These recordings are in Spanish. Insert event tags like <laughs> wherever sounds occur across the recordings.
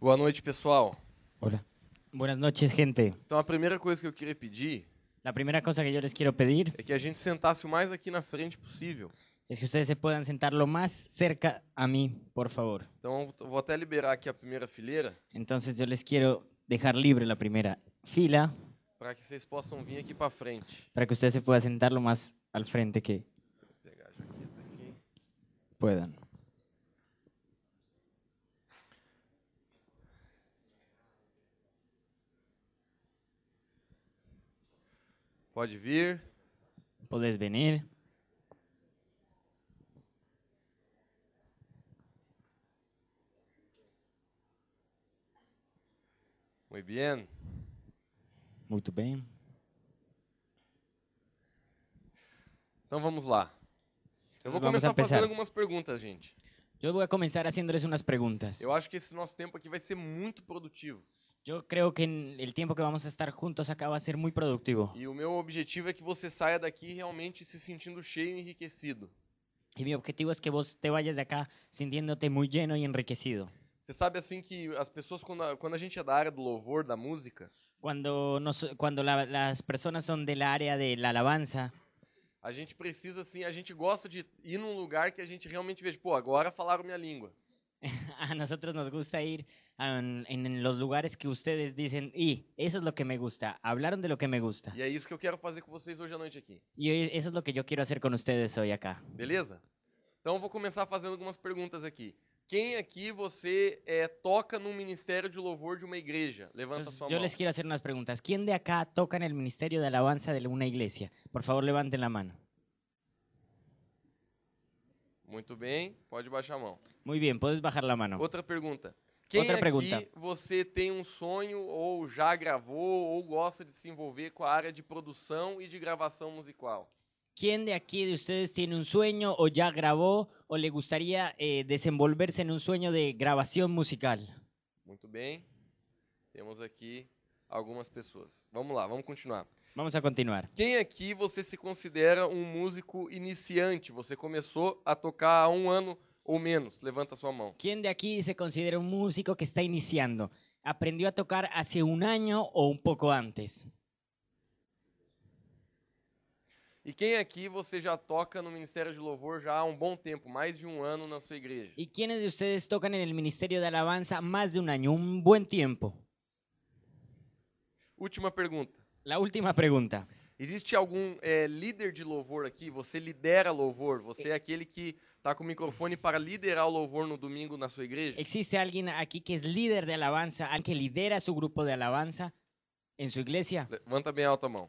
Boa noite, pessoal. Hola. Buenas noches, gente. Então, a primeira coisa que eu queria pedir La primera cosa que yo les quiero pedir é que a gente sentasse o mais aqui na frente possível. es que ustedes se puedan sentar lo más cerca a mí, por favor. Então, eu vou até liberar aqui a primeira fileira Entonces yo les quiero dejar libre la primera fila para que vocês possam vir aqui para frente. para que ustedes se puedan sentar lo más al frente que Vou pegar a jaqueta aqui. puedan. Pode vir. Podés venir. Muy bien. Muy bien. Então, vamos lá. Eu vou Vamos começar começar. fazendo algumas perguntas, gente. Yo voy a comenzar haciéndoles unas preguntas. Eu acho que esse nosso tempo aqui vai ser muito produtivo. Yo creo que en el tiempo que vamos a estar juntos acá va a ser muy productivo. E o meu objetivo é que você saia daqui realmente se sentindo cheio e enriquecido. Y mi objetivo es que vos te vayas de acá sintiéndote muy lleno y enriquecido. Você sabe assim que as pessoas, quando a, quando a gente é da área do louvor, da música, Cuando, nos- cuando la- las personas son del área de la alabanza, <laughs> a gente precisa assim, a gente gosta de ir num lugar que a gente realmente veja, pô, agora falaram minha língua. a nosotros nos gusta ir a un- en, en los lugares que ustedes dicen, y eso es lo que me gusta, hablaron de lo que me gusta. E é isso que eu quero fazer com vocês hoje à noite aqui. Y hoy- eso es lo que yo quiero hacer con ustedes hoy acá. Beleza? Então eu vou começar fazendo algumas perguntas aqui. Quem aqui você eh, toca num ministério de louvor de uma igreja? Levanta Entonces, sua yo mão. les quiero hacer unas preguntas. ¿Quién de acá toca en el ministerio de alabanza de una iglesia? Por favor, levanten la mano. Muito bem, pode baixar a mão. Muy bien, puedes bajar la mano. Outra pergunta. Quem Outra aqui pergunta. você tem um sonho ou já gravou ou gosta de se envolver com a área de produção e de gravação musical? ¿Quién de aquí de ustedes tiene un sueño o ya grabó o le gustaría eh, desenvolverse en un sueño de grabación musical? Muito bem. Temos aqui algumas pessoas. Vamos lá, vamos continuar. Vamos a continuar. Quem aqui você se considera um músico iniciante? Você começou a tocar há um ano ou menos? Levanta sua mão. ¿Quién de aquí se considera un músico que está iniciando? ¿Aprendió a tocar hace un año o un poco antes? E quem aqui você já toca no Ministério de Louvor já há um bom tempo, mais de um ano na sua igreja? ¿Y quiénes de ustedes tocan en el Ministerio de Alabanza más de un año? Un buen tiempo. Última pergunta. La última pregunta. Existe algum eh, líder de louvor aqui? Você lidera louvor? Você é aquele que está com o microfone para liderar o louvor no domingo na sua igreja? ¿Existe alguien aquí que es líder de alabanza, alguien que lidera su grupo de alabanza en su iglesia? Levanta bem alta a mão.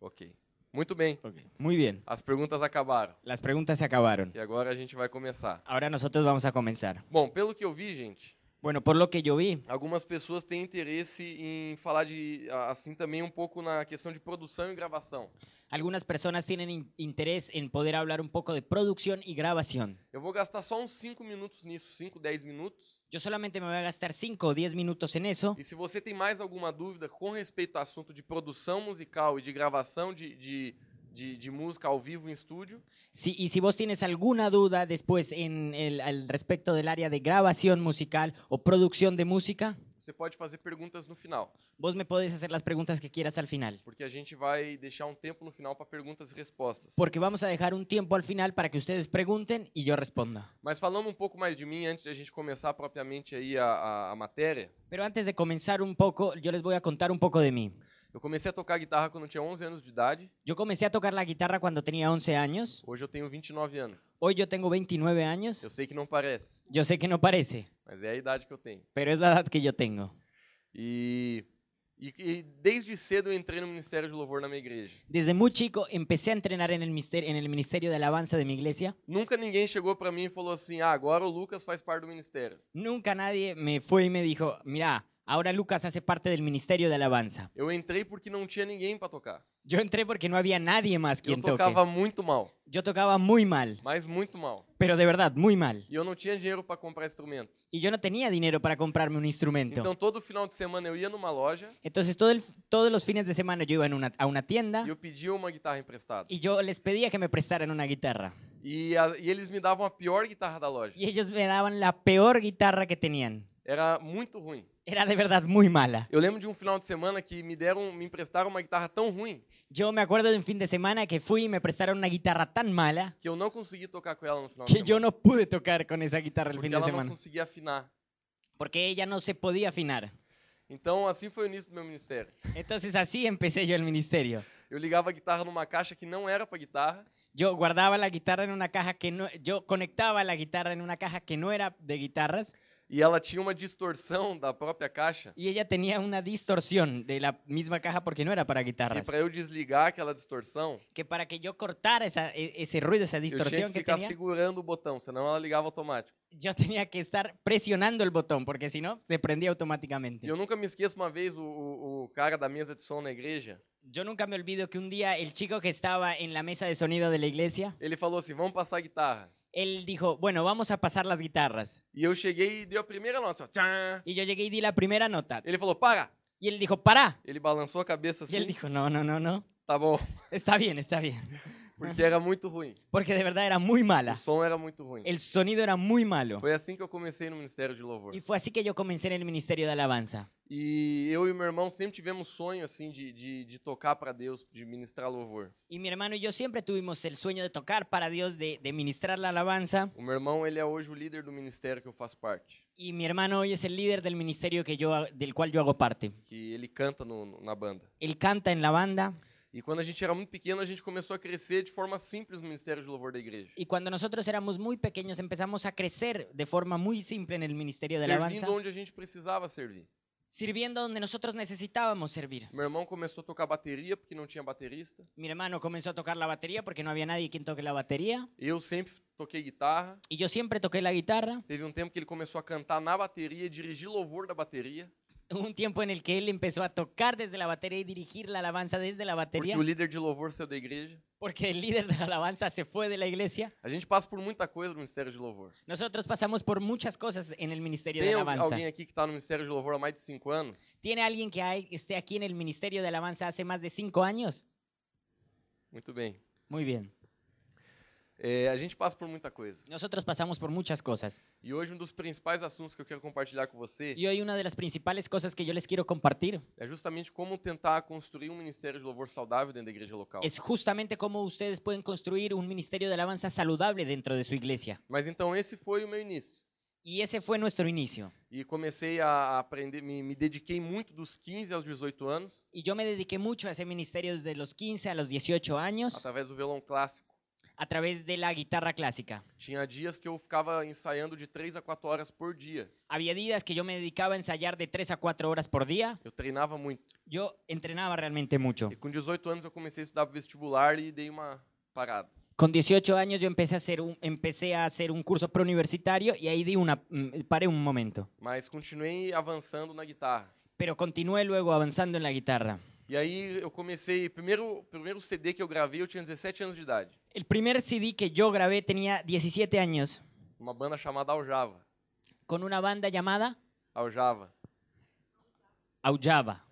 Ok. Muito bem. Muy bien. As perguntas acabaram. Las preguntas se acabaron. E agora a gente vai começar. Ahora nosotros vamos a comenzar. Bom, pelo que eu vi, gente, Bueno, por lo que yo vi, algumas pessoas têm interesse em falar de a- assim também um pouco na questão de produção e gravação. algunas personas tienen in- interés en poder hablar un poco de producción y grabación. Eu vou gastar só uns 5 minutos nisso, 5, 10 minutos. Yo solamente me voy a gastar 5 o 10 minutos en eso. E se você tem mais alguma dúvida com respeito ao assunto de produção musical e de gravação de, de, de, de música ao vivo em estúdio, Si- y si vos tienes alguna duda después en el, al respecto del área de grabación musical o producción de música, você pode fazer perguntas no final, vos me podés hacer las preguntas que quieras al final. porque a gente vai deixar um tempo no final para perguntas e respostas. Porque vamos a dejar un tiempo al final para que ustedes pregunten y yo responda. Mas falando um pouco mais de mim, antes de a gente começar propriamente aí a, a, a matéria, Pero antes de comenzar un poco, yo les voy a contar un poco de mí. eu comecei a tocar guitarra quando eu tinha 11 anos de idade, Yo comencé a tocar la guitarra cuando tenía 11 años. hoje eu tenho 29 anos. Hoy yo tengo 29 años. Eu sei que não parece, Yo sé que no parece, mas é a idade que eu tenho. pero es la edad que yo tengo. E, e, e desde cedo eu entrei no Ministério de Louvor na minha igreja. Desde muy chico empecé a entrenar en el, mister- en el Ministerio de Alabanza de mi iglesia. Nunca ninguém chegou pra mim e falou assim: ah, agora o Lucas faz parte do ministério. Nunca nadie me fue y me dijo, mira, Ahora Lucas hace parte del Ministerio de Alabanza. Eu entrei porque não tinha ninguém pra tocar. Yo entré porque no había nadie más Eu quien toque. tocava muito mal, Yo tocaba muy mal, mas muito mal. pero de verdad, muy mal. E eu não tinha dinheiro pra comprar instrumento. Y yo no tenía dinero para comprarme un instrumento. Então todo final de semana eu ia numa loja Entonces todo el- todos los fines de semana yo iba en una- a una tienda e eu pedia uma guitarra emprestada. y yo les pedía que me prestaran una guitarra. E, a- e eles me davam a pior guitarra da loja. Y ellos me daban la peor guitarra que tenían. Era muito ruim. Era de verdad muy mala. Eu lembro de um final de semana que me deram, me emprestaram uma guitarra tão ruim Yo me acuerdo de un fin de semana que fui y me prestaron una guitarra tan mala que eu não consegui tocar com ela no final que de yo semana. no pude tocar con esa guitarra el porque fin de ela não semana. conseguia afinar. Porque ella no se podía afinar. Então assim foi o início do meu ministério. Entonces así empecé yo el ministerio. Eu ligava a guitarra numa caixa que não era pra guitarra Yo guardaba la guitarra en una caja que no... Yo conectaba la guitarra en una caja que no era de guitarras e ela tinha uma distorção da própria caixa. y ella tenía una distorsión de la misma caja porque no era para Que guitarras. pra eu desligar aquela distorção, Que para que yo cortara esa- e- esse ruido, esa eu tinha distorsión que que ficar tenía, segurando o botão, senão ela ligava automático. yo tenía que estar presionando el botón porque si no, se prendía automáticamente. E eu nunca me esqueço uma vez o, o, o cara da mesa de som na igreja, Yo nunca me olvido que un día el chico que estaba en la mesa de sonido de la iglesia, ele falou assim: "Vamos passar a guitarra". él dijo, bueno, vamos a pasar las guitarras. E eu cheguei e dei a primeira nota, só, tchan. Y yo llegué y di la primera nota. Ele falou: "Para". Y él dijo, para. Ele balançou a cabeça Y él assim. dijo, no, no, no, no. Tá bom, Está bien, está bien. porque era muito ruim. Porque de verdad era muy O mala. som era muito ruim. El sonido era muy malo. Foi assim que eu comecei no ministério de louvor. Y fue así que yo comencé en el ministerio de alabanza. E eu e meu irmão sempre tivemos sonho assim de, de, de tocar pra Deus, de ministrar louvor. Y mi hermano y yo siempre tuvimos el sueño de tocar para Dios, de, de ministrar la alabanza. O meu irmão, ele é hoje o líder do ministério que eu faço parte, Y mi hermano hoy es el líder del ministerio que yo, ha- del cual yo hago parte. que ele canta no- no, na banda. Él canta en la banda. E quando a gente era muito pequeno, a gente começou a crescer de forma simples no ministério de louvor da igreja. Y cuando nosotros éramos muy pequeños empezamos a crecer de forma muy simple en el ministerio de alabanza, Servindo onde a gente precisava servir. sirviendo donde nosotros necesitábamos servir. Meu irmão começou a tocar bateria porque não tinha baterista. Mi hermano comenzó a tocar la batería porque no había nadie quien toque la batería. Eu sempre toquei guitarra. Y yo siempre toqué la guitarra. <laughs> Teve um tempo que ele começou a cantar na bateria, dirigir louvor da bateria. Hubo un tiempo en el que él empezó a tocar desde la batería y dirigir la alabanza desde la Porque batería o líder de louvor saiu da igreja. porque el líder de la alabanza se fue de la iglesia. A gente passa por muita coisa no ministério de louvor. Nosotros pasamos por muchas cosas en el ministerio Tem de al- alabanza. alguém aqui que está no ministério de louvor há mais de cinco anos? ¿Tiene alguien que hay- esté aquí en el ministerio de alabanza hace más de cinco años? Muito bem. Muy bien. É, a gente passa por muita coisa. Nosotros pasamos por muchas cosas. E hoje um dos principais assuntos que eu quero compartilhar com você Y hoy una de las principales cosas que yo les quiero compartir é justamente como tentar construir um ministério de louvor saudável dentro da igreja local. es justamente cómo ustedes pueden construir un ministerio de alabanza saludable dentro de su iglesia. Mas então esse foi o meu início. Y ese fue nuestro inicio. E comecei a aprender, me, me dediquei muito dos 15 aos 18 anos, Y yo me dediqué mucho a ese ministerio desde los 15 a los 18 años através do violão clássico. a través de la guitarra clásica. Tinha dias que eu ficava ensaiando de 3 a 4 horas por dia. Había días que yo me dedicaba a ensayar de 3 a 4 horas por día. Eu treinava muito. Yo entrenaba realmente mucho. E com 18 anos eu comecei a estudar pro vestibular e dei uma parada. Con 18 años yo empecé a hacer un, empecé a hacer un curso preuniversitario y ahí di una, mm, paré un momento. Mas continuei avançando na guitarra. Pero continué luego avanzando en la guitarra. E aí eu comecei, primeiro, primeiro CD que eu gravei eu tinha 17 anos de idade, El primer CD que yo grabé tenía 17 años uma banda chamada Aljava. con una banda llamada Aljava. Aullaba,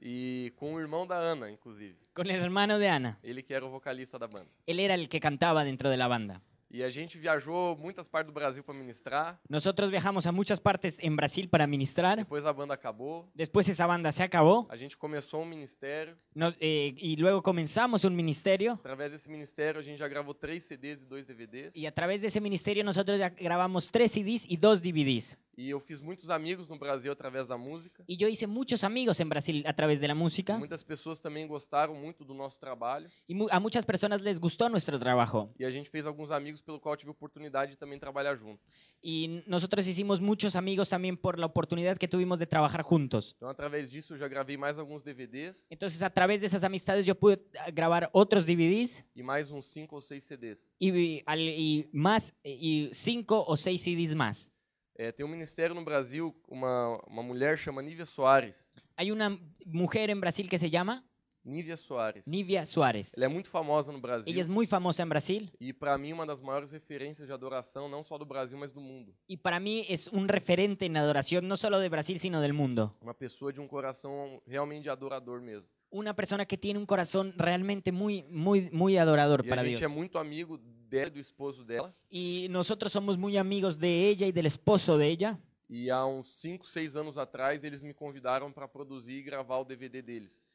E com o irmão da Ana, inclusive. con el hermano de Ana. Ele que era o vocalista da banda. Él era el que cantaba dentro de la banda. E a gente viajou muitas partes do Brasil para ministrar. Nosotros viajamos a muchas partes en Brasil para ministrar. Depois a banda acabou. Después esa banda se acabó A gente começou um ministério. nos- eh, y luego comenzamos un ministerio. Através desse ministério, a gente já gravou três CDs e dois DVDs. Y a través de ese ministerio nosotros ya grabamos tres CDs y dos DVDs. E eu fiz muitos amigos no Brasil através da música. Y yo hice muchos amigos en Brasil a través de la música. Muitas pessoas também gostaram muito do nosso trabalho. Y mu- a muchas personas les gustó nuestro trabajo. E a gente fez alguns amigos pelo qual eu tive oportunidade de também trabalhar junto. Y nosotros hicimos muchos amigos también por la oportunidad que tuvimos de trabajar juntos. Então, através disso, eu já gravei mais alguns DVDs Entonces, a través de esas amistades yo pude ah, grabar otros DVDs e mais uns cinco ou seis CDs. y, vi- al- y más eh, y cinco o seis CDs más. É, tem um ministério no Brasil, uma, uma mulher chama Nívia Soares. Hay una mujer en Brasil que se llama Nívia Soares. Nivia Suárez. Ela é muito famosa no Brasil. Ella es muy famosa en Brasil E para mim, uma das maiores referências de adoração, não só do Brasil, mas do mundo. y para mí es un referente en adoración no solo de Brasil, sino del mundo. Uma pessoa de um coração realmente adorador mesmo. Una persona que tiene un corazón realmente muy, muy, muy adorador E a para gente Dios. é muito amigo dela e do esposo dela. Y nosotros somos muy amigos de ella y del esposo de ella. E há uns 5, 6 anos atrás, eles me convidaram para produzir e gravar o DVD deles.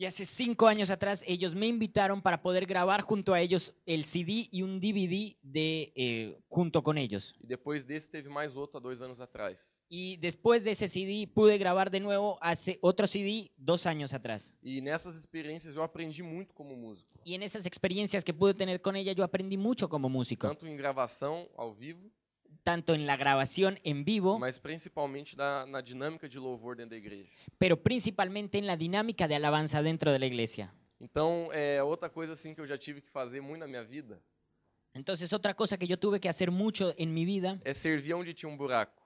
Y hace cinco años atrás ellos me invitaron para poder grabar junto a ellos el CD y un DVD de, eh, junto con ellos. E depois desse, teve mais outro há dois anos atrás. Y después de ese CD pude grabar de nuevo hace otro CD dos años atrás. E nessas experiências, eu aprendi muito como músico. Y en esas experiencias que pude tener con ella yo aprendí mucho como músico, Tanto em gravação, ao vivo, tanto en la grabación en vivo, mas principalmente na, na dinâmica de louvor dentro da igreja. pero principalmente en la dinámica de alabanza dentro de la iglesia. Então, é outra coisa assim que eu já tive que fazer muito na minha vida Entonces otra cosa que yo tuve que hacer mucho en mi vida é servir onde tinha um buraco.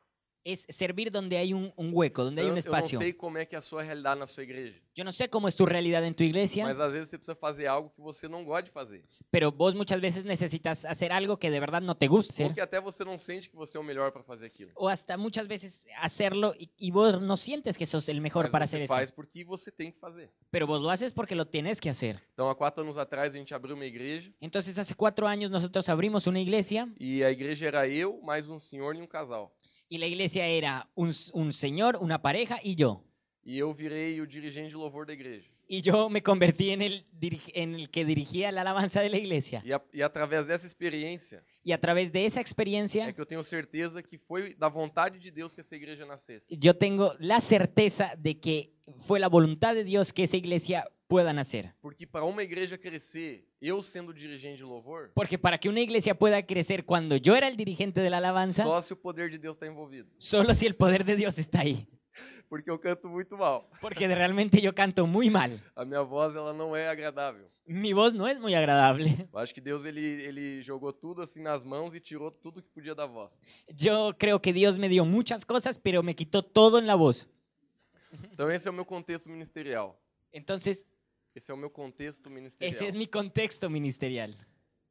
es servir donde hay un, un hueco, donde hay Eu, eu não un espacio. sei como é que é a sua realidade na sua igreja, Yo no sé cómo es tu realidad en tu iglesia. mas às vezes você precisa fazer algo que você não gosta de fazer, pero vos muchas veces necesitas hacer algo que de verdad no te gusta ou hacer. que até você não sente que você é o melhor para fazer aquilo. O hasta muchas veces hacerlo y, y vos no sientes que sos el mejor para mas hacer você eso. faz porque você tem que fazer. Pero vos lo haces porque lo tienes que hacer. Então, há quatro anos atrás a gente abriu uma igreja Entonces hace cuatro años nosotros abrimos una iglesia e a igreja era eu, mais um senhor e um casal. y la iglesia era un, s- un señor, una pareja y yo. E eu virei o dirigente de louvor da igreja. Y yo me convertí en el, dirige- en el que dirigía la alabanza de la iglesia. E, a- e através dessa experiência Y a través de esa é experiencia que eu tenho certeza que foi da vontade de Deus que essa igreja nascesse. yo tengo la certeza de que fue la voluntad de Dios que esa iglesia pueda nacer. Porque para uma igreja crescer, eu sendo dirigente de louvor, Porque para que una iglesia pueda crecer cuando yo era el dirigente de la alabanza, só se o poder de Deus está envolvido. solo si el poder de Dios está ahí. Porque eu canto muito mal. Porque de- realmente yo canto muy mal. A minha voz ela não é agradável. Mi voz no es muy agradable. Eu acho que Deus ele, ele jogou tudo assim nas mãos e tirou tudo que podia da voz. Yo creo que Dios me dio muchas cosas, pero me quitó todo en la voz. Então esse é o meu contexto ministerial. Entonces, Esse é o meu contexto ministerial. ese es mi contexto ministerial.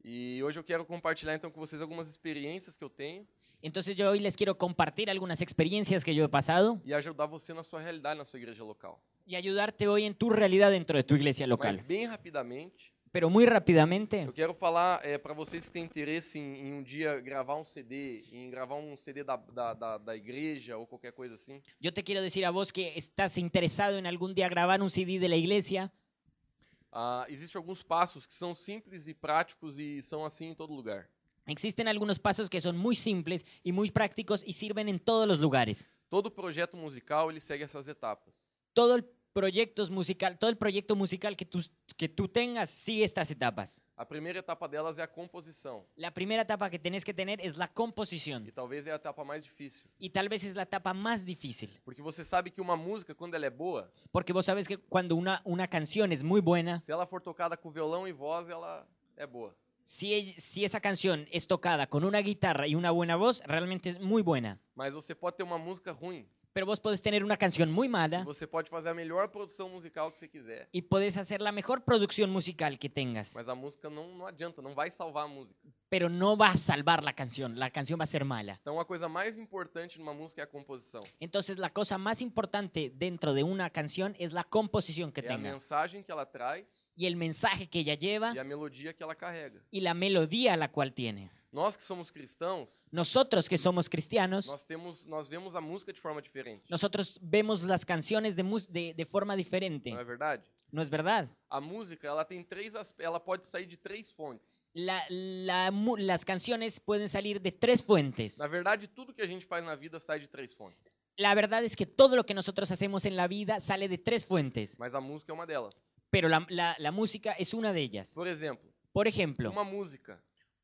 E hoje eu quero compartilhar então com vocês algumas experiências que eu tenho Entonces yo hoy les quiero compartir algunas experiencias que yo he pasado e ajudar você na sua realidade na sua igreja local. y ayudarte hoy en tu realidad dentro de tu iglesia Mas local. bem rapidamente, Pero muy rápidamente, eu quero falar é, para vocês que têm interesse em, em um dia gravar um CD, em gravar um CD da, da, da, da igreja ou qualquer coisa assim. yo te quiero decir a vos que estás interesado en algún día grabar un CD de la iglesia, Ah, Existem alguns passos que são simples e práticos e são assim em todo lugar. Existen algunos pasos que son muy simples y muy prácticos y sirven en todos los lugares. Todo projeto musical ele segue essas etapas. Todo el proyecto musical, todo el proyecto musical que tú, que tú tengas sigue estas etapas. A primeira etapa delas é a composição La primera etapa que tenés que tener es la e composición talvez é a etapa mais difícil, y tal vez es la etapa más difícil, porque você sabe que uma música quando ela é boa, porque vos sabes que cuando una, una canción es muy buena, se ela for tocada com violão e voz, ela é boa. si, ell- si esa canción es tocada con una guitarra y una buena voz, realmente es muy buena. Mas você pode ter uma música ruim Pero vos podés tener una canción muy e mala você pode fazer a melhor produção musical que você quiser, y podés hacer la mejor producción musical que tengas, mas a música não, não adianta, não vai salvar a música. pero no va a salvar la canción, la canción va a ser mala. Então a coisa mais importante numa música é a composição, Entonces la cosa más importante dentro de una canción es la composición que é a tenga mensagem que ela traz y el mensaje que ella lleva e a melodia que ela carrega. y la melodía la cual tiene. Nós que somos cristãos, Nosotros que somos cristianos, nós temos, nós vemos a música de forma diferente. nosotros vemos las canciones de, mus- de, de forma diferente, Não é verdade? ¿no es verdad? A música, ela tem três, aspe- ela pode sair de três fontes. La- la mu- las canciones pueden salir de tres fuentes. Na verdade, tudo que a gente faz na vida sai de três fontes, La verdad es que todo lo que nosotros hacemos en la vida sale de tres fuentes, mas a música é uma delas. pero la, la- la música es una de ellas. Por exemplo, Por ejemplo, uma música,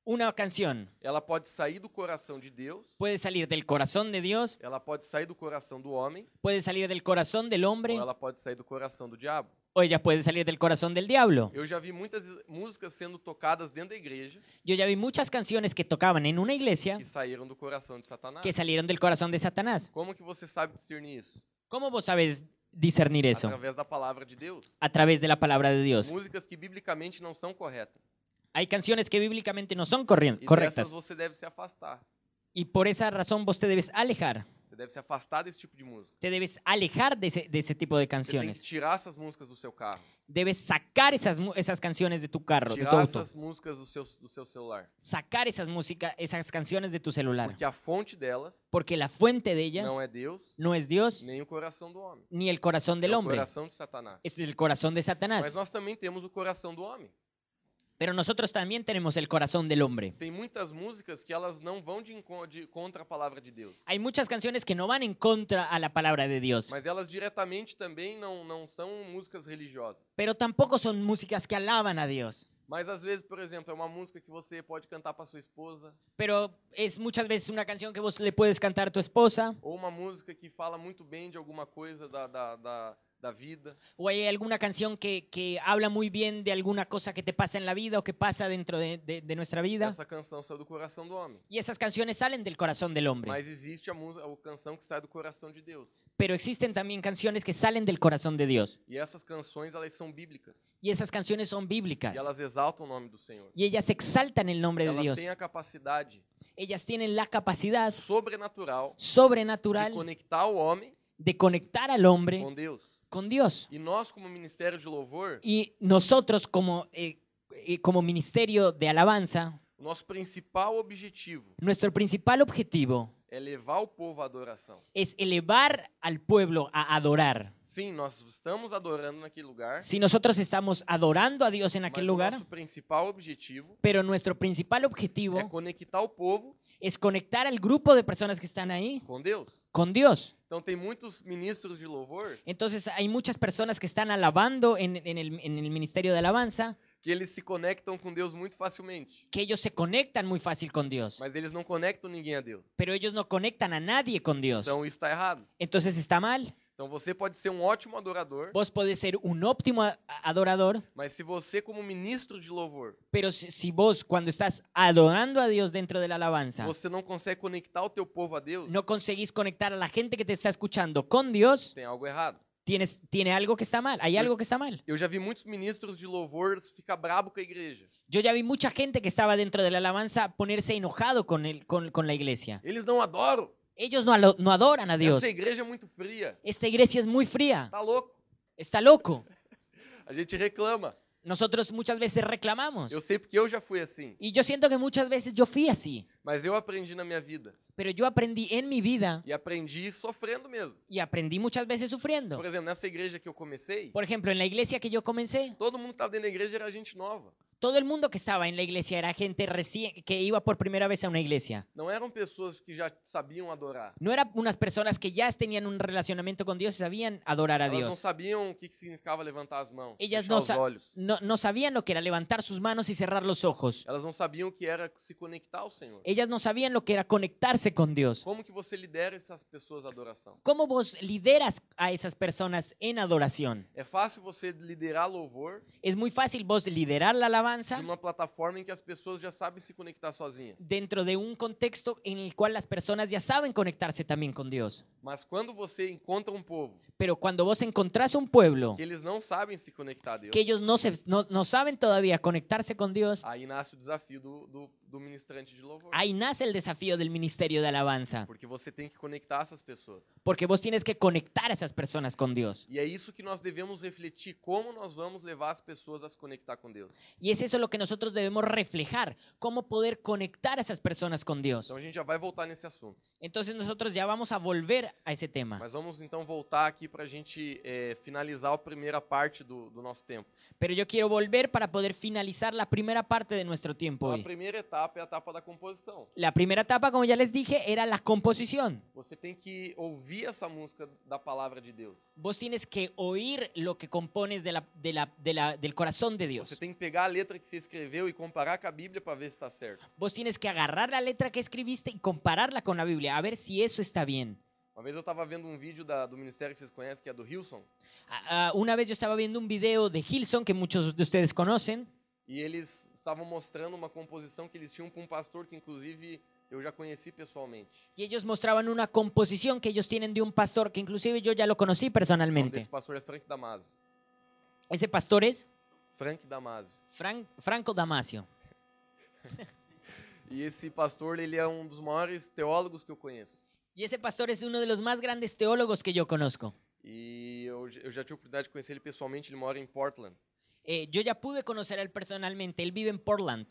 Una canción Ela pode sair do coração de Deus, puede salir del corazón de Dios, ela pode sair do coração do homem, puede salir del corazón del hombre ou ela pode sair do coração do diabo. o ella puede salir del corazón del diablo. Eu já vi muitas músicas sendo tocadas dentro da igreja Yo ya vi muchas canciones que tocaban en una iglesia que saíram do coração de Satanás. É. que salieron del corazón de Satanás. Como que você sabe discernir isso? ¿Cómo vos sabes discernir eso? Através da palavra de Deus. A través de la palabra de Dios. Músicas que biblicamente não são corretas. Hay canciones que bíblicamente no son corrien- E dessas correctas você deve se afastar. y por esa razón vos te debes alejar. Você deve se afastar desse tipo de música. Te debes alejar de ese, de ese tipo de Você tem que canciones. tirar essas músicas do seu carro. Debes sacar esas, mu- esas canciones de tu carro, de tu Tirar auto. essas músicas do seu, do seu celular. Sacar esas música, esas canciones de tu celular. Porque a fonte delas Porque la fuente de ellas não é Deus, no es Dios nem o coração do homem. ni el corazón del é o hombre. coração de Satanás. Es el corazón de Mas Satanás. nós também temos o coração do homem. Pero nosotros también tenemos el corazón del hombre. Tem muitas músicas que elas não vão de, enco- de contra a palavra de Deus. Hay muchas canciones que no van en contra a la palabra de Dios. Mas elas diretamente também não, não são músicas religiosas. Pero tampoco son músicas que alaban a Dios. Mas às vezes, por exemplo, é uma música que você pode cantar para sua esposa, Pero es muchas veces una canción que vos le puedes cantar a tu esposa. ou uma música que fala muito bem de alguma coisa da, da, da, da vida. O hay alguna canción que, que habla muy bien de alguna cosa que te pasa en la vida o que pasa dentro de, de- de nuestra vida. Essa canção saiu do coração do homem. Y esas canciones salen del corazón del hombre. Mas existe a, música, a canção que sai do coração de Deus. Pero existen también canciones que salen del corazón de Dios. E essas canções, elas são bíblicas. Y esas canciones son bíblicas. E elas exaltam o nome do Senhor. Y ellas exaltan el nombre de Elas Dios. têm a capacidade Ellas tienen la capacidad sobrenatural de sobrenatural conectar o homem de conectar al hombre com Deus. con Dios. E nós, como ministério de louvor, Y nosotros como, eh, eh, como ministerio de alabanza, o nosso principal objetivo nuestro principal objetivo é levar o povo à adoração. es elevar al pueblo a adorar. Sim, nós estamos adorando naquele lugar. Si nosotros estamos adorando a Dios en aquel mas lugar, o nosso principal objetivo pero nuestro principal é objetivo conectar o povo es conectar al grupo de personas que están ahí com Deus. con Dios. Então tem muitos ministros de louvor Entonces hay muchas personas que están alabando en, en el, en el ministerio de alabanza, que eles se conectam com Deus muito facilmente, que ellos se conectan muy fácil con Dios, mas eles não conectam ninguém a Deus. pero ellos no conectan a nadie con Dios. Então isso está errado. Entonces está mal. Então você pode ser um ótimo adorador, Vos podés ser un óptimo a- a- adorador, mas se você como ministro de louvor, pero si, si vos cuando estás adorando a Dios dentro de la alabanza, você não consegue conectar o teu povo a Deus, no conseguís conectar a la gente que te está escuchando con Dios, tem algo errado. tienes, tiene algo que está mal, hay Yo- algo que está mal. Eu já vi muitos ministros de louvor ficar brabo com a igreja. Yo ya vi mucha gente que estaba dentro de la alabanza ponerse enojado con, el, con, con la iglesia. Eles não adoram. Ellos no, alo- no adoran a Dios. Essa igreja é muito fria. Esta iglesia es muy fría, Tá louco? está loco. A gente reclama. Nosotros muchas veces reclamamos. Eu sei porque eu já fui assim, Y yo siento que muchas veces yo fui así, mas eu aprendi na minha vida pero yo aprendí en mi vida e aprendi sofrendo mesmo. y aprendí muchas veces sufriendo. Por exemplo, nessa igreja que eu comecei, Então. Por ejemplo, en la iglesia que yo comencé, todo mundo que estava dentro da igreja era gente nova. todo el mundo que estaba en la iglesia era gente recién que iba por primera vez a una iglesia. Não eram pessoas que já sabiam adorar. No eran unas personas que ya tenían un relacionamiento con Dios y sabían adorar a Elas não Dios. sabiam o que, que significava levantar as mãos, Ellas fechar não os sa- olhos. No, no sabían lo que era levantar sus manos y cerrar los ojos. Elas não sabiam o que era se conectar ao Senhor. Ellas no sabían lo que era conectarse con Dios. Como que você lidera essas pessoas à adoração? ¿Cómo vos lideras a esas personas en adoración? É fácil você liderar louvor Es muy fácil vos liderar la de alabanza uma plataforma em que as pessoas já sabem se conectar sozinhas. dentro de un contexto en el cual las personas ya saben conectarse también con Dios. Mas quando você encontra um povo Pero cuando vos encontrás un pueblo que eles não sabem se conectar a Deus, que ellos no, se, no, no saben todavía conectarse con Dios, Aí nasce o desafio do, do, do ministrante de louvor. ahí nace el desafío del ministerio de alabanza, Porque você tem que conectar essas pessoas. porque vos tienes que conectar a esas personas con Dios. E é isso que nós devemos refletir: como nós vamos levar as pessoas a se conectar com Deus. Y es eso lo que nosotros debemos reflejar, cómo poder conectar a esas personas con Dios. Então a gente já vai voltar nesse assunto. Entonces nosotros ya vamos a volver a ese tema, Mas vamos então voltar aqui para a gente eh, finalizar a primeira parte do, do nosso tempo. pero yo quiero volver para poder finalizar la primera parte de nuestro tiempo Então, a hoy. primeira etapa é a etapa da composição. La primera etapa, como ya les dije, era la composición. Você tem que ouvir essa música da palavra de Deus. Vos tienes que oír lo que compones de la- de la- de la- del corazón de Você Dios. tem que pegar a letra que você escreveu e comparar com a Bíblia para ver se está certo. Vos tienes que agarrar la letra que escribiste y compararla con la Biblia, a ver si eso está bien. Uma vez eu estava vendo um vídeo da- do ministério que vocês conhecem, que é do Hilson, Ah, ah, una vez yo estaba viendo un video de Hilson que muchos de ustedes conocen e eles estavam mostrando uma composição que eles tinham para um pastor que, inclusive, eu já conheci pessoalmente. y ellos mostraban una composición que ellos tienen de un pastor que inclusive yo ya lo conocí O nome desse personalmente. pastor é Frank Damasio. Ese pastor es Frank Damasio. Fran- Franco Damasio. E esse pastor, ele é um dos maiores teólogos que eu conheço. Y ese pastor es uno de los más grandes teólogos que yo conozco. E eu, j- eu já tive a oportunidade de conhecer ele pessoalmente, ele mora em Portland. Eh, yo ya pude conocer a él personalmente, él vive en Portland.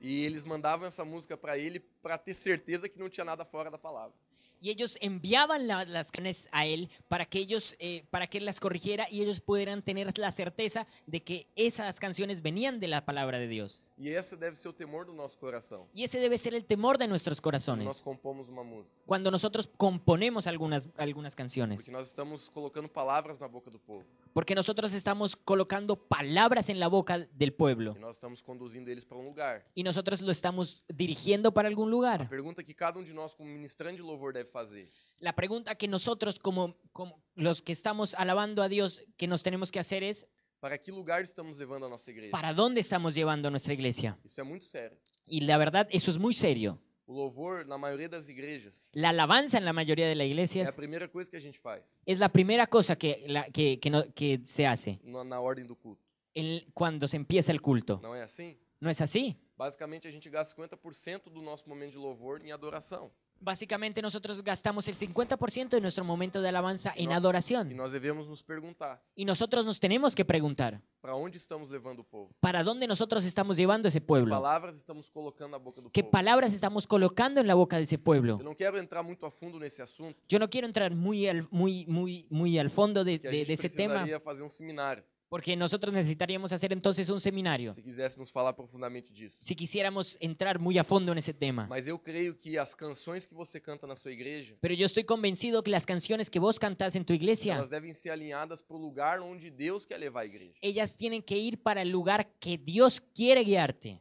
E eles mandavam essa música para ele para ter certeza que não tinha nada fora da palavra. Y ellos enviaban la- las canciones a él para que ellos, eh, para que él las corrigiera y ellos pudieran tener la certeza de que esas canciones venían de la palabra de Dios. E esse deve ser o temor do nosso coração. Y ese debe ser el temor de nuestros Quando nós corazones compomos uma música. cuando nosotros componemos algunas, algunas canciones, Porque nós estamos colocando palavras na boca do povo. porque nosotros estamos colocando palabras en la boca del pueblo E nós estamos conduzindo eles para um lugar. y nosotros lo estamos dirigiendo para algún <laughs> A lugar. pergunta que cada um de nós, como ministrante de louvor, deve fazer: La pregunta que nosotros como, como los que estamos alabando a Dios que nos tenemos que hacer es, para que lugar estamos levando a nossa igreja? ¿para dónde estamos llevando nuestra iglesia? Isso é muito sério. Y la verdad, eso es muy serio. O louvor, na maioria das igrejas, La alabanza en la mayoría de las é a iglesias primeira coisa que a gente faz es la primera cosa que, la- que, que no- que se hace na, na ordem do culto. en- cuando se empieza el culto. Não é assim? ¿No es así? Basicamente, a gente gasta 50% do nosso momento de louvor em adoração. Básicamente nosotros gastamos el 50% de nuestro momento de alabanza en No. E adoración. nós devemos nos perguntar: Y nosotros nos tenemos que preguntar, para onde estamos levando o povo? ¿para dónde nosotros estamos llevando ese Que pueblo? palavras estamos colocando na boca do ¿Qué povo? palabras estamos colocando en la boca de ese Eu pueblo? não quero entrar muito a fundo nesse assunto, Yo no quiero entrar muy al, muy, muy, muy al fondo de, que a de- gente de ese tema, precisaria fazer um seminário, porque nosotros necesitaríamos hacer entonces un seminario se quiséssemos falar profundamente disso. si quisiéramos entrar muy a fondo en ese tema. Mas eu creio que as canções que você canta na sua igreja, Pero yo estoy convencido que las canciones que vos cantás en tu iglesia, elas devem ser alinhadas para o lugar onde Deus quer levar a igreja. ellas tienen que ir para el lugar que Dios quiere guiarte.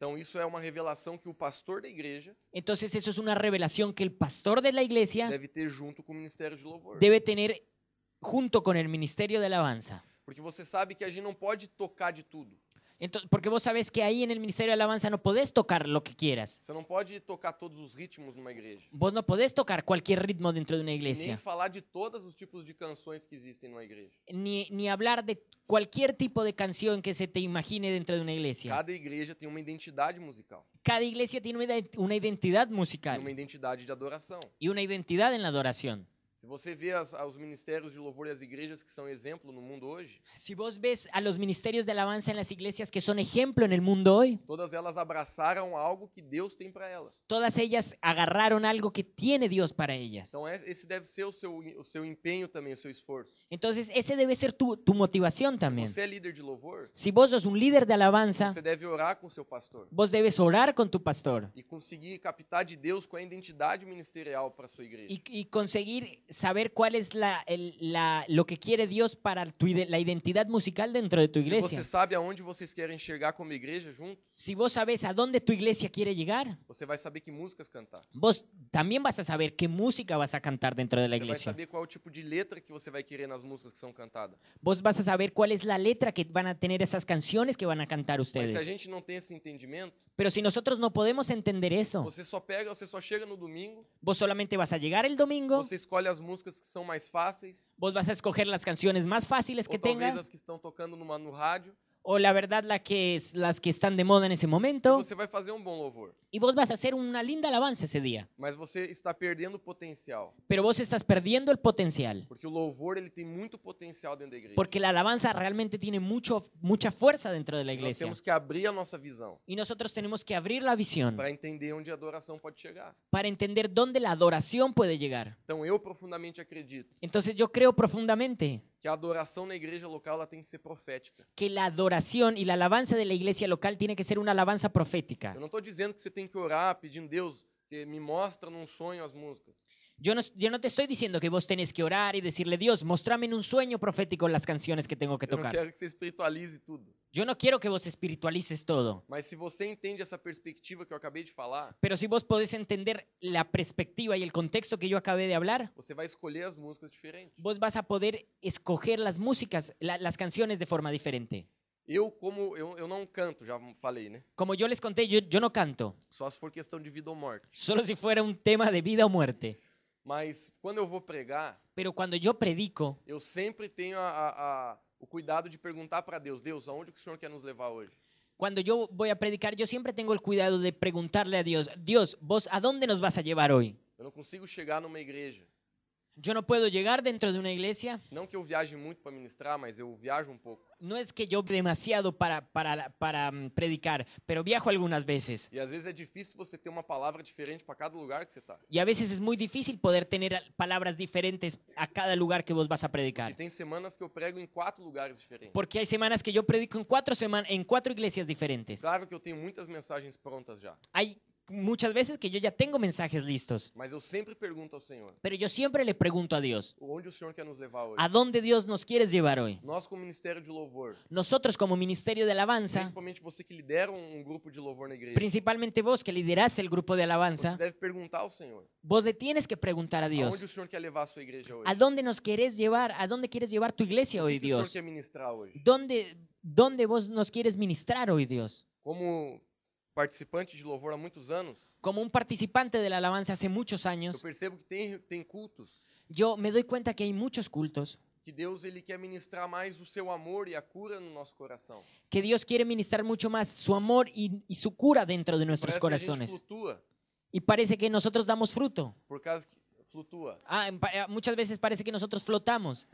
Então isso é uma revelação que o pastor da igreja Entonces eso es una revelación que el pastor de la iglesia deve ter junto com o ministério de louvor. debe tener junto con el ministerio de alabanza. Porque você sabe que a gente não pode tocar de tudo. Ento- porque vos sabés que ahí en el ministerio de alabanza no podés tocar lo que quieras. Você não pode tocar todos os ritmos numa igreja. Vos no podés tocar cualquier ritmo dentro de una E nem iglesia, falar de todos os tipos de canções que existem numa igreja. ni, ni hablar de cualquier tipo de canción que se te imagine dentro de una iglesia. Cada igreja tem uma identidade musical, Cada iglesia tiene una ide- una identidad tem uma musical identidade de adoração. y una identidad en la adoración. Se você vê as, os ministérios de louvor e as igrejas que são exemplo no mundo hoje, Si vos ves a los ministerios de alabanza en las iglesias que son ejemplo en el mundo hoy, todas elas abraçaram algo que Deus tem para elas. todas ellas agarraron algo que tiene Dios para ellas. Então es- esse deve ser o seu, o seu empenho também, o seu esforço. Entonces, ese debe ser tu, tu motivación también. Se você é líder de louvor, Si vos sos un líder de alabanza, você deve orar com o seu pastor vos debes orar con tu pastor e conseguir captar de Deus com a identidade ministerial para sua igreja. y, y conseguir saber cuál es la, el- la- lo que quiere Dios para tu ide- la identidad musical dentro de tu Se você iglesia. sabe aonde vocês querem enxergar como igreja juntos, Si vos sabes a dónde tu iglesia quiere llegar, você vai saber que músicas cantar. vos también vas a saber qué música vas a cantar dentro de la Você vai iglesia. saber qual é o tipo de letra que você vai querer nas músicas que são cantadas. Vos vas a saber cuál es la letra que van a tener esas canciones que van a cantar Mas se a ustedes. gente não tem esse entendimento, Pero si nosotros no podemos entender eso, você só pega, você só chega no domingo, vos solamente vas a llegar el domingo, você escolhe as músicas que são mais fáceis, vos vas a escoger las canciones más fáciles que né? ou talvez tengas, as que estão tocando numa, no rádio, o la verdad la que es, las que están de moda en ese e momento, você vai fazer um bom louvor. y vos vas a hacer una linda alabanza ese día. Mas você está perdendo o potencial, Pero vos estás perdiendo el potencial, porque o louvor ele tem muito potencial dentro da igreja. porque la alabanza realmente tiene mucho, mucha fuerza dentro de la Nós iglesia. temos que abrir a nossa visão Y nosotros tenemos que abrir la visión para entender onde a adoração pode chegar. para entender dónde la adoración puede llegar. Então eu profundamente acredito Entonces yo creo profundamente que a adoração na igreja local ela tem que ser profética. que la adoración y la alabanza de la iglesia local tiene que ser una alabanza profética. Eu não estou dizendo que você tem que orar pedindo Deus que me mostra num sonho as músicas. Yo no, yo no te estoy diciendo que vos tenés que orar y decirle, Dios, mostrame en un sueño profético las canciones que tengo que Eu não tocar. quero que você espiritualize tudo. Yo no quiero que vos espiritualices todo. Mas se você entende essa perspectiva que eu acabei de falar, Pero si vos podés entender la perspectiva y el contexto que yo acabé de hablar, você vai escolher as músicas diferentes. vos vas a poder escoger las músicas, la- las canciones de forma diferente. Eu, como eu, eu não canto, já falei, né? Como yo les conté, yo, yo no canto, Só se for questão de vida ou morte. solo si fuera un tema de vida o muerte. Mas quando eu vou pregar, Pero cuando yo predico, eu sempre tenho a- a- a- o cuidado de perguntar para Deus: Deus, aonde que o Senhor quer nos levar hoje? cuando yo voy a predicar, yo siempre tengo el cuidado de preguntarle a Dios, Dios, ¿vos a dónde nos vas a llevar hoy? Eu não consigo chegar numa igreja. Yo no puedo llegar dentro de una iglesia. Não que eu viaje muito para ministrar, mas eu viajo um pouco. No es que yo demasiado para, para, la- para mm, predicar, pero viajo algunas veces. E às vezes é difícil você ter uma palavra diferente para cada lugar que você tá. Y a veces es muy difícil poder tener al- palabras diferentes a cada lugar que vos vas a E predicar. tem semanas que eu prego em quatro lugares diferentes. Porque hay semanas que yo predico en cuatro, seman- en cuatro iglesias diferentes. Claro que eu tenho muitas mensagens prontas já, Hay muchas veces que yo ya tengo mensajes listos, mas eu sempre pergunto ao Senhor: pero yo siempre le pregunto a Dios, onde o Senhor quer nos levar hoje? ¿a dónde Dios nos quieres llevar hoy? Nós, como ministério de louvor, Nosotros como Ministerio de Alabanza, principalmente você que lidera um um grupo de louvor na igreja, principalmente vos que liderás el grupo você de alabanza, deve perguntar ao Senhor: vos le tienes que preguntar a Dios. aonde o Senhor quer levar a sua igreja hoje? ¿A dónde nos querés llevar? ¿A dónde quieres llevar tu iglesia O hoy, que que o Senhor Dios? quer ministrar hoje? ¿Dónde, ¿Dónde vos nos quieres ministrar hoy, Dios? Como participante de louvor há muitos anos, Como un participante de la alabanza hace muchos eu años, percebo que tem, tem cultos yo me doy cuenta que hay muchos cultos, que Deus ele quer ministrar mais o seu amor e a cura no nosso coração. que Dios quiere ministrar mucho más su amor y, y su cura dentro de nuestros Parece que a gente corazones. flutua, Y parece que nosotros damos fruto. por causa que flutua, Ah, en pa- eh, muchas veces parece que nosotros flotamos,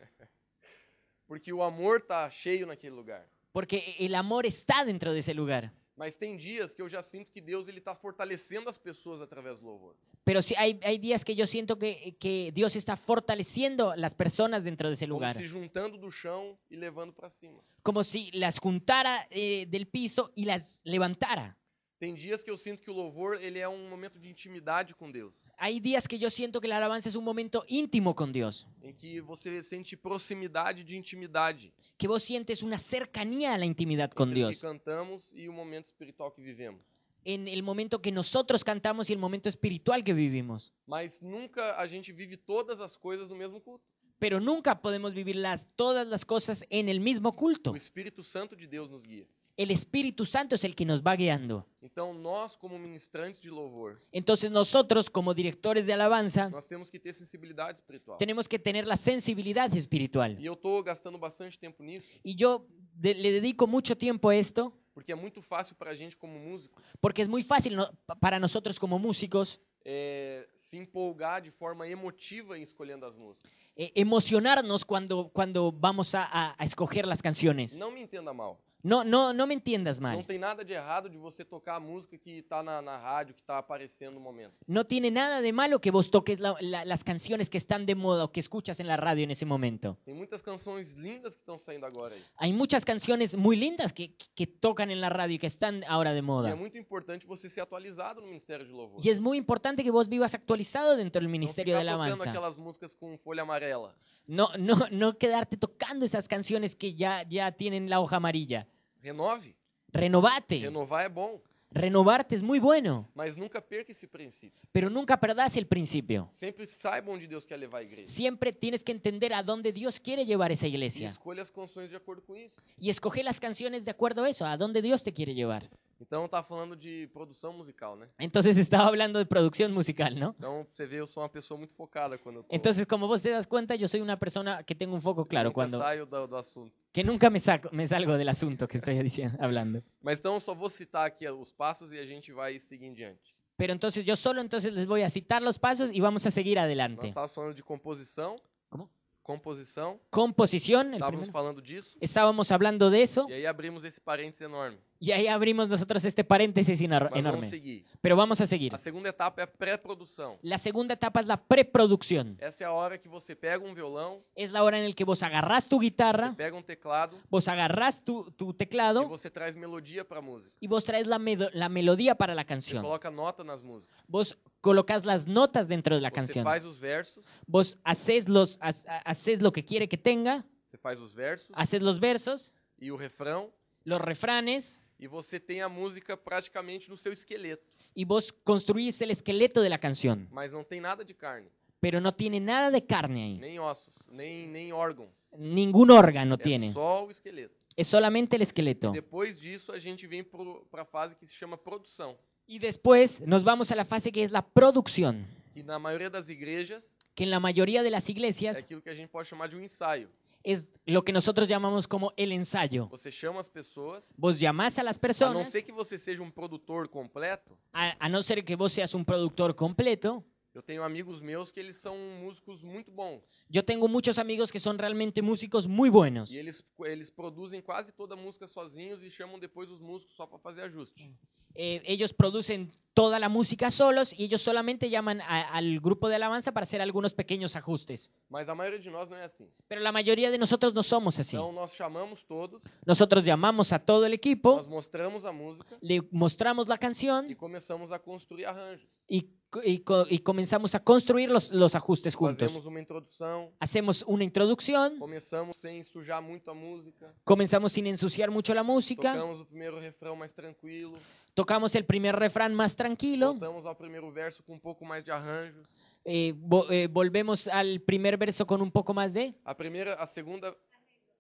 porque o amor tá cheio naquele lugar. porque el amor está dentro de ese lugar. Mas tem dias que eu já sinto que Deus ele está fortalecendo as pessoas através do louvor. Pero sí, hay, hay días que yo siento que, que Dios está fortaleciendo las personas dentro de ese Como lugar. se juntando do chão e levando para cima. como si las juntara eh, del piso y las levantara. Tem dias que eu sinto que o louvor ele é um momento de intimidade com Deus, Hay días que yo siento que la alabanza es un momento íntimo con Dios, em que você sente proximidade de intimidade que vos sientes una cercanía a la intimidad con entre o que Dios cantamos e o momento espiritual que vivemos. en el momento que nosotros cantamos y el momento espiritual que vivimos. Mas nunca a gente vive todas as coisas no mesmo culto. Pero nunca podemos vivir las- todas las cosas en el mismo culto. O Espírito Santo de Deus nos guia. El Espíritu Santo es el que nos va guiando. Então nós, como ministrantes de louvor, Entonces nosotros como directores de alabanza nós temos que ter sensibilidade espiritual. tenemos que tener la sensibilidad E espiritual. eu tô gastando bastante tempo nisso, Y yo de- le dedico mucho tiempo a esto porque é muito fácil para a gente, como músico, Porque es muy fácil no- pa- para nosotros como músicos é, se empolgar de forma emotiva em escolhendo as músicas. eh, emocionarnos cuando, cuando vamos a, a- a escoger las canciones. Não me entenda mal. No, no, no me entiendas Não mal. tem nada de errado de você tocar a música que tá na, na rádio, que tá aparecendo no momento. No tiene nada de malo que vos toques la- la- las canciones que están de moda o que escuchas en la radio en ese momento. Tem muitas canções lindas que estão saindo agora aí. Hay muchas canciones muy lindas que, que- que tocan en la radio y que están ahora de E é moda. muito importante você ser atualizado no Ministério de Louvor. Y es muy importante que vos vivas actualizado dentro del Ministerio não de ficar tocando Alabanza. aquelas músicas com folha amarela. No, no, no quedarte tocando esas canciones que ya, ya tienen la hoja amarilla. Renove. Renovate. Renovar é bom, Renovarte es muy bueno. mas nunca perca esse princípio. pero nunca perdás el principio. Sempre saiba onde Deus quer levar a igreja. Siempre tienes que entender a dónde Dios quiere llevar esa E iglesia escolha as canções de acordo com isso. y escoge las canciones de acuerdo a eso, a dónde Dios te quiere llevar. Então tá falando de produção musical, né? Entonces <laughs> estaba hablando de producción musical, ¿no? Então você vê, eu sou uma pessoa muito focada quando eu tô, Entonces, como vos te das cuenta, yo soy una persona que tengo un foco Então, claro, nunca cuando saio do, do assunto. que nunca me, saco, me salgo del asunto que estoy <laughs> diciendo, hablando. Mas então eu só vou citar aqui os passos e a gente vai seguir em diante. Pero entonces yo solo entonces les voy a citar los pasos y vamos a seguir Nós adelante. estávamos falando de composição, ¿Cómo? composição. Composición, el Estávamos primero. falando disso. Estábamos hablando de eso E aí abrimos esse parênteses enorme. y ahí abrimos nosotros este paréntesis Mas enar- vamos enorme. seguir. Pero vamos a seguir. A segunda etapa é a pré-produção. La segunda etapa es la preproducción. Essa é a hora que você pega um violão, Es la hora en la que vos agarrás tu você guitarra, pega um teclado vos agarrás tu, tu e teclado você traz melodia pra música. y vos traes la, medo- la melodía para la Você canción. coloca nota nas músicas. Vos colocas las notas dentro de la Você canción. faz os versos, Vos haces, los, ha- ha- haces lo que quiere que tenga, você faz os versos haces los versos, e o refrão los refranes e você tem a música praticamente no seu esqueleto, y vos construís el esqueleto de la canción. mas não tem nada de carne, Pero no tiene nada de carne ahí. nem ossos, nem nem órgão. Ningún órgano É tiene. só o esqueleto. Es solamente el esqueleto. Depois disso a gente vem pro, pra fase que se chama produção, Y después nos vamos a la fase que es la producción, que na maioria das igrejas que en la mayoría de las é iglesias aquilo que a gente pode chamar de um ensaio. es lo que nosotros llamamos como el ensayo. Você chama as pessoas, Vos llamás a las a não personas, ser que você seja um produtor completo. a, a no ser que vos seas un productor completo. Eu tenho amigos meus que eles são músicos muito bons Yo tengo muchos amigos que son realmente músicos muy buenos. e eles eles produzem quase toda a música sozinhos e chamam depois os músicos só pra fazer ajuste. Eh, ellos producen toda la música solos y ellos solamente llaman a- al grupo de alabanza para hacer algunos pequeños ajustes. Mas a maioria de nós não é assim. Pero la mayoría de nosotros no somos así. Então nós chamamos todos, Nosotros llamamos a todo el equipo, nós mostramos a música le mostramos la canción e começamos a construir arranjos. y, co- y co- y comenzamos a construir los, los ajustes juntos. Fazemos uma introdução, Hacemos una introducción, começamos sem sujar muito a música, comenzamos sin ensuciar mucho la música, tocamos o primeiro refrão mais tranquilo, tocamos el primer refrán más tranquilo, voltamos ao primeiro verso com um pouco mais de arranjos. eh, vo- eh, volvemos al primer verso con un poco más de, A primeira, a segunda,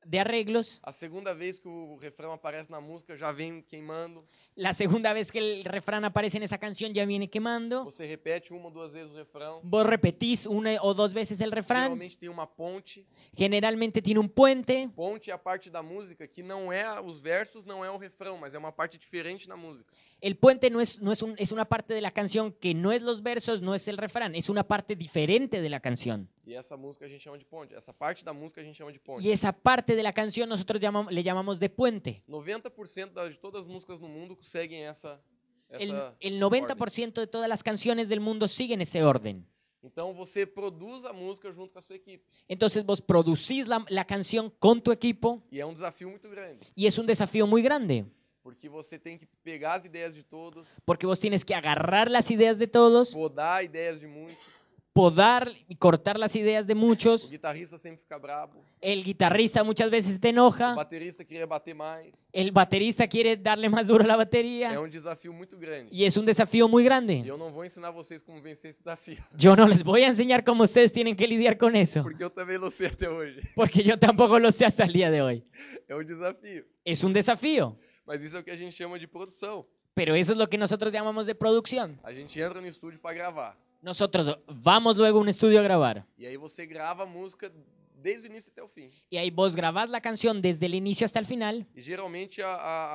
de arreglos. a segunda vez que o refrão aparece na música já vem queimando. La segunda vez que el refrán aparece en esa canción ya viene quemando. Você repete uma ou duas vezes o refrão. Vos repetís una o dos veces el refrán. Geralmente tem uma ponte. Generalmente tiene un puente. Ponte é a parte da música que não é a- os versos, não é o refrão, mas é uma parte diferente na música. El puente no es, no es, un- es una parte de la canción que no es los versos, no es el refrán, es una parte diferente de la canción. E essa música a gente chama de ponte. Esa parte da música a gente chama de ponte. Y esa parte de la canción nosotros llamam- le llamamos de puente. 90% da- de todas as músicas no mundo seguem essa, El, essa el ordem. 90% de todas las canciones del mundo siguen ese orden. Então você produz a música junto com a sua equipe. Entonces vos producís la, la canción con tu equipo E é um desafio muito grande, y es un desafío muy grande, porque você tem que pegar as ideias de todos, porque vos tienes que agarrar las ideas de todos, podar ideias de muitos. podar y cortar las ideas de O muchos. guitarrista sempre fica brabo, El guitarrista muchas veces te o enoja, baterista queria bater mais. el baterista quiere darle más duro a la É batería um desafio muito grande. y es un desafío E muy grande. eu não vou ensinar vocês como vencer esse desafio, <laughs> Yo no les voy a enseñar cómo ustedes tienen que lidiar con eso, porque eu também não sei até hoje. porque yo tampoco lo sé hasta el día de hoy. É um desafio. Es un desafío, Mas isso é o que a gente chama de produção. pero eso es lo que nosotros llamamos de producción. A gente entra no estúdio para gravar. Nosotros vamos luego a un estudio a grabar E aí você grava a música desde o início até o fim. y ahí vos grabás la canción desde el inicio hasta el final E geralmente a,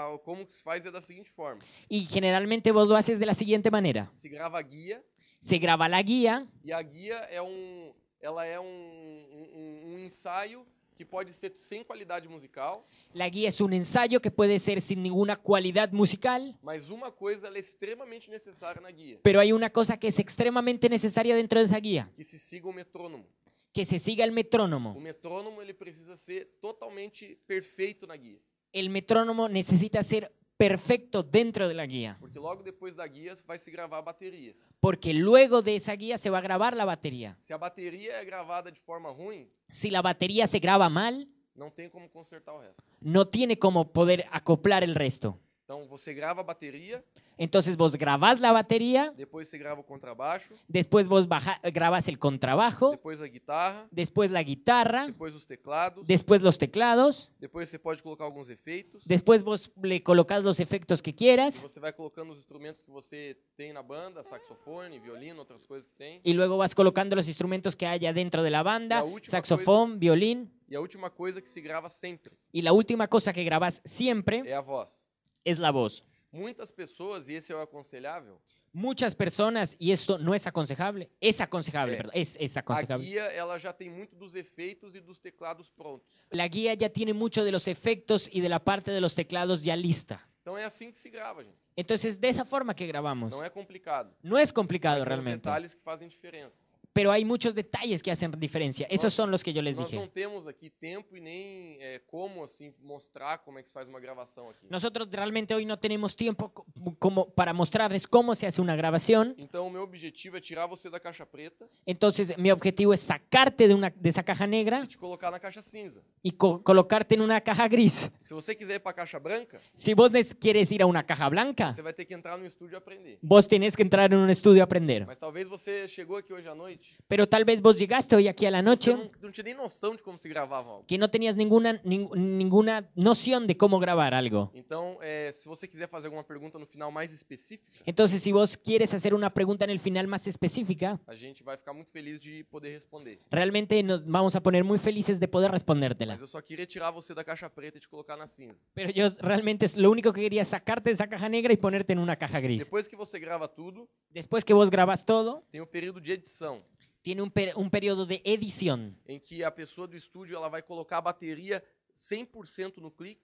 a- a- como que se faz é da seguinte forma: y generalmente vos lo haces de la siguiente manera. se grava a guia Se graba la guía, e a guia é um, ela é um, um- um ensaio que pode ser sem qualidade musical, la guía es un ensayo que puede ser sin ninguna cualidad musical, mas uma coisa ela é extremamente necessária na guia, pero hay una cosa que es extremadamente necesaria dentro de esa guía, que se siga o metrônomo. que se siga el O metrónomo. metrônomo ele precisa ser totalmente perfeito na guia, El metrónomo necesita ser perfecto dentro de la guía. porque logo depois da guia vai se gravar a bateria. porque luego de esa guía se va a grabar la batería. Se a bateria é gravada de forma ruim, Si la batería se graba mal, não tem como consertar o resto. no tiene como poder acoplar el resto. Então você grava a bateria, Entonces vos grabás la batería, depois você grava o contrabaixo, después vos baja- grabás el contrabajo, depois a guitarra, después la guitarra, depois os teclados, después los teclados, depois você pode colocar alguns efeitos, después vos le colocás los efectos que e quieras você vai colocando os instrumentos que você tem na banda, saxofone, violino, outras coisas que tem. y luego vas colocando los instrumentos que haya dentro de la banda, La última saxofón, violín. E a última coisa que se grava sempre Y la última cosa que Eh. grabás siempre é a voz. es la voz. Muitas pessoas, e esse é o aconselhável, muchas personas, y esto no es aconsejable, es aconsejable, É. perdón, es, es A aconsejable. guia ela já tem muito dos efeitos e dos teclados prontos. La guía ya tiene mucho de los efectos y de la parte de los teclados ya lista. Então é assim que se grava, gente. Entonces, de esa forma que grabamos, Não é complicado. no es Mas complicado são os realmente, detalhes que fazem diferença. pero hay muchos detalles que hacen diferencia. Esos Nós- son los que yo les Nós não dije. temos aqui tempo e nem é, como assim mostrar como é que se faz uma gravação aqui. Nosotros realmente hoy no tenemos tiempo co- como para mostrarles cómo se hace una grabación. Então o meu objetivo é tirar você da caixa preta Entonces, mi objetivo es sacarte de, una, de esa caja negra e <laughs> te colocar na caixa cinza. y co- colocarte en una caja gris. Se você quiser ir para a caixa branca, Si vos nes- quieres ir a una caja blanca, você vai ter que entrar no estúdio e aprender. vos tenés que entrar en un estudio a aprender. Mas talvez você chegou aqui hoje à noite, Pero tal vez vos llegaste hoy aquí a la você noche não, não tinha nem noção de como se gravava algo. que no tenías ninguna, nin- ninguna noción de cómo grabar algo. Então, é, se você quiser fazer alguma pergunta no final mais específica, Entonces, si vos quieres hacer una pregunta en el final más específica, a gente vai ficar muito feliz de poder responder. realmente nos vamos a poner muy felices de poder respondértela. Mas eu só quería tirar você da caixa preta e te colocar na cinza. Pero yo realmente es lo único que quería es sacarte de esa caja negra y ponerte en una caja gris. Depois que você grava tudo, Después que vos grabas todo, tem o período de edição, tiene un, per- un periodo de edición em que a pessoa do estúdio ela vai colocar a bateria 100% no clique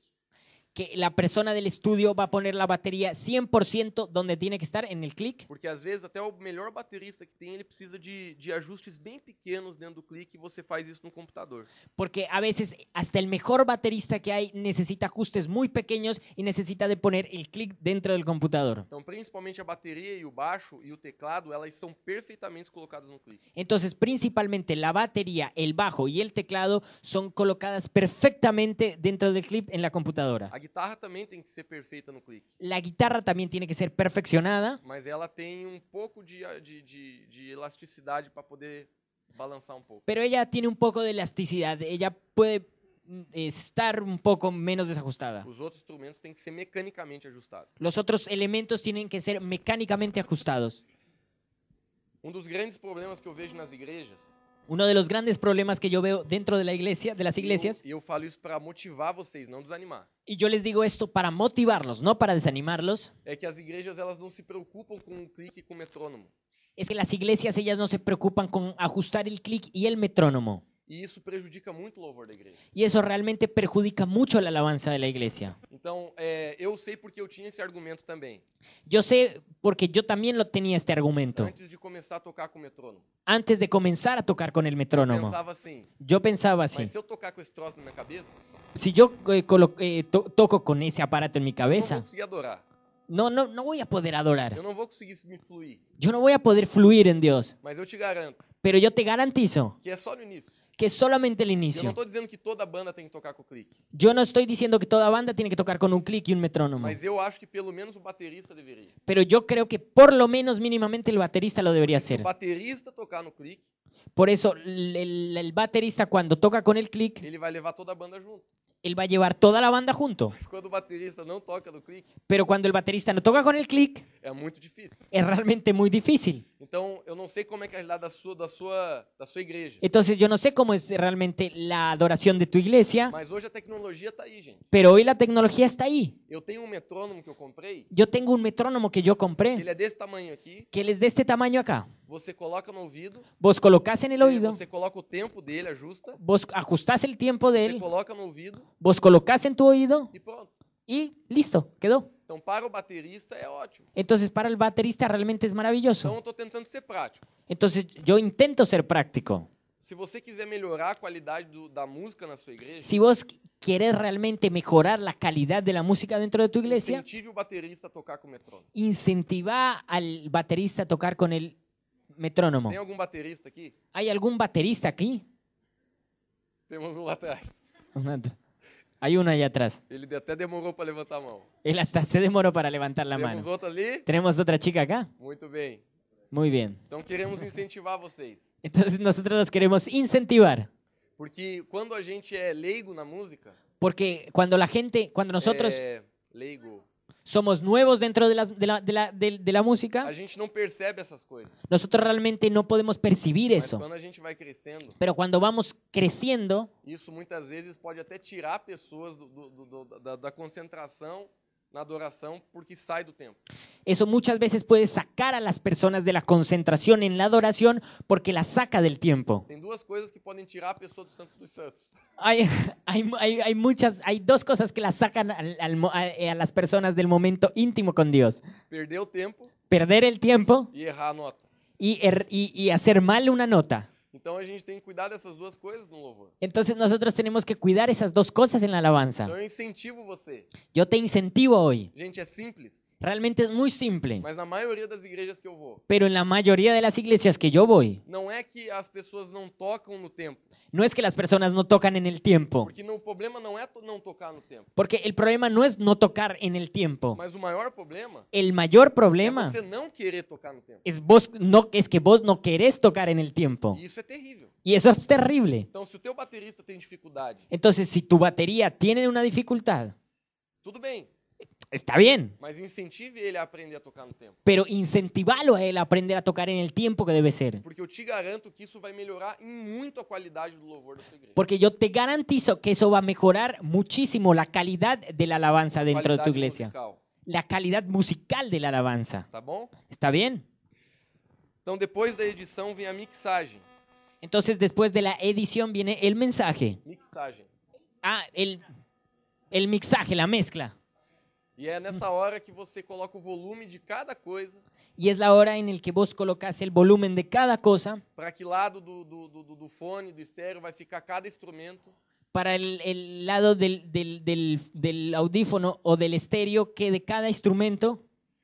que la persona del estudio va a poner la batería 100% donde tiene que estar en el clic, Porque às vezes até o melhor baterista que tem, ele precisa de, de ajustes bem pequenos dentro do clique e você faz isso no computador. porque a veces hasta el mejor baterista que hay necesita ajustes muy pequeños y necesita de poner el clic dentro del computador. Então, principalmente a bateria e o baixo e o teclado, elas são perfeitamente colocadas no clique. Entonces, principalmente la batería, el bajo y el teclado son colocadas perfectamente dentro del clip en la computadora. A guitarra também tem que ser perfeita no clique, La guitarra también tiene que ser perfeccionada, mas ela tem um pouco de, de, de, de elasticidade para poder balançar um pouco. pero ella tiene un poco de elasticidad, ella puede mm, estar un poco menos desajustada. Os outros instrumentos têm que ser mecanicamente ajustados. Los otros elementos tienen que ser mecánicamente ajustados. Um dos grandes problemas que eu vejo nas igrejas, Uno de los grandes problemas que yo veo dentro de la iglesia, de las e eu- iglesias, e eu falo isso para motivar vocês, não desanimar. y yo les digo esto para motivarlos, no para desanimarlos, é que as igrejas elas não se preocupam com o clique e com o metrônomo. es que las iglesias ellas no se preocupan con ajustar el clic y el metrónomo. E isso prejudica muito o louvor da igreja. Y eso realmente perjudica mucho la alabanza de la iglesia. Então, é, eu sei porque eu tinha esse argumento também. Yo sé, porque yo también lo tenía este argumento, Antes de começar a tocar com o metrônomo. antes de comenzar a tocar con el Eu metrónomo. pensava assim, Yo pensaba así, mas se eu tocar com esse troço na minha cabeça, si yo eh, colo- eh, to- toco con esse aparato en mi eu não vou cabeza, conseguir adorar. no, no, no voy a poder adorar. Eu não vou conseguir me fluir. Yo no voy a poder fluir en Dios, Mas eu te garanto pero yo te garantizo que é só no início. que es solamente el Eu não inicio. tô dizendo que toda banda tem que tocar com o clique. Yo no estoy diciendo que toda banda tiene que tocar con un clic y un metrónomo, Mas eu acho que pelo menos o baterista deveria. pero yo creo que por lo menos mínimamente el baterista lo debería Se o hacer. baterista tocar no clique, Por eso el, el- el baterista cuando toca con el clic, ele vai levar toda a banda junto. él va a llevar toda la banda junto, Mas quando o baterista não toca no clique, pero cuando el baterista no toca con el clic, é muito difícil. es realmente muy difícil. Então, eu não sei como é que é a realidade da sua, da sua, da sua igreja. Entonces yo no sé cómo es realmente la adoración de tu iglesia, Mas hoje a tecnologia tá aí, gente. pero hoy la tecnología está ahí. Eu tenho um metrônomo que eu comprei, Yo tengo un metrónomo que yo que compré, ele é desse tamanho aqui. que él es de este tamaño acá. Você coloca no ouvido, Vos colocás en el você, oído, você coloca o tempo dele, ajusta, vos ajustás el tiempo de você él, coloca no ouvido vos colocás en tu oído e pronto. y listo, quedó. Então, para o baterista é ótimo. Entonces para el baterista realmente es Então, maravilloso. eu tô tentando ser prático. Entonces yo intento ser práctico. Se você quiser melhorar a qualidade do- da música na sua igreja, Si vos qu- quieres realmente mejorar la calidad de la música dentro de tu iglesia, incentive o baterista a tocar com o metrônomo. incentiva al baterista a tocar con el metrónomo. Tem algum baterista aqui? ¿Hay algún baterista aquí? Temos um lá atrás. Una tr- Hay uno allá atrás. Ele até demorou para levantar a mão. Él hasta se demoró para levantar la Temos mano. outro ali? Tenemos otra chica acá. Muito bem. Muy bien. Então queremos incentivar vocês, Entonces nosotros los queremos incentivar. porque quando a gente é leigo na música, Porque cuando la gente, cuando nosotros é, leigo, somos nuevos dentro de, las- de la, de la- de- de la a música, gente não percebe essas coisas. nosotros realmente no podemos percibir Mas eso. quando a gente vai crescendo, Pero cuando vamos creciendo, isso muitas vezes pode até tirar pessoas do- do- do- do- da, da concentração na adoração porque sai do tempo. Eso muchas veces puede sacar a las personas de la concentración en la adoración porque las saca del tiempo. Tem duas coisas que podem tirar a pessoa do Santo dos Santos. <laughs> Hay, <laughs> hay- hay- hay muchas, hay dos cosas que las sacan al- al mo- a, eh, a las personas del momento íntimo con Dios. Perder o tempo Perder el tiempo e errar a nota. y, er- y- y hacer mal una nota. Então a gente tem que cuidar dessas duas coisas no louvor. Entonces nosotros tenemos que cuidar esas dos cosas en la alabanza. Então eu incentivo você. Yo te incentivo hoy. Gente, é simples, Realmente es muy simple. mas na maioria das igrejas que eu vou, Pero en la mayoría de las iglesias que yo voy, não é que as pessoas não tocam no tempo, no es que las personas no tocan en el tiempo. porque não, o problema não é to- não tocar no tempo, Porque el problema no es no tocar en el tiempo. mas o maior problema El mayor é problema você não querer tocar no tempo. es, vos no, es que vos no querés tocar en el tiempo. E isso é terrível. Y eso es terrible. Então, se o teu baterista tem dificuldade, Entonces, si tu batería tiene una dificultad, tudo bem, está bien, mas incentive ele a aprender a tocar no tempo, pero incentivalo a él a aprender a tocar en el tiempo que debe ser. porque eu te garanto que isso vai melhorar em muito a qualidade do louvor da sua igreja. Porque yo te garantizo que eso va a mejorar muchísimo la calidad de la alabanza dentro de tu Qualidade iglesia. musical, La calidad musical de la alabanza. tá bom? ¿Está bien? Então, depois da edição vem a mixagem. Entonces, después de la edición viene el mensaje. Mixagem. Ah, el, el mixaje, la mezcla. E é Hum. nessa hora que você coloca o volume de cada coisa, Y es la hora en el que vos colocas el volumen de cada cosa para que lado do, do, do, do- do fone, do estéreo, vai ficar cada instrumento. para el, el lado del, del- del- del audífono o del estéreo que de cada instrumento.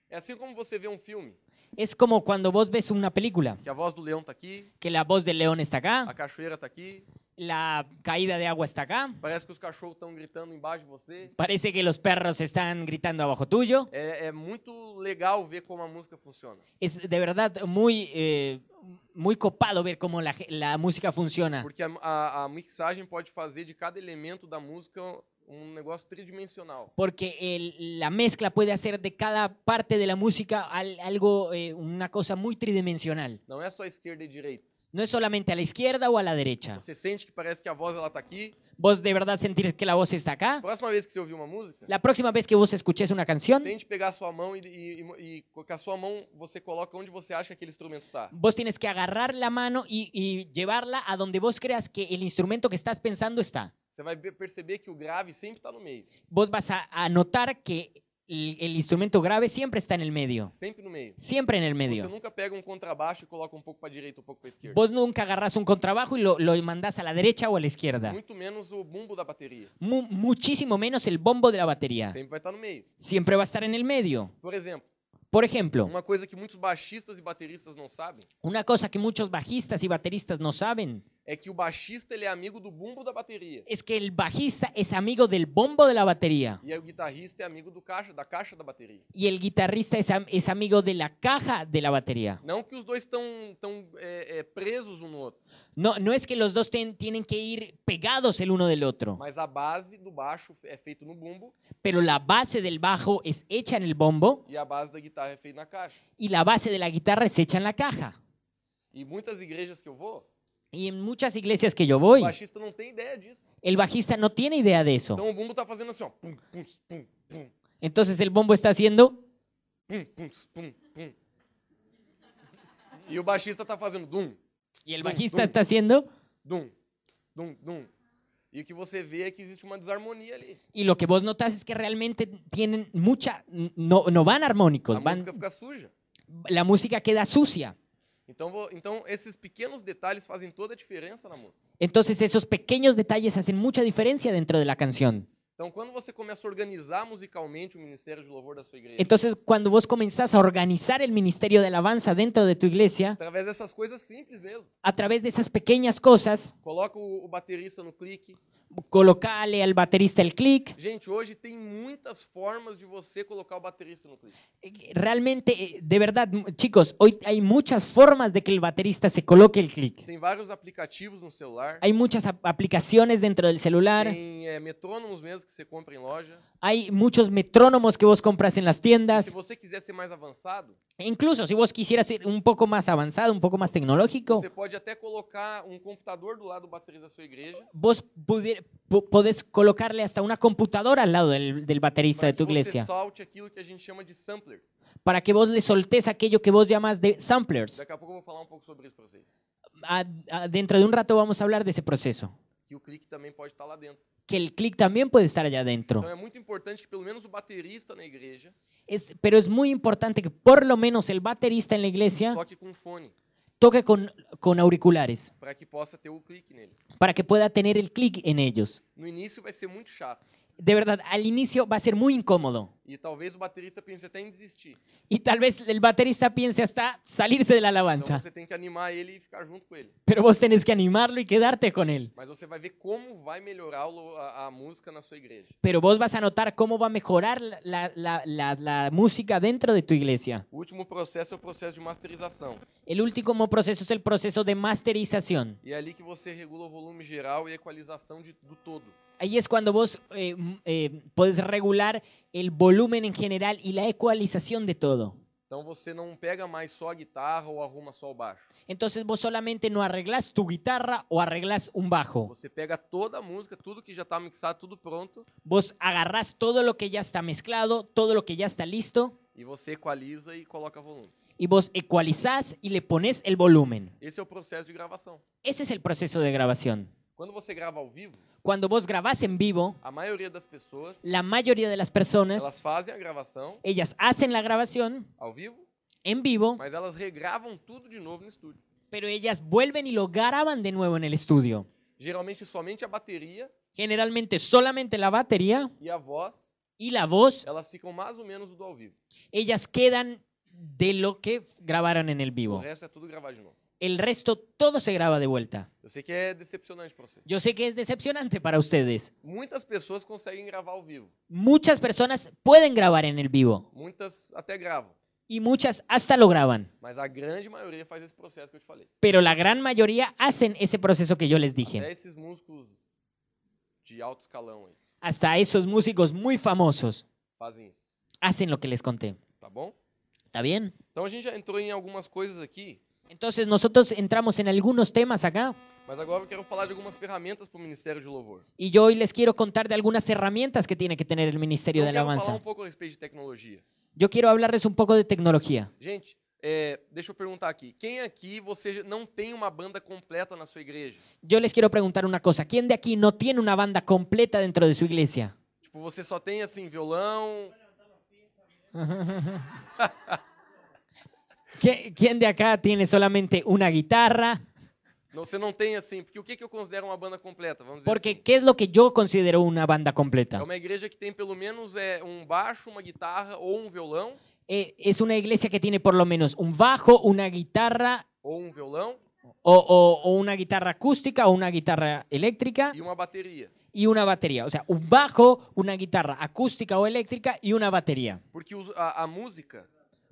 É assim como você vê um filme, Es como cuando vos ves una película, que a voz do leão tá aqui, que la voz del león está a acá, cachoeira tá aqui, la caída de agua está acá, parece que os cachorros estão gritando embaixo de você. parece que los perros están gritando abajo tuyo. É, é muito legal ver como a música funciona, Es de verdad muy, eh, muy copado ver cómo la, ge- la música funciona. porque a, a- a mixagem pode fazer de cada elemento da música um negócio tridimensional. porque el- la mezcla puede hacer de cada parte de la música al- algo, eh, una cosa muy tridimensional. Não é só esquerda e direita. No es solamente a la izquierda o a la derecha. Você sente que parece que a voz ela tá aqui. Vos de verdad sentir que la voz está acá. Próxima vez que você ouvir uma música, La próxima vez que vos escuches una canción, Tente pegar a sua mão e, e, e- e com a sua mão você coloca onde você acha que aquele instrumento tá. está. vos tienes que agarrar la mano y, y llevarla a donde vos creas que el instrumento que estás pensando está. Você vai ver- perceber que o grave sempre está no meio. Vos vas a, a notar que el, el instrumento grave siempre está en el medio. Então. Sempre no meio. Siempre en el Você medio. nunca pega um contrabaixo e coloca um pouco para direita, um pouco para esquerda. Vos nunca agarras un contrabajo y lo, lo mandás a la derecha o a la izquierda. Muito menos o bumbo da bateria. mu- muchísimo menos el bombo de la batería. Sempre vai estar no meio. Siempre va a estar en el medio. Por exemplo, Por ejemplo, uma coisa que muitos baixistas e bateristas não sabem una cosa que muchos bajistas y bateristas no saben é que o baixista ele é amigo do bumbo da bateria es que el bajista es amigo del bombo de la batería e aí o guitarrista é amigo do caixa, da caixa da bateria. y el guitarrista es, am- es amigo de la caja de la batería. Não que os dois estão tão, é, é, presos um no outro, No, no es que los dos ten- tienen que ir pegados el uno del otro, mas a base do baixo é feito no bumbo pero la base del bajo es hecha en el bombo e a base da guitarra é feita na caixa. y la base de la guitarra es hecha en la caja. E muitas igrejas que eu vou, Y en muchas iglesias que yo o voy, baixista não tem ideia disso. el bajista no tiene idea de eso. Então o bumbo tá fazendo assim, ó. Pum, pum, pum, pum, Entonces el bombo está haciendo pum, pum, pum, pum. E o baixista tá fazendo dum, Y el Dum, bajista dum. está haciendo, dum, tss, dum, dum. E o que você vê é que existe uma desarmonia ali. y lo que vos notas es que realmente tienen mucha, no, no van A armónicos, van, música fica suja. la música queda sucia. Então, vou- então esses pequenos detalhes fazem toda a diferença na música. Entonces esos pequeños detalles hacen mucha diferencia dentro de la canción. Então, quando você começa a organizar musicalmente o ministério de louvor da sua igreja, Entonces cuando vos comenzás a organizar el ministerio de alabanza dentro de tu iglesia, através dessas coisas simples mesmo, a través de esas pequeñas cosas, coloca o, o baterista no clique, colocale al baterista el clic, Gente, hoje tem muitas formas de você colocar o baterista no clipe. realmente, eh, de verdad, m- chicos, hoy hay muchas formas de que el baterista se coloque el clic. Tem vários aplicativos no celular. Hay muchas ap- aplicaciones dentro del celular. Tem é, metrônomos mesmo que você compra em loja. Hay muchos metrónomos que vos compras en las Se tiendas. você quiser ser mais avançado, Incluso si vos quisieras ser un poco más avanzado, un poco más tecnológico, você pode até colocar um computador do lado do baterista da sua igreja vos pudi- eh, po- podés colocarle hasta una computadora al lado del, del baterista para de tu que iglesia, você solte aquilo que a gente chama de samplers. para que vos le soltés aquello que vos llamás de samplers. Daqui a pouco eu vou falar um pouco sobre isso para vocês. A- a- dentro de un rato vamos a hablar de ese proceso, Que o clique também pode estar lá dentro. que el click también puede estar allá Então adentro. é muito importante que pelo menos o baterista na igreja Es- pero es muy importante que por lo menos el baterista en la iglesia toque com um fone, toque con, con auriculares para que possa ter o clique nele. para que pueda tener el click en ellos. No início vai ser muito chato. De verdad, al inicio va a ser muy incómodo. E talvez o baterista pense até em desistir. Y tal vez el baterista piense hasta salirse de la Então alabanza, você tem que animar ele e ficar junto com ele. pero vos tenés que animarlo y quedarte con él. Mas você vai ver como vai melhorar o lo- a, a música na sua igreja. Pero vos vas a notar cómo va a mejorar la, la- la- la- la música dentro de tu iglesia. O último processo é o processo de masterização. El último proceso es el proceso de masterización. E é ali que você regula o volume geral e a equalização de- do todo. Ahí es cuando vos eh, m- eh, podés regular el volumen en general y la ecualización de todo. Então você não pega mais só a guitarra ou arruma só o baixo. Entonces vos solamente no arreglás tu guitarra o arreglás un bajo. Você pega toda a música, tudo que já tá mixado, tudo pronto, Vos agarrás todo lo que ya está mezclado, todo lo que ya está listo, e você equaliza e coloca volume. y vos ecualizás y le pones el volumen. Esse é o processo de gravação. Ese es el proceso de grabación. Quando você grava ao vivo, Cuando vos grabás en vivo, a maioria das pessoas, la mayoría de las personas, elas fazem a gravação ellas hacen la grabación ao vivo, en vivo, mas elas regravam tudo de novo no estúdio. pero ellas vuelven y lo graban de nuevo en el estudio. Geralmente somente a bateria Generalmente solamente la batería e a voz, y la voz, elas ficam mais ou menos do ao vivo. ellas quedan de lo que grabaron en el O vivo. resto é tudo gravar de novo. El resto todo se graba de vuelta. Eu sei que é decepcionante pra você. Yo sé que es decepcionante para ustedes. Muitas pessoas conseguem gravar ao vivo, Muchas personas pueden grabar en el vivo muitas até gravam, y muchas hasta lo graban. mas a grande maioria faz esse processo que eu te falei. pero la gran mayoría hacen ese proceso que yo les Até dije. esses músicos de alto escalão aí Hasta esos músicos muy famosos fazem isso, hacen lo que les conté. tá bom? ¿Está bien? Então a gente já entrou em algumas coisas aqui, Entonces nosotros entramos en algunos temas acá mas agora eu quero falar de algunas ferramentas para o Ministério de Louvor. y yo hoy les quiero contar de algunas herramientas que tiene que tener el Ministerio Eu de quero falar um Alabanza. pouco a respeito de tecnologia. Yo quiero hablarles un poco de tecnología. Gente, é, deixa eu perguntar aqui. Quem aqui você já não tem uma banda completa na sua igreja? Yo les quiero preguntar una cosa. ¿Quién de aquí no tiene una banda completa dentro de su iglesia? Tipo, você só tem assim violão, ¿Qui- <laughs> ¿Quién de acá tiene solamente una guitarra? não- você não tem assim, porque o que, que eu considero uma banda completa? Vamos dizer Porque assim. ¿qué es lo que yo considero una banda completa? É uma igreja que tem pelo menos é, um baixo, uma guitarra ou um violão, eh, es una iglesia que tiene por lo menos un bajo, una guitarra ou um violão o, o- o una guitarra acústica o una guitarra eléctrica e uma bateria. y una batería. O sea, un bajo, una guitarra acústica o eléctrica y una batería. Porque os- a, a música,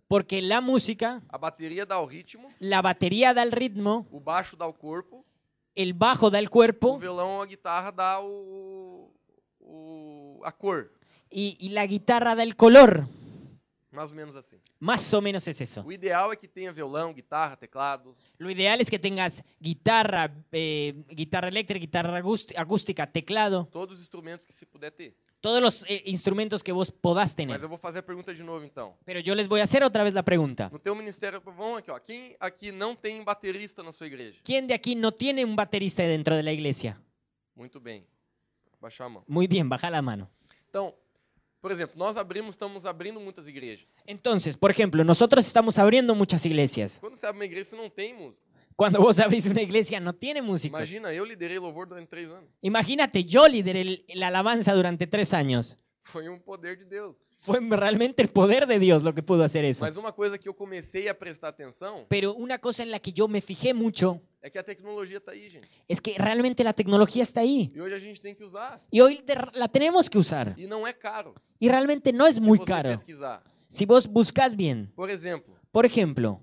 Porque la música, a bateria dá o ritmo, la batería da el ritmo, o baixo dá o corpo, el bajo da el o cuerpo violão, a guitarra dá o, o a cor, y, y la guitarra da el color. mais ou menos assim. Más o menos es eso. O ideal é que tenha violão, guitarra, teclado, Lo ideal es que tengas guitarra, eh, guitarra eléctrica, guitarra acúst- acústica, teclado, todos os instrumentos que se puder ter. todos los eh, instrumentos que vos podás tener. Mas eu vou fazer a pergunta de novo então. Pero yo les voy a hacer otra vez la pregunta. No teu ministério, vamos aqui, ó. Quem aqui não tem baterista na sua igreja? ¿Quién de aquí no tiene un baterista dentro de la iglesia? Muito bem. Baixar a mão. Muy bien, baja la mano. Então, por exemplo, nós abrimos, estamos abrindo muitas igrejas. Entonces, por ejemplo, nosotros estamos abriendo muchas iglesias. Quando você abre uma igreja, você não tem músico. Cuando vos abrís una iglesia no tiene músicos. Imagina, eu liderei louvor durante três anos. <laughs> Imagínate, yo lideré el- la alabanza durante tres años. Foi um poder de Deus. Fue realmente el poder de Dios lo que pudo hacer eso. Mas uma coisa que eu comecei a prestar atenção Pero una cosa en la que yo me fijé mucho é que a tecnologia tá aí, gente. es que realmente la tecnología está ahí. E hoje a gente tem que usar. Y hoy de- la tenemos que usar. E não é caro. Y realmente no es se muy você caro. pesquisar. Si vos buscas bien, Por exemplo, por ejemplo,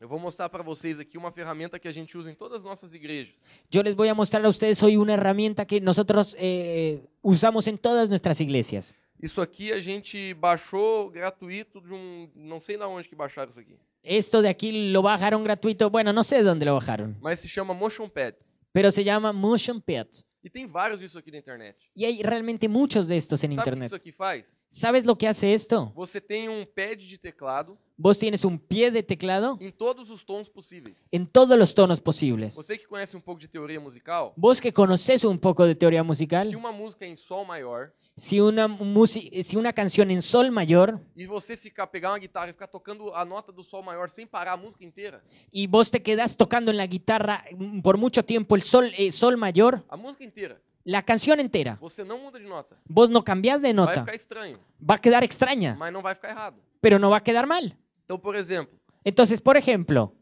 eu vou mostrar para vocês aqui uma ferramenta que a gente usa em todas as nossas igrejas. Yo les voy a mostrar a ustedes hoy una herramienta que nosotros eh, usamos en todas nuestras iglesias. Isso aqui a gente baixou gratuito de um. Não sei da onde que baixaram isso aqui. Esto de aquí lo bajaron gratuito, bueno, no sé dónde lo bajaron, Mas se chama Motion Pads. pero se llama Motion Pads. E tem vários disso aqui na internet. Y hay realmente muchos de estos en Sabe o que Internet. isso aqui faz? ¿Sabes lo que hace esto? Você tem um pad de teclado Vos tienes un pie de teclado em todos os tons possíveis. en todos los tonos posibles. Você que conhece um pouco de teoria musical, Vos que conoces un poco de teoría musical, se uma música é em sol maior si una, musi- si una canción en sol mayor e você ficar pegar uma guitarra e ficar tocando a nota do sol maior sem parar a música inteira, y vos te quedás tocando en la guitarra mm, por mucho tiempo el sol, eh, sol mayor, a música inteira, la canción entera, você não muda de nota. vos no cambiás Vai de nota, É. ficar estranho, va a quedar extraña, mas não vai ficar errado. pero no va a quedar mal. Então, por exemplo, Entonces, por ejemplo,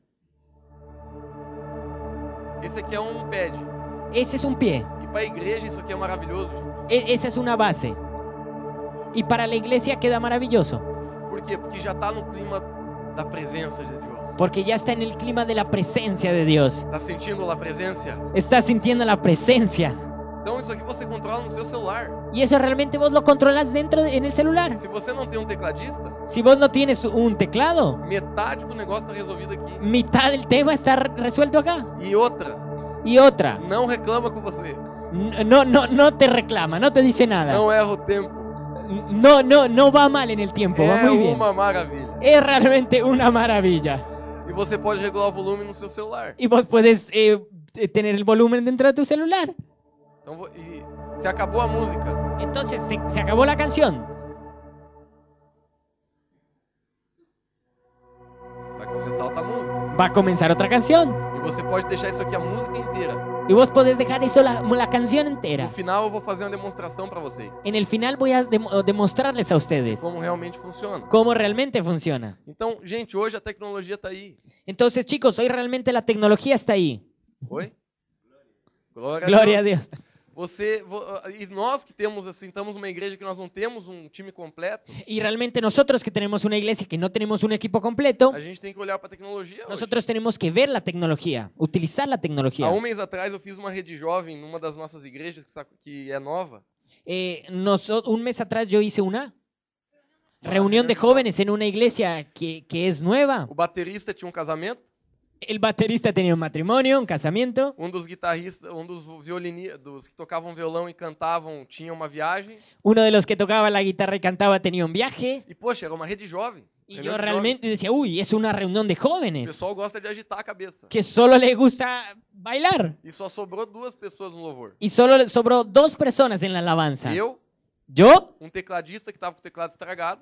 esse aqui é um pad. ese es un pie, E pra igreja isso aqui é maravilhoso, gente. e- esa es una base. Y para la iglesia queda maravilloso, Por quê? Porque já tá no clima da presença de Deus. porque ya está en el clima de la presencia de Dios. Tá sentindo a presença? Estás sintiendo la presencia. Então isso aqui você controla no seu celular. Y eso realmente vos lo controlas dentro de- en el celular. Se você não tem um tecladista, Si vos no tienes un teclado, metade do negócio tá resolvido aqui. mitad del tema está re- resuelto acá. E outra, Y otra, não reclama com você. N- No, no, no te reclama, no te dice nada. Não erra o tempo. No, no, no va mal en el tiempo, va É muy bien. uma maravilha. Es realmente una maravilla. E você pode regular o volume no seu celular. Y vos puedes eh, eh, tener el volumen dentro de tu celular. Então, vo- e se acabou a música, Entonces se, se acabó la canción. vai começar outra música. Va a comenzar otra canción. E você pode deixar isso aqui a música inteira. Y vos podés dejar eso la, la canción No entera. final eu vou fazer uma demonstração pra vocês. En el final voy a demo- demostrarles a ustedes Como realmente funciona. cómo realmente funciona. Então, gente, hoje a tecnologia tá aí. Entonces chicos, hoy realmente la tecnología está ahí. Oi? Glória, Gloria a Dios. Você, vo- e nós que temos, assim, estamos numa igreja que nós não temos um time completo, Y realmente nosotros que tenemos una iglesia que no tenemos un equipo completo, a gente tem que olhar pra tecnologia hoje. Nosotros tenemos que ver la tecnología, utilizar la Há tecnología. um mês atrás eu fiz uma rede jovem numa das nossas igrejas, que sa- que é nova. Eh, noso- un mes atrás yo hice una reunión de jóvenes en una iglesia que, que es nueva. O baterista tinha um casamento, El baterista tenía un matrimonio, un casamiento. um dos guitarristas, um dos violinistas, dos que tocavam violão e cantavam, tinha uma viagem. Uno de los que tocaba la guitarra y cantaba tenía un viaje. E, poxa, era uma rede jovem. Y reunião yo de realmente decía, uy, es una reunión de jovens. O jóvenes pessoal gosta de agitar a cabeça. que solo le gusta bailar. E só sobrou duas pessoas no louvor. Y solo le sobró dos personas en la alabanza. Eu, Yo, um tecladista que tava com o teclado estragado,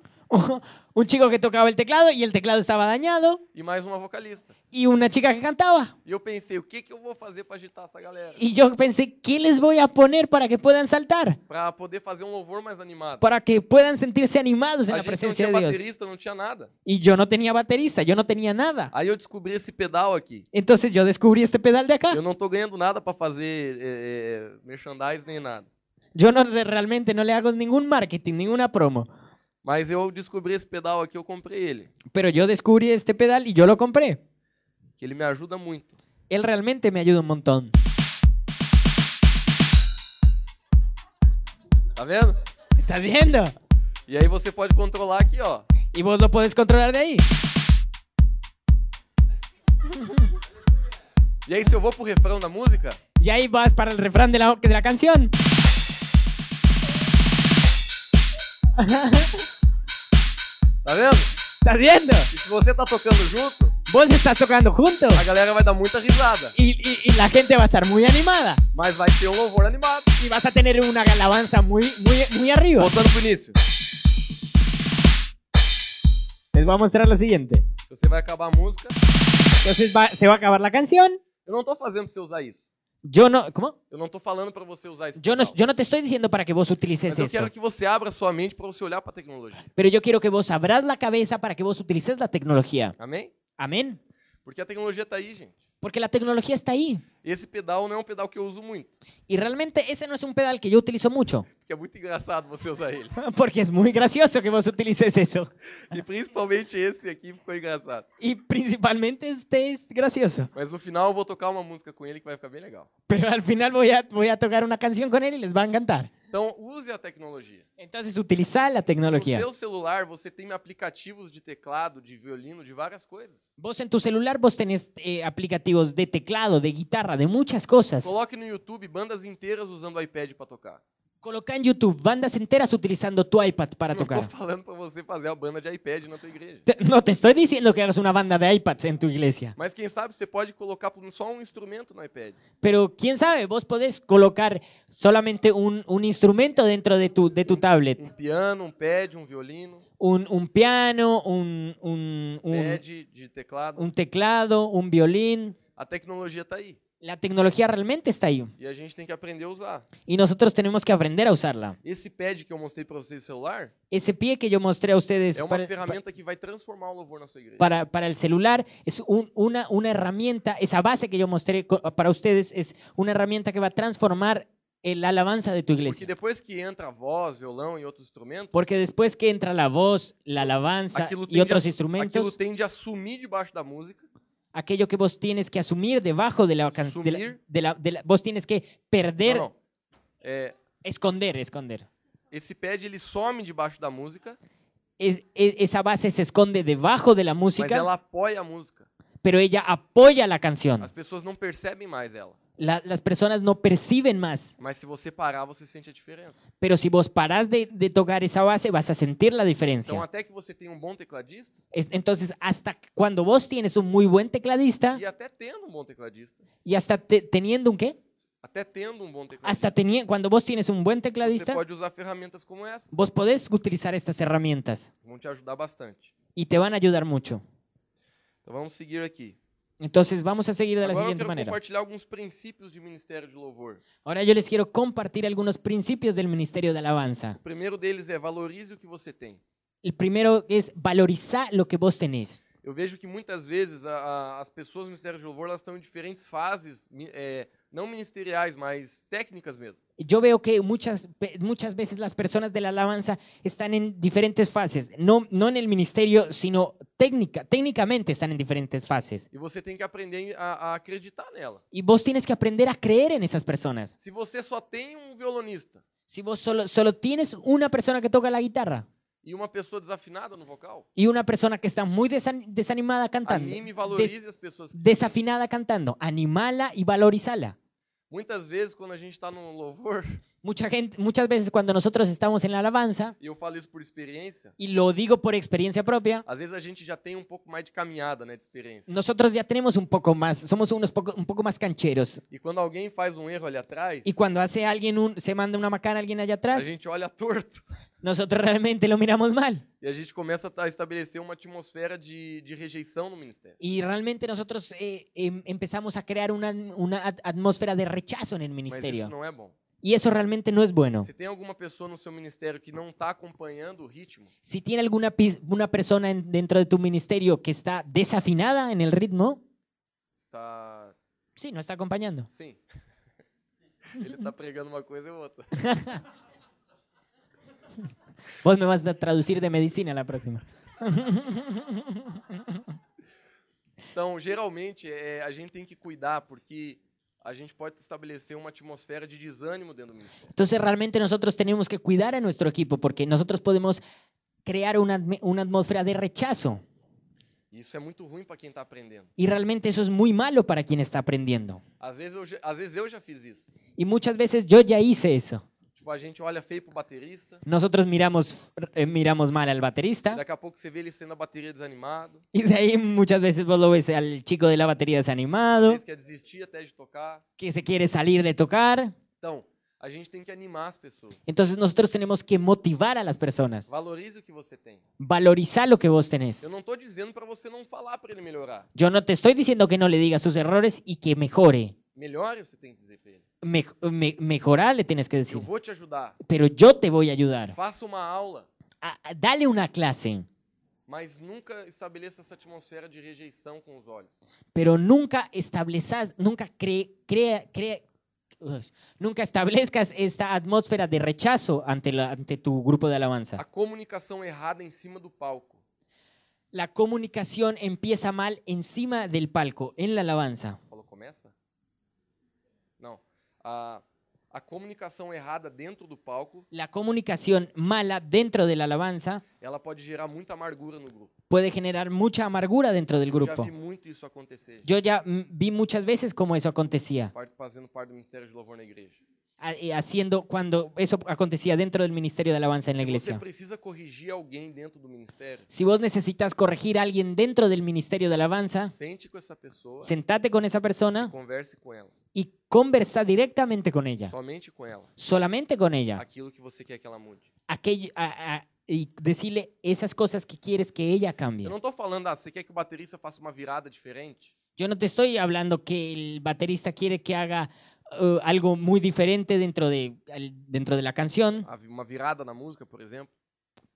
un chico que tocaba el teclado y el teclado estaba dañado. e mais uma vocalista. Y una chica que cantaba. E eu pensei, o que, que eu vou fazer pra agitar essa galera? Y yo pensé, ¿qué les voy a poner para que puedan saltar? Pra poder fazer um louvor mais animado. Para que puedan sentirse animados en a la gente não presencia tinha de Dios. baterista, não tinha nada. Y yo no tenía baterista, yo no tenía nada. Aí eu descobri esse pedal aqui. Entonces yo descubrí este pedal de Eu acá. não tô ganhando nada pra fazer é, é, merchandise nem nada. Yo no de- realmente no le hago ningún marketing, ninguna promo. Mas eu descobri esse pedal aqui, eu comprei ele. Pero yo descubrí este pedal y yo lo compré. Que ele me ajuda muito. Él realmente me ayuda un montón. Tá vendo? ¿Estás viendo? E aí você pode controlar aqui, ó. Y vos lo podés controlar de ahí. E aí se eu vou pro refrão da música, Y ahí vas para el refrán de la, de la canción. tá vendo? ¿Estás viendo? E se você tá tocando junto, Vos estás tocando juntos. a galera vai dar muita risada. Y, y- y la gente va a estar muy animada. Mas vai ser um louvor animado. y vas a tener una alabanza muy, muy, muy arriba. Voltando pro início. Les voy a mostrar lo siguiente. Se você vai acabar a música, Entonces va- se va a acabar la canción. eu não tô fazendo pra você usar isso. Yo no, ¿cómo? Eu não tô falando pra você usar isso. Yo no, yo no te estoy diciendo para que vos utilices Mas eu esto, quero que você abra sua mente pra você olhar pra tecnologia. pero yo quiero que vos abras la cabeza para que vos utilices la tecnología. Amém? Amén. Porque a tecnologia tá aí, gente. Porque la tecnología está ahí. Esse pedal não é um pedal que eu uso muito. Y realmente ese no es un pedal que yo utilizo mucho, <laughs> Porque é muito engraçado você usar ele. porque es muy gracioso que vos utilices eso. E principalmente esse aqui ficou engraçado. Y principalmente este es gracioso. Mas no final eu vou tocar uma música com ele que vai ficar bem legal. Pero al final voy a, voy a tocar una canción con él y les va a encantar. Então, use a tecnologia. Entonces, utilizar la No tecnología. seu celular, você tem aplicativos de teclado, de violino, de várias coisas. Vos en tu celular, vos tenés eh, aplicativos de teclado, de guitarra, de muchas cosas. Coloque no YouTube bandas inteiras usando o iPad pra tocar. Coloca en YouTube bandas enteras utilizando tu iPad para Não tô tocar. falando pra você fazer a banda de iPad na tua igreja. Te- No te estoy diciendo que hagas una banda de iPads en tu iglesia, Mas quem sabe você pode colocar pelo menos só um instrumento no iPad. pero quién sabe, vos podés colocar solamente un, un instrumento dentro de tu, de tu Um tablet. piano, um pad, um violino, um Un, un piano, un, un- un- pad de teclado. un teclado, un violín. A tecnologia tá aí. La tecnología realmente está ahí E a gente tem que aprender a usar. y nosotros tenemos que aprender a usarla. Esse pad que eu mostrei pra vocês no celular Ese pie que yo mostré a ustedes é uma para- pa- ferramenta que vai transformar o louvor na sua igreja. para, para el celular es un- una, una herramienta, esa base que yo mostré co- para ustedes es una herramienta que va a transformar el- la alabanza de tu Porque iglesia. depois que entra voz, violão e outros instrumentos, Porque después que entra la voz, la alabanza aquilo y tende, a, otros su- aquilo instrumentos, tende a sumir debaixo da música. aquello que vos tienes que asumir debajo de la canción, Sumir. vos tienes que perder, Não, não. É, esconder, esconder. esse pad ele some debaixo da música, Es- e- esa base se esconde debajo de la mas música, ela apoia a música. pero ella apoya la canción. As pessoas Ah, não percebem mais ela. La- las personas no perciben más, Mas se você parar, você sente a diferença. pero si vos parás de, de tocar esa base, vas a sentir la diferencia. Então, até que você tenha um bom tecladista, Es- Entonces, hasta c- cuando vos tienes un muy buen tecladista e até tendo um bom tecladista, y hasta te- teniendo un qué? até tendo um bom tecladista, Hasta teni- cuando vos tienes un buen você tecladista, pode usar ferramentas como essas. vos podés utilizar estas herramientas Vão te ajudar bastante. y te van a ayudar mucho. Então, vamos seguir aqui. Entonces, vamos a seguir de la Agora eu siguiente quero manera. compartilhar alguns princípios de ministério de louvor. Ahora yo les quiero compartir algunos principios del ministerio de alabanza. O primeiro deles é valorize o que você tem. El primero es valorizar lo que vos tenés. Eu vejo que muitas vezes a- a- as pessoas do Ministério de Louvor elas estão em diferentes fases, mi- é, não ministeriais, mas técnicas mesmo. Yo veo que muchas, pe- muchas veces las personas de la alabanza están en diferentes fases, no, no en el ministerio, sino técnica, técnicamente están en diferentes fases. E você tem que aprender a, a acreditar nelas. Y vos tienes que aprender a creer en esas personas. Se você só tem um violonista Si vos solo, solo tienes una persona que toca la guitarra e uma pessoa desafinada no vocal, y una persona que está muy desan- desanimada cantando, anime e des- valorize as pessoas que você tem. desafinada cantando, animala y valorizala. Muitas vezes, quando a gente está no louvor, <laughs> Mucha gente, muchas veces cuando nosotros estamos en la alabanza, e eu falo isso por experiência, y lo digo por experiencia propia, às vezes a gente já tem um pouco mais de caminhada, né, de experiência. nosotros ya tenemos un poco más, somos unos poco, un poco más cancheros. E quando alguém faz um erro ali atrás, Y cuando hace alguien un, se manda una macana a alguien allá a atrás, gente olha torto. <laughs> nosotros realmente lo miramos mal. E a gente começa a ta- estabelecer uma atmosfera de, de rejeição no ministério. Y realmente nosotros eh, em- empezamos a crear una, una at- atmósfera de rechazo en el Mas ministerio. isso não é bom. Y eso realmente no es bueno. Se tem alguma pessoa no seu ministério que não está acompanhando o ritmo, Si tiene alguna pis- una persona en- dentro de tu ministerio que está desafinada en el ritmo, está. sí, no está acompañando. Sim. <laughs> Ele tá pregando uma coisa e outra. Vos me vas a traducir de medicina la próxima. <laughs> Então, geralmente, é, a gente tem que cuidar, porque a gente pode estabelecer uma atmosfera de desânimo dentro do ministério. Entonces realmente nosotros tenemos que cuidar a nuestro equipo porque nosotros podemos crear una, atme- una atmósfera de rechazo. E isso é muito ruim para quem tá aprendendo. Y realmente eso es muy malo para quien está aprendiendo. Às vezes, eu, já- às vezes eu já fiz isso. Y muchas veces yo ya hice eso. Tipo, a gente olha feio pro baterista, Nosotros miramos, eh, miramos mal al e baterista daqui a pouco você vê ele sendo a bateria desanimado, y de ahí muchas veces vos lo ves al chico de la batería às desanimado, vezes quer é desistir até de tocar. que se quiere salir de tocar. Então, a gente tem que animar as pessoas. Entonces nosotros tenemos que motivar a las personas, Valorize o que você tem. valorizar lo que vos tenés. Eu não tô dizendo para você não falar para ele melhorar. Yo no te estoy diciendo que no le digas sus errores y que mejore. Melhore você tem que dizer para ele. Mej- me- mejorar le tienes que Eu decir. vou te ajudar. Pero yo te voy a ayudar. Faça uma aula, A- a- dale una clase, mas nunca estabeleça essa atmosfera de rejeição com os olhos. pero nunca establezas, nunca cre- crea, crea- uy, nunca establezcas esta atmósfera de rechazo ante, la- ante tu grupo de alabanza. A comunicação errada é em cima do palco. La comunicación empieza mal encima del palco, en la alabanza. Falou, começa? Não. A, a a comunicação errada dentro do palco, La comunicación mala dentro de la alabanza ela pode gerar muita amargura no grupo. puede generar mucha amargura dentro del Eu já grupo. vi muito isso acontecer, Yo ya mm, vi muchas veces cómo eso acontecía, parte- fazendo parte do Ministério de Louvor na igreja. a- eh, haciendo cuando eso acontecía dentro del ministerio de alabanza en la Se você iglesia. precisa corrigir alguém dentro do ministério, Si vos necesitas corregir a alguien dentro del ministerio de alabanza, sente com essa pessoa, sentate con esa persona converse com ela, y conversa directamente con ella, somente com ela, solamente con ella, aquilo que você quer que ela mude. aquello- a- a- y decirle esas cosas que quieres que ella cambie. Eu não tô falando, ah, você quer que o baterista faça uma virada diferente? Yo no te estoy hablando que el baterista quiere que haga eh, algo muy diferente dentro de, al- dentro de la canción, A Ah, vi- Uma virada na música, por exemplo?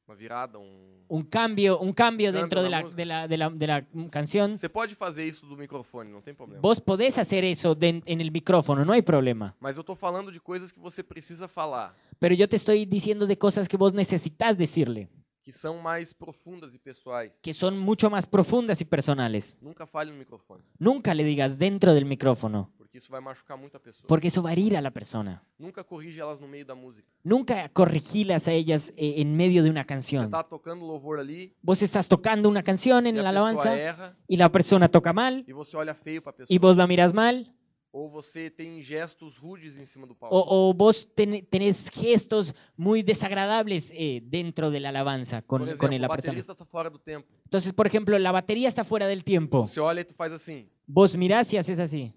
Uma virada, um... un cambio, un Cambio cambio dentro de la la, música. de la, de la- de la canción. Você pode fazer isso do microfone, não tem problema. Vos podés hacer eso den- en el micrófono, no hay problema. Mas eu tô falando de coisas que você precisa falar, Pero yo te estoy diciendo de cosas que vos necesitas decirle, que são mais profundas e pessoais. que son mucho más profundas y personales. Nunca fale no microfone, Nunca le digas dentro del micrófono, porque isso vai machucar muito a pessoa. porque eso va a herir a la persona. Nunca corrige elas no meio da música. Nunca corrigilas a ellas eh, en medio de una Você canción. tá tocando louvor ali, Vos estás tocando una canción e en a la pessoa alabanza. erra, y la persona toca mal e você olha feio pra pessoa. y vos la miras mal Ou você tem gestos rudes em cima do palco. o, o vos ten- tenés gestos muy desagradables eh, dentro de la alabanza por con, exemplo, con el- o la persona. baterista tá fora do tempo. Entonces, por ejemplo, la batería está fuera del tiempo. Você olha e tu faz assim. Vos mirás y haces así.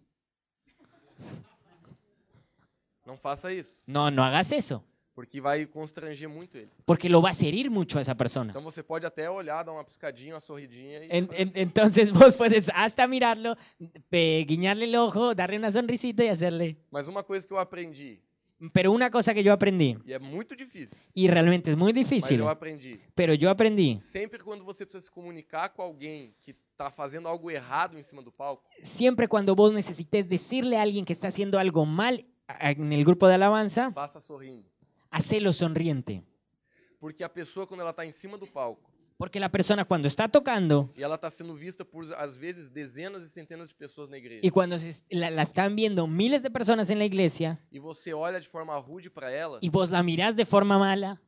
Não faça isso. No, no hagas eso, Porque vai constranger muito ele. porque lo vas a herir mucho a esa persona. Então você pode até olhar, dar uma piscadinha, uma sorridinha e. En- fazer en- assim. entonces <laughs> vos puedes hasta mirarlo, pe- guiñarle el ojo, darle una sonrisita y hacerle... Mas uma coisa que eu aprendi, Pero una cosa que yo aprendí, e é muito difícil, y realmente es muy mas difícil, eu aprendi. pero yo aprendí, Sempre quando você precisa se comunicar com alguém que tá fazendo algo errado em cima do palco, siempre cuando vos necesites decirle a alguien que está haciendo algo mal a- en el grupo de alabanza, faça sorrindo. hacelo sonriente. Porque a pessoa, quando ela tá em cima do palco, Porque la persona cuando está tocando e ela tá sendo vista por, às vezes, dezenas e centenas de pessoas na igreja, y cuando se es- la, la están viendo miles de personas en la iglesia e você olha de forma rude para ela, y vos la mirás de forma mala,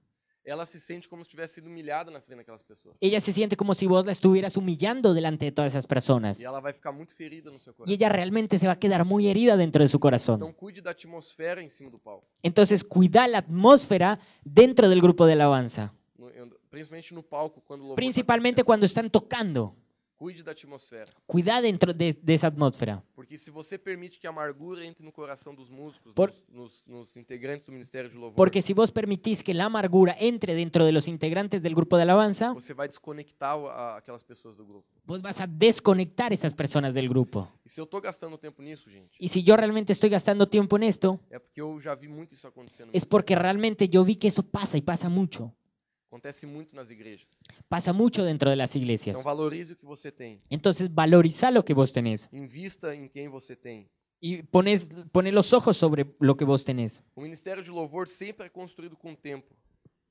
ela se sente como se tivesse sido humilhada na frente daquelas pessoas. ella se siente como si vos la estuvieras humillando delante de todas esas personas. E ela vai ficar muito ferida no seu Y coração. ella realmente se va a quedar muy herida dentro de su Então corazón. cuide da atmosfera em cima do palco. Entonces, cuida la atmósfera dentro del grupo de alabanza. No- eu- principalmente no palco, quando o louvor tá Principalmente acontecendo. cuando están tocando. Cuide da atmosfera. Cuida dentro de- de esa atmósfera. Porque se você permite que a amargura entre no coração dos músicos, Por- dos- nos, nos integrantes do Ministério de Louvor, Porque si vos permitís que la amargura entre dentro de los integrantes del grupo de alabanza, você vai desconectar o- a- aquelas pessoas do grupo. vos vas a desconectar esas personas del grupo. E se eu tô gastando tempo nisso, gente, Y si yo realmente estoy gastando tiempo en esto, é porque eu já vi muito isso acontecendo. es porque realmente yo vi que eso pasa y pasa mucho. Acontece muito nas igrejas. Pasa mucho dentro de las iglesias. Então valorize o que você tem. Entonces valoriza lo que vos tenés Invista em quem você tem. y pones, poné los ojos sobre lo que vos tenés. O Ministério de Louvor sempre é construído com o tempo.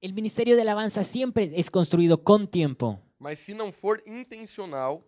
El ministerio de alabanza siempre es construido con tiempo, Mas se não for intencional,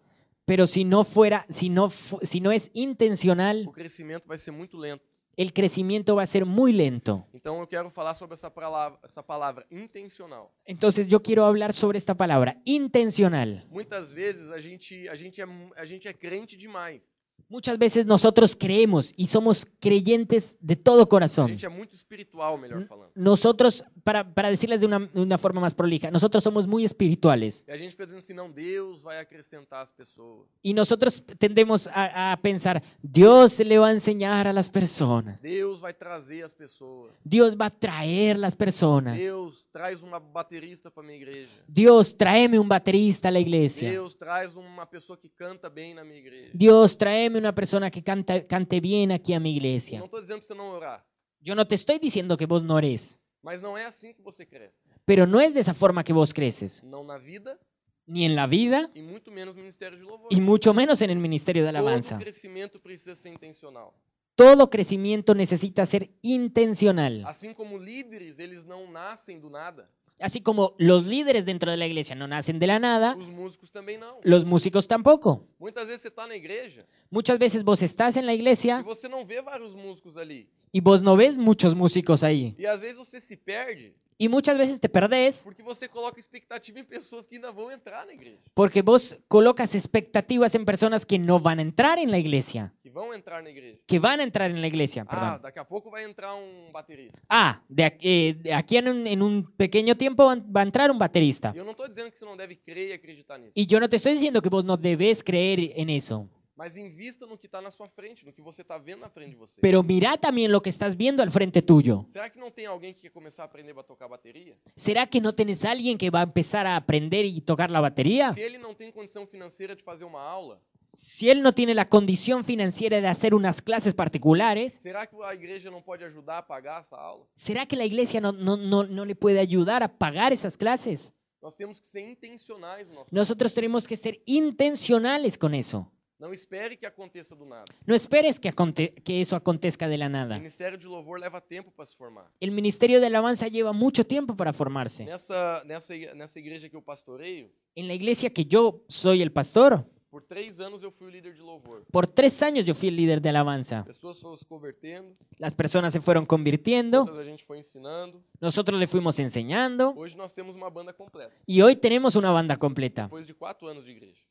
pero si no fuera, si no, fu- si no es o intencional, crescimento vai ser muito lento. el crecimiento va a ser muy lento. Então eu quero falar sobre essa palavra, essa palavra intencional. Entonces yo quiero hablar sobre esta palabra, intencional. Muitas vezes a gente, a gente, é, mu- a gente é crente demais. Muchas veces nosotros creemos y somos creyentes de todo A corazón. gente é muito espiritual, melhor falando. Nosotros, para, para decirles de una, de una forma más prolija, nosotros somos muy espirituales E a gente fica dizendo assim, não, Deus vai acrescentar as pessoas. y nosotros tendemos a, a pensar, Dios le va a enseñar a las personas, Deus vai trazer as pessoas. Dios va a traer las personas, Deus traz uma baterista para minha igreja. Dios tráeme un baterista a la iglesia, Deus traz uma pessoa que canta bem na minha igreja. Dios tráeme una persona que canta, cante bien aquí a mi iglesia. Não estou dizendo para você não orar, Yo no te estoy diciendo que vos no eres, mas não é assim que você cresce. pero no es de esa forma que vos creces. Não na vida ni en la vida e muito menos no ministério de louvor. y mucho menos en el ministerio de alabanza. Todo crescimento precisa ser intencional. Todo crecimiento necesita ser intencional. Assim como líderes, eles não nascem do nada. Así como los líderes dentro de la iglesia no nacen de la nada, Os músicos também não. los músicos tampoco. Muitas vezes você tá na igreja Muchas veces vos estás en la e iglesia você não vê vários músicos ali. y vos no ves muchos músicos ahí. E às vezes você se perde Y muchas veces te perdés porque você coloca expectativa em pessoas que ainda vão entrar na igreja. porque vos colocas expectativas en personas que no van a entrar en la iglesia, Que vão entrar na igreja. que van a entrar en la iglesia, Ah, perdón. daqui a pouco vai entrar um baterista. Ah, de aquí, eh, de aquí en, un, en un pequeño tiempo va, va a entrar un baterista. E eu não tô dizendo que você não deve crer e acreditar nisso. Y yo no te estoy diciendo que vos no debes creer en eso, Mas invista no que tá na sua frente, no que você tá vendo na frente de você. pero mira también lo que estás viendo al frente tuyo. Será que não tem alguém que quer começar a aprender a tocar bateria? ¿Será que no tenés a alguien que va a empezar a aprender y tocar la batería? Se ele não tem condição financeira de fazer uma aula, Si él no tiene la condición financiera de hacer unas clases particulares, será que a igreja não pode ajudar a pagar essa aula? ¿será que la iglesia no, no, no, no le puede ayudar a pagar esas clases? Nós temos que ser intencionais no nosso. Nosotros tenemos que ser intencionales con eso. Não espere que aconteça do nada. No esperes que, aconte- que eso acontezca de la O nada. ministério de louvor leva tempo para se formar. El ministerio de alabanza lleva mucho tiempo para formarse. Nessa, nessa, i- nessa igreja que eu pastoreio, En la iglesia que yo soy el pastor, por três anos eu fui o líder de louvor. por tres años yo fui el líder de alabanza. Pessoas foram se convertendo, Las personas se fueron convirtiendo, outras a gente foi ensinando. nosotros le fuimos enseñando Hoje nós temos uma banda completa, y hoy tenemos una banda completa, depois de quatro anos de igreja.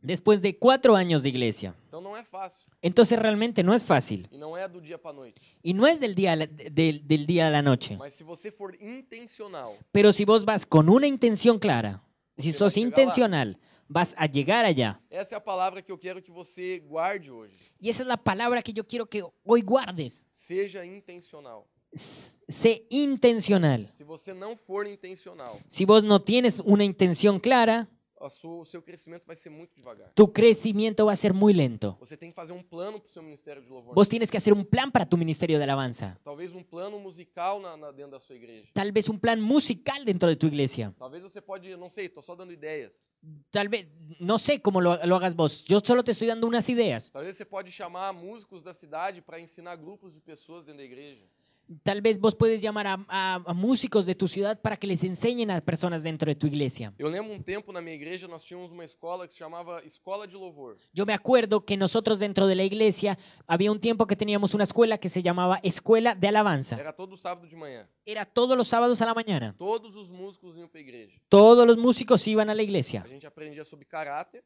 después de cuatro años de iglesia. Então não é fácil Entonces realmente no es fácil. e não é do dia para noite. Y no es del día, a la- de- del, del día a la noche. Mas se você for intencional, Pero si vos vas con una intención clara, si Você vai sos chegar lá. intencional, vas a llegar allá. essa é a palavra que eu quero que você guarde hoje. Y esa es la palabra que yo quiero que hoy guardes. Seja intencional. S- Sé intencional. Se você não for intencional, Si vos no tienes una intención clara, a sua- o seu crescimento vai ser muito devagar. tu crecimiento va a ser muy lento. Você tem que fazer um plano para o seu ministério de louvor. Vos tienes que hacer un plan para tu ministerio de alabanza. Talvez um plano musical na, na- dentro da sua igreja. Tal vez un plan musical dentro de tu iglesia. Talvez você pode, não sei, tô só dando ideias. Tal vez, no sé cómo lo, lo hagas vos. Yo solo te estoy dando unas ideas. Talvez você pode chamar músicos da cidade para ensinar grupos de pessoas dentro da igreja. Tal vez vos puedes llamar a, a- a músicos de tu ciudad para que les enseñen a personas dentro de tu iglesia. Eu lembro um tempo na minha igreja nós tínhamos uma escola que se chamava Escola de Louvor. Yo me acuerdo que nosotros dentro de la iglesia había un tiempo que teníamos una escuela que se llamaba Escuela de Alabanza. Era todo sábado de manhã. Era todos los sábados a la mañana. Todos os músicos iam para a igreja. Todos los músicos iban a la A iglesia. gente aprendia sobre caráter,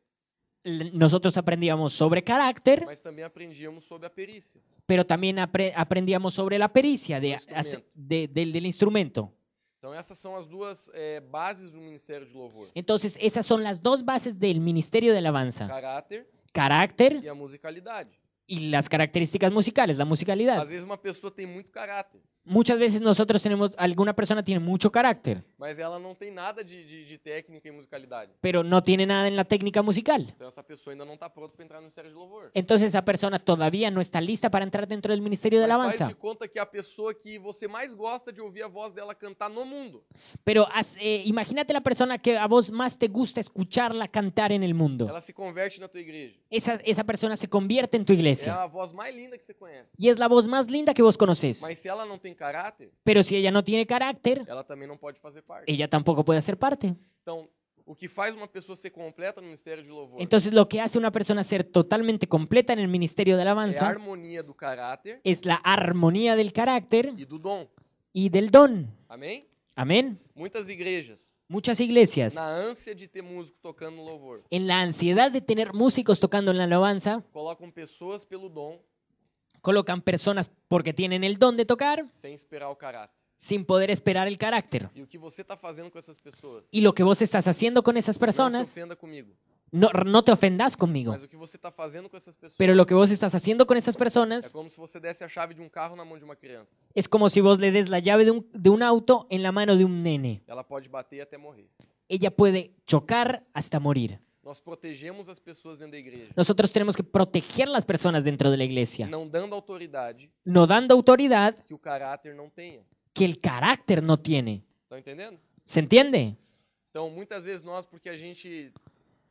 L- Nosotros aprendíamos sobre carácter, mas também aprendíamos sobre a perícia. pero también apre- aprendíamos sobre la pericia de- El instrumento. hace- de- del, del instrumento. Então essas são as duas eh, bases do ministério de louvor: Entonces, esas son las dos bases del ministerio de alabanza. caráter Carácter e a musicalidade. y las características musicales, la musicalidad. Às vezes uma pessoa tem muito caráter, Muchas veces nosotros tenemos, alguna persona tiene mucho carácter, mas ela não tem nada de, de- de técnica e musicalidade. pero no tiene nada en la técnica musical. Então essa pessoa ainda não está pronta para entrar no ministério de louvor. Entonces esa persona todavía no está lista para entrar dentro del ministerio de Mas faz alabanza. de conta que a pessoa que você mais gosta de ouvir a voz dela cantar no mundo, Pero haz- eh, imagínate la persona que a vos más te gusta escucharla cantar en el mundo. ela se converte na tua igreja. Esa, esa persona se convierte en tu É iglesia a voz mais linda que você conhece. y es la voz más linda que vos conoces. Mas se ela não tem caráter, Pero si ella no tiene carácter, ela também não pode fazer parte. ella tampoco puede hacer parte. Então, o que faz uma pessoa ser completa no ministério de louvor Entonces lo que hace una persona ser totalmente completa en el ministerio é de a alabanza harmonia do caráter es la armonía del carácter e do dom. y del don. Amém? Amén. Muitas igrejas, Muchas iglesias, na ânsia de ter músico tocando no louvor, en la ansiedad de tener músicos tocando en la alabanza, colocam pessoas pelo dom colocan personas porque tienen el don de tocar sem esperar o caráter. sin poder esperar el carácter. E o que você está fazendo com essas pessoas? Y lo que vos estás haciendo con esas Não se personas, ofenda comigo, no, no te ofendas conmigo, mas o que você está fazendo com essas pessoas pero lo que vos estás haciendo con esas é personas como se você desse a chave de um carro na mão de uma criança. es como si vos le des la llave de un, de un auto en la mano de un nene. Ela pode bater até morrer. Ella puede chocar hasta morir. Nós protegemos as pessoas dentro da igreja, Nosotros tenemos que proteger las personas dentro de la iglesia, não dando autoridade no dando autoridad que o caráter não tenha. que el carácter no tiene. Estão entendendo? ¿Se entiende? Então, muitas vezes nós, porque a gente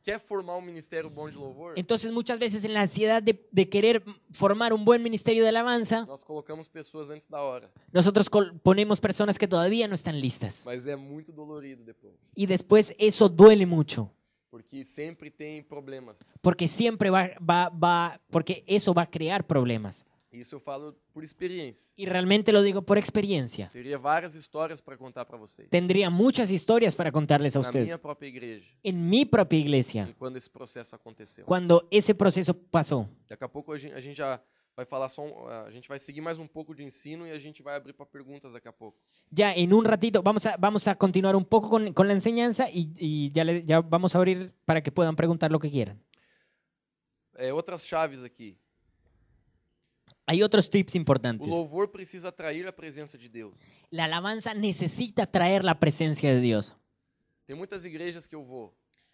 quer formar um ministério bom de louvor, Entonces muchas veces en la ansiedad de, de querer formar un buen ministerio de alabanza, nós colocamos pessoas antes da hora. nosotros col- ponemos personas que todavía no están listas. Mas é muito dolorido depois, Y después eso duele mucho, porque sempre tem problemas. porque siempre va, va, va, porque eso va a crear problemas. Isso eu falo por experiência. Y realmente lo digo por experiencia. Teria várias histórias para contar para vocês. Tendría muchas historias para contarles Na a minha ustedes. própria igreja, En mi propia e iglesia, quando esse processo aconteceu. cuando esse proceso pasó, Daqui a pouco a gente, a gente já vai falar só, um- a gente vai seguir mais um pouco de ensino e a gente vai abrir para perguntas daqui a pouco. ya en un ratito vamos a, vamos a continuar un poco con, con la enseñanza y, y ya, le- ya vamos a abrir para que puedan preguntar lo que quieran. É, outras chaves aqui. Hay otros tips O importantes. louvor precisa atrair a presença de Deus. La alabanza necesita traer la presencia de Dios. Tem muitas igrejas que eu vou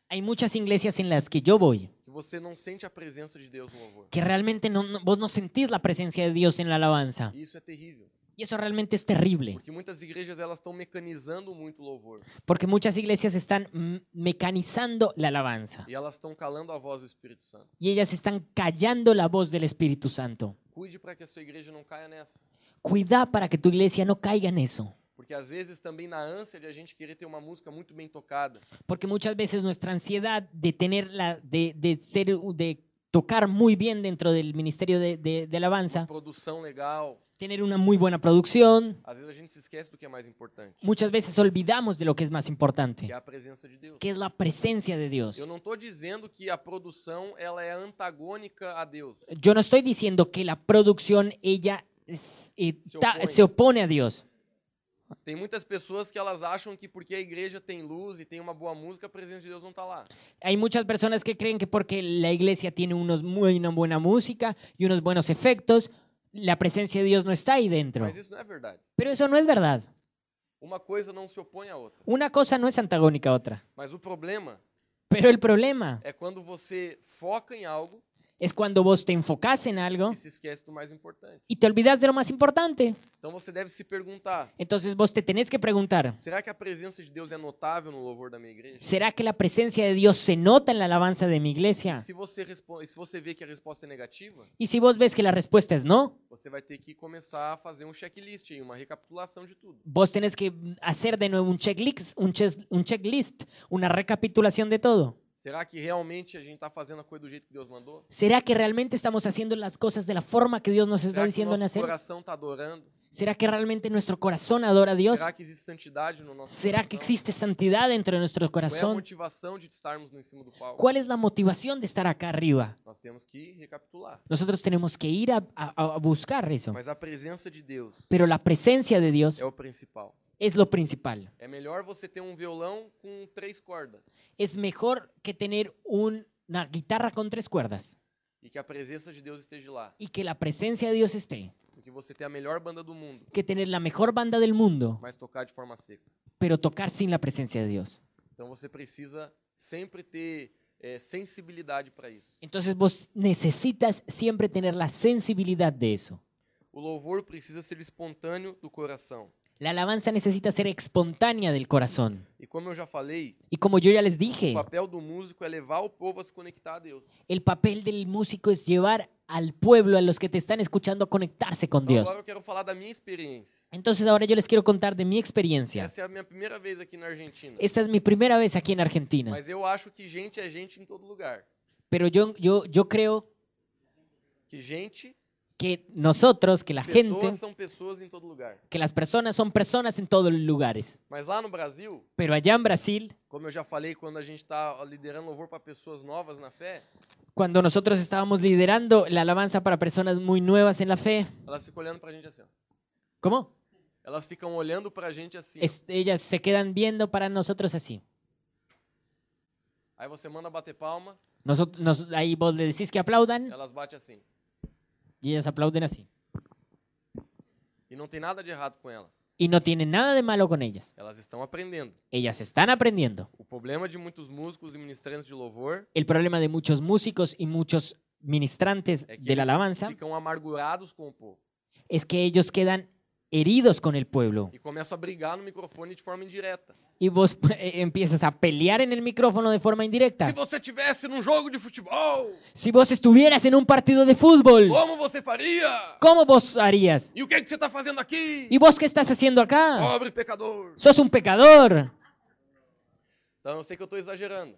Hay muchas iglesias en las que yo voy que você não sente a presença de Deus no louvor. que realmente no- no- vos no sentís la presencia de Dios en la alabanza. E isso é terrível, Y eso realmente es terrible, porque muitas igrejas elas estão mecanizando muito o louvor porque muchas iglesias están mm, mecanizando la alabanza e elas estão calando a voz do Espírito Santo. y ellas están callando la voz del Espíritu Santo. Cuide para que a sua igreja não caia nessa, Cuida para que tu iglesia no caiga en eso, porque às vezes também na ânsia de a gente querer ter uma música muito bem tocada, porque muchas veces nuestra ansiedad de tener la, de, de ser, de tocar muy bien dentro del ministerio de- de- de uma alabanza, produção legal, tener una muy buena producción, às vezes a gente se esquece do que é mais importante. Muchas veces olvidamos de lo que es más que importante, é a presença de Deus. que es la presencia de Dios. Eu não estou dizendo que a produção ela é antagônica a Deus. Yo no estoy diciendo que la producción, ella es- eh, Se ta- opone. se opone a Dios. Tem muitas pessoas que elas acham que porque a igreja tem luz e tem uma boa música, a presença de Deus não está lá. Hay muchas personas que creen que porque la iglesia tiene unos muy, una buena música y unos buenos efectos, la presencia de Dios no está ahí dentro. Mas isso não é verdade. Pero eso no es verdad. Uma coisa não se opõe à outra. Una cosa no es antagónica a otra. Mas o problema Pero el problema é quando você foca em algo es cuando vos te enfocas en algo e se esquece do mais importante. y te olvidas de lo más importante. Então você deve se perguntar: Entonces vos te tenés que preguntar, será que a presença de Deus é notável no louvor da minha igreja? ¿Será que la presencia de Dios se nota en la alabanza de mi E iglesia? se você, respo- e se você vê que a resposta é negativa, Y si vos ves que la respuesta es no, você vai ter que começar a fazer um checklist, aí, uma recapitulação de tudo. vos tenés que mm, hacer de nuevo un checklist, un, ches- un checklist, una recapitulación de todo. Será que realmente a gente está fazendo a coisa do jeito que Deus mandou? ¿Será que realmente estamos haciendo las cosas de la forma que Dios nos está Será que o diciendo en nosso hacer? coração está adorando? ¿Será que realmente nuestro corazón adora a Dios? Será que existe santidade no nosso ¿Será que coração? existe santidad dentro de nuestro Qual é a corazón? motivación de estarmos no em cima do palco? ¿Cuál es la motivación de estar acá arriba? Nós temos que recapitular. Nosotros tenemos que ir a, a- a buscar eso. Mas a presença de Deus Pero la presencia de Dios é o principal. es lo principal. É melhor você ter um violão com três cordas es mejor que tener un- una guitarra con tres cuerdas e que a presença de Deus esteja lá y que la presencia de Dios esté, do que você ter a melhor banda do mundo, que tener la mejor banda del mundo, mas tocar de forma seca. pero tocar sin la presencia de Dios. Então você precisa sempre ter eh, sensibilidade para isso. Entonces vos necesitas siempre tener la sensibilidad de eso. O louvor precisa ser espontâneo do coração. La alabanza necesita ser espontánea del corazón. E como eu já falei, Y como yo ya les o dije, papel do músico é levar o povo a se conectar a Deus. el papel del músico es llevar al pueblo, a los que te están escuchando, a conectarse con Então, Dios. agora eu quero falar da minha experiência. Entonces ahora yo les quiero contar de mi experiencia. Essa é a minha primeira vez aqui na Argentina. Esta es mi primera vez aquí en Argentina. Mas eu acho que gente é gente em todo lugar. Pero yo, yo, yo creo Que gente, que nosotros, que la gente, pessoas são pessoas em todo lugar. que las personas son personas en todos los lugares. Mas lá no Brasil, Pero allá en Brasil, como eu já falei, quando a gente está liderando louvor para pessoas novas na fé, cuando nosotros estábamos liderando la alabanza para personas muy nuevas en la fe, elas ficam olhando pra gente assim. ó. ¿cómo? Elas ficam olhando pra gente assim. ó. Es- ellas se quedan viendo para nosotros así. Aí você manda bater palma, Nosot- nos- ahí vos le decís que aplaudan elas batem assim. y ellas aplauden así. E não tem nada de errado com elas. Y no tiene nada de malo con ellas. Elas estão aprendendo. Ellas están aprendiendo. O problema de muitos músicos e ministrantes de louvor El problema de muchos músicos y muchos ministrantes é que de la alabanza ficam amargurados com o povo es que ellos quedan heridos con el pueblo. e começam a brigar no microfone de forma indireta. y vos <laughs> eh, empiezas a pelear en el micrófono de forma Se indirecta. você tivesse num jogo de futebol, Si vos estuvieras en un partido de fútbol, como você faria? ¿cómo vos harías? E o que, é que você está fazendo aqui? ¿Y vos qué estás haciendo acá? Pobre pecador. Sos un pecador. Então eu sei que eu estou exagerando,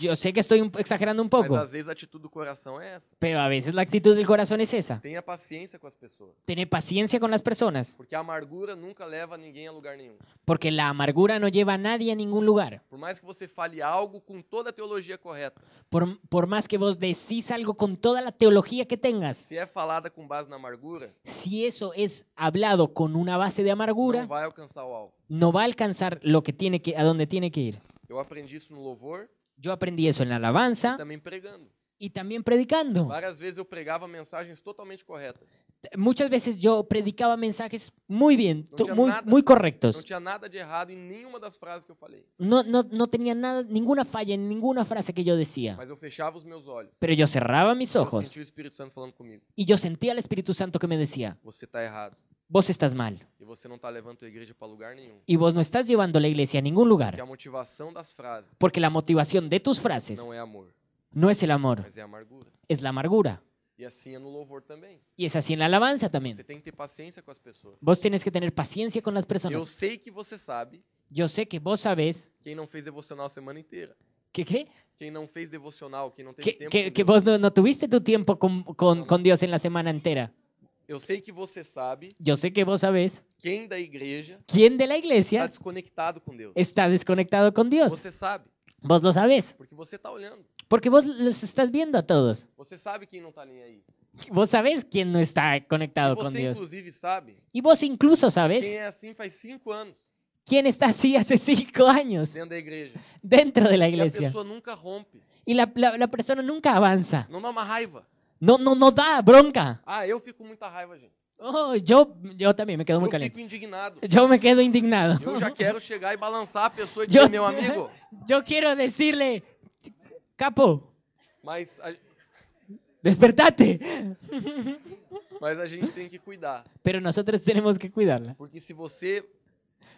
Yo sé que estoy un- exagerando un poco, Mas às vezes a atitude do coração é essa. pero a veces la actitud del corazón es esa. Tenha paciência com as pessoas. Tener paciencia con las personas, Porque a amargura nunca leva ninguém a lugar nenhum. porque la amargura no lleva a nadie a ningún lugar. Por mais que você fale algo com toda a teologia correta, Por, por más que vos decís algo con toda la teología que tengas, se é falada com base na amargura, si eso es hablado con una base de não amargura, vai alcançar o alvo. no va a alcanzar lo que tiene que, a donde tiene que ir. Eu aprendi isso no louvor Yo aprendí eso en la e alabanza também pregando. y también predicando. Várias vezes eu pregava mensagens totalmente corretas. Muchas veces yo predicaba mensajes muy bien, No to- hacía muy, nada. muy Não correctos. tinha nada de errado em nenhuma das frases que eu falei. No, no, no tenía nada, ninguna falla en ninguna frase que yo decía. Mas eu fechava os meus olhos. Pero yo cerraba mis Eu ojos sentia o Espírito Santo falando comigo. y yo sentía al Espíritu Santo que me decía, Você tá errado. vos estás mal E você não tá levando tua igreja para lugar nenhum. y vos no estás llevando la iglesia a ningún Porque a lugar, motivação das frases porque la motivación de tus frases não é amor, no es el amor, mas é amargura. es la amargura. E assim é no louvor também. Y es así en la alabanza también. Você tem que ter paciência com as pessoas. Vos tenés que tener paciencia con las Eu personas. sei que você sabe Yo sé que vos sabés quem não fez devocional a semana inteira. que, ¿qué? Quem não fez devocional, quem não teve que, tempo. que- com que Deus. vos no, no tuviste tu tiempo con, con- con Dios en la semana entera. Eu sei que você sabe Yo sé que vos sabés quem da igreja quién de la está iglesia desconectado com Deus. está desconectado con Dios. Você sabe, Vos lo sabés, porque você tá olhando. porque vos los estás viendo a todos. Você sabe quem não tá nem aí. Vos sabés quién no está E conectado con você, Dios. inclusive, sabe Y vos incluso quem sabés é assim faz cinco anos quién está así hace cinco años dentro da igreja. dentro de la E a iglesia. pessoa nunca rompe. Y la, la- la persona nunca avanza. Não dá uma raiva. No, no, no da bronca. Ah, eu fico com muita raiva, gente. Oh, yo, yo también me quedo muy Eu caliente. fico indignado. Yo me quedo indignado. Eu já quero chegar e balançar a pessoa e Yo- dizer, meu amigo. Yo quiero decirle, capo, Mas a, despertate. mas a gente tem que cuidar. Pero nosotros tenemos que cuidarla. Porque se você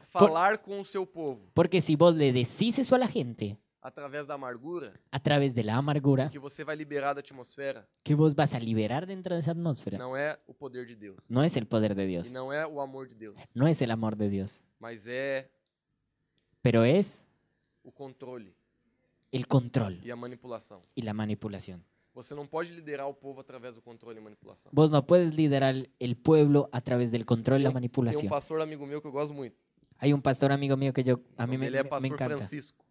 falar com o seu povo Porque si vos le decís eso a la gente através da amargura, a través de la o amargura, que você vai liberar da atmosfera que vos vas a liberar dentro de esa atmósfera, não é o poder de Deus. no es el poder de E Dios, não é o amor de Deus. no es el amor de Dios, Mas é pero es o controle el control e a manipulação. y la manipulação. Você não pode liderar o povo através do controle e manipulação. Vos no puedes liderar el pueblo a través del control y la Tem- Tem um manipulación. pastor amigo meu que eu gosto muito. Hay un pastor amigo mío que yo, a mí me, Ele é me- me pastor encanta. Francisco.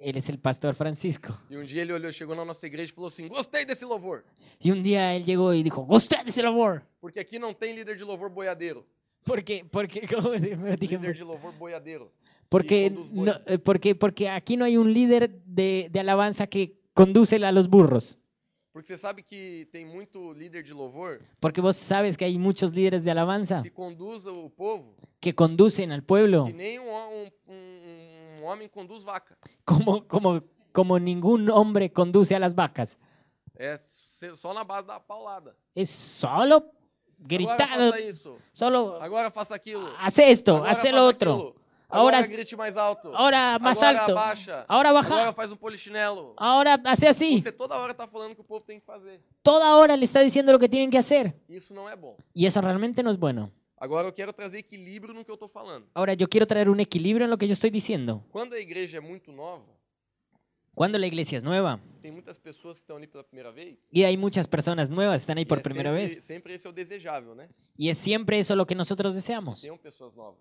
Él es el pastor Francisco. E um dia ele olhou, chegou na nossa igreja e falou assim: Gostei desse louvor, Y un día él llegó y dijo, ustedes el amor. porque aqui não tem líder de louvor boiadeiro. Porque, porque, <laughs> como se- me dije, Líder de louvor boiadeiro. porque, conduz no- boys. eh, porque, porque aquí no hay un líder de, de alabanza que conduce a los burros. Porque você sabe que tem muito líder de louvor Porque vos sabes que hay muchos líderes de alabanza que conduz o povo que conducen al pueblo que nem um, um- um- um homem conduz vaca. como, como, como ningún hombre conduce a las vacas. É se- só na base da paulada. Es solo Agora gritado, faça isso. solo Agora faça aquilo. hace esto, Agora hace faça lo otro. aquilo. Agora, Agora- grite mais alto. Ahora más Agora alto, abaixa. ahora Agora baja, faz um polichinelo. ahora hace así. Você toda hora tá falando que o povo tem que fazer. Toda hora le está diciendo lo que tienen que hacer. Isso não é bom. Y eso realmente no es bueno. Agora eu quero trazer equilíbrio no que eu tô falando. Ahora yo quiero traer un equilibrio en lo que yo estoy diciendo. Quando a igreja é muito nova, Cuando la iglesia es nueva tem muitas pessoas que estão ali pela primeira vez. y hay muchas personas nuevas, están ahí e por é primera sempre, vez, Sempre esse é o desejável, né? y es siempre eso lo que nosotros deseamos, Tenham pessoas novas.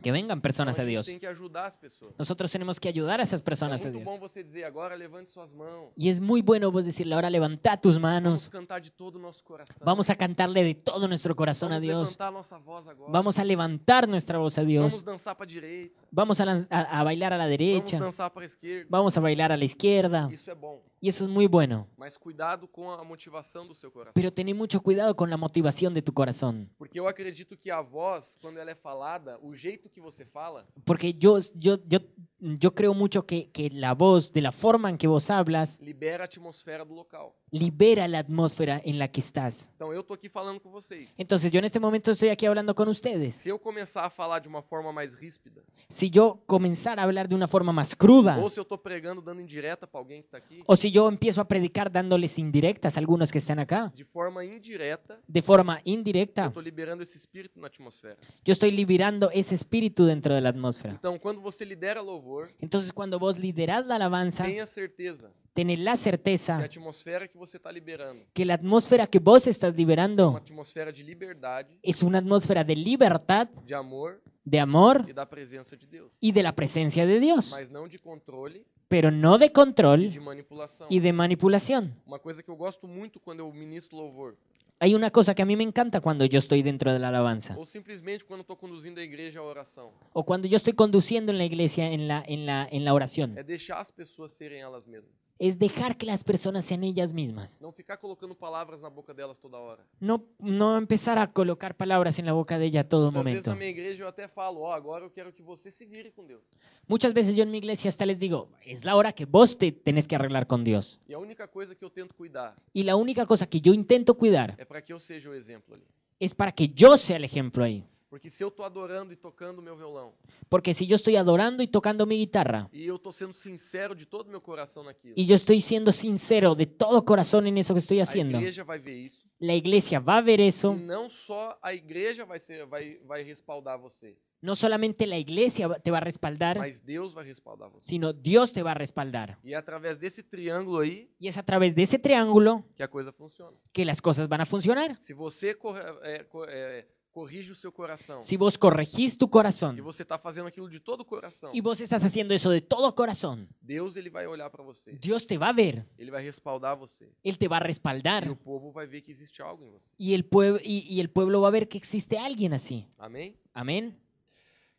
que vengan personas então, a a gente Dios. tem que ajudar as pessoas. Nosotros tenemos que ayudar a esas É personas a muito Dios. bom você dizer agora, levante suas mãos. Y es muy bueno vos decirle, ahora levanta tus Vamos manos, cantar de todo o nosso coração. vamos a cantarle de todo nuestro corazón a Vamos Dios, levantar a nossa voz agora. vamos a levantar nuestra voz a Vamos Dios, dançar para direita. vamos a, lanz- a- a bailar a la Vamos derecha, dançar para esquerda. vamos a bailar a la izquierda, Isso é bom. y eso es muy bueno. Mas cuidado com a motivación do seu coração. Pero ten mucho cuidado con la motivación de tu corazón. Porque eu acredito que a voz, quando ela é falada, o jeito que você fala, Porque yo, yo, yo, yo creo mucho que, que la voz, de la forma en que vos hablas, libera a atmosfera do local. libera la atmósfera en la que estás. Então eu tô aqui falando com vocês. Entonces yo en este momento estoy aquí hablando con ustedes. Se eu começar a falar de uma forma mais ríspida, Si yo comenzara a hablar de una forma más cruda, ou se eu tô pregando dando indireta para alguém que tá aqui, o si yo empiezo a predicar dándoles indirectas a algunos que están acá, de forma indireta, de forma eu indirecta, tô liberando esse espírito na atmosfera. yo estoy liberando ese espíritu dentro de la atmósfera. Então, quando você lidera louvor, Entonces, cuando vos liderás la alabanza, tenha certeza tenés la que a certeza atmosfera que você está liberando que la atmósfera que vos estás é uma liberando atmosfera de liberdade, es una atmósfera de libertad, de amor de amor e da presença de Deus, y de la presencia de Dios, mas não de controle pero no de e de control manipulação. y de manipulación. Uma coisa que eu gosto muito quando eu ministro louvor, Hay una cosa que a mí me encanta cuando yo estoy dentro de la alabanza ou simplesmente quando eu estou conduzindo a igreja à oração, o cuando yo estoy conduciendo en la iglesia en la, en la, en la é oración, deixar as pessoas serem elas mesmas. es dejar que las personas sean ellas mismas. Não ficar colocando palavras na boca delas toda hora. No, no empezar a colocar palabras en la boca de ella a todo Muitas Então, vezes na momento. minha igreja eu até falo, ó, agora eu quero que você se vire com Deus. Muchas veces yo en mi iglesia hasta les digo, es la hora que vos te tenés que arreglar con Dios. E a única coisa que eu tento cuidar Y la única cosa que yo intento cuidar é para que eu seja o exemplo ali. es para que yo sea el ejemplo ahí. Porque se eu tô adorando e tocando meu violão, Porque si yo estoy adorando y tocando mi guitarra e eu tô sendo sincero de todo meu coração naquilo, y yo estoy siendo sincero de todo corazón en eso que estoy a haciendo, igreja vai ver isso. la iglesia va a ver E eso. não só a igreja vai, ser, vai, vai respaldar você, No solamente la iglesia va- te va a respaldar, mas Deus vai respaldar você. sino Dios te va a respaldar. E é através desse triângulo aí Y es a través de ese triángulo que a coisa funciona. que las cosas van a funcionar. Se você cor- é, co- é, corrige o seu coração, Si vos corregís tu e corazón você tá fazendo aquilo de todo o coração, y vos estás haciendo eso de todo corazón, Deus ele vai olhar para você. Dios te va a ver, Ele vai respaldar você. Él te va a E o respaldar povo vai ver que existe algo em você. y el, pueblo y, y el pueblo va a ver que existe alguien así. Amém? Amén.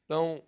Então,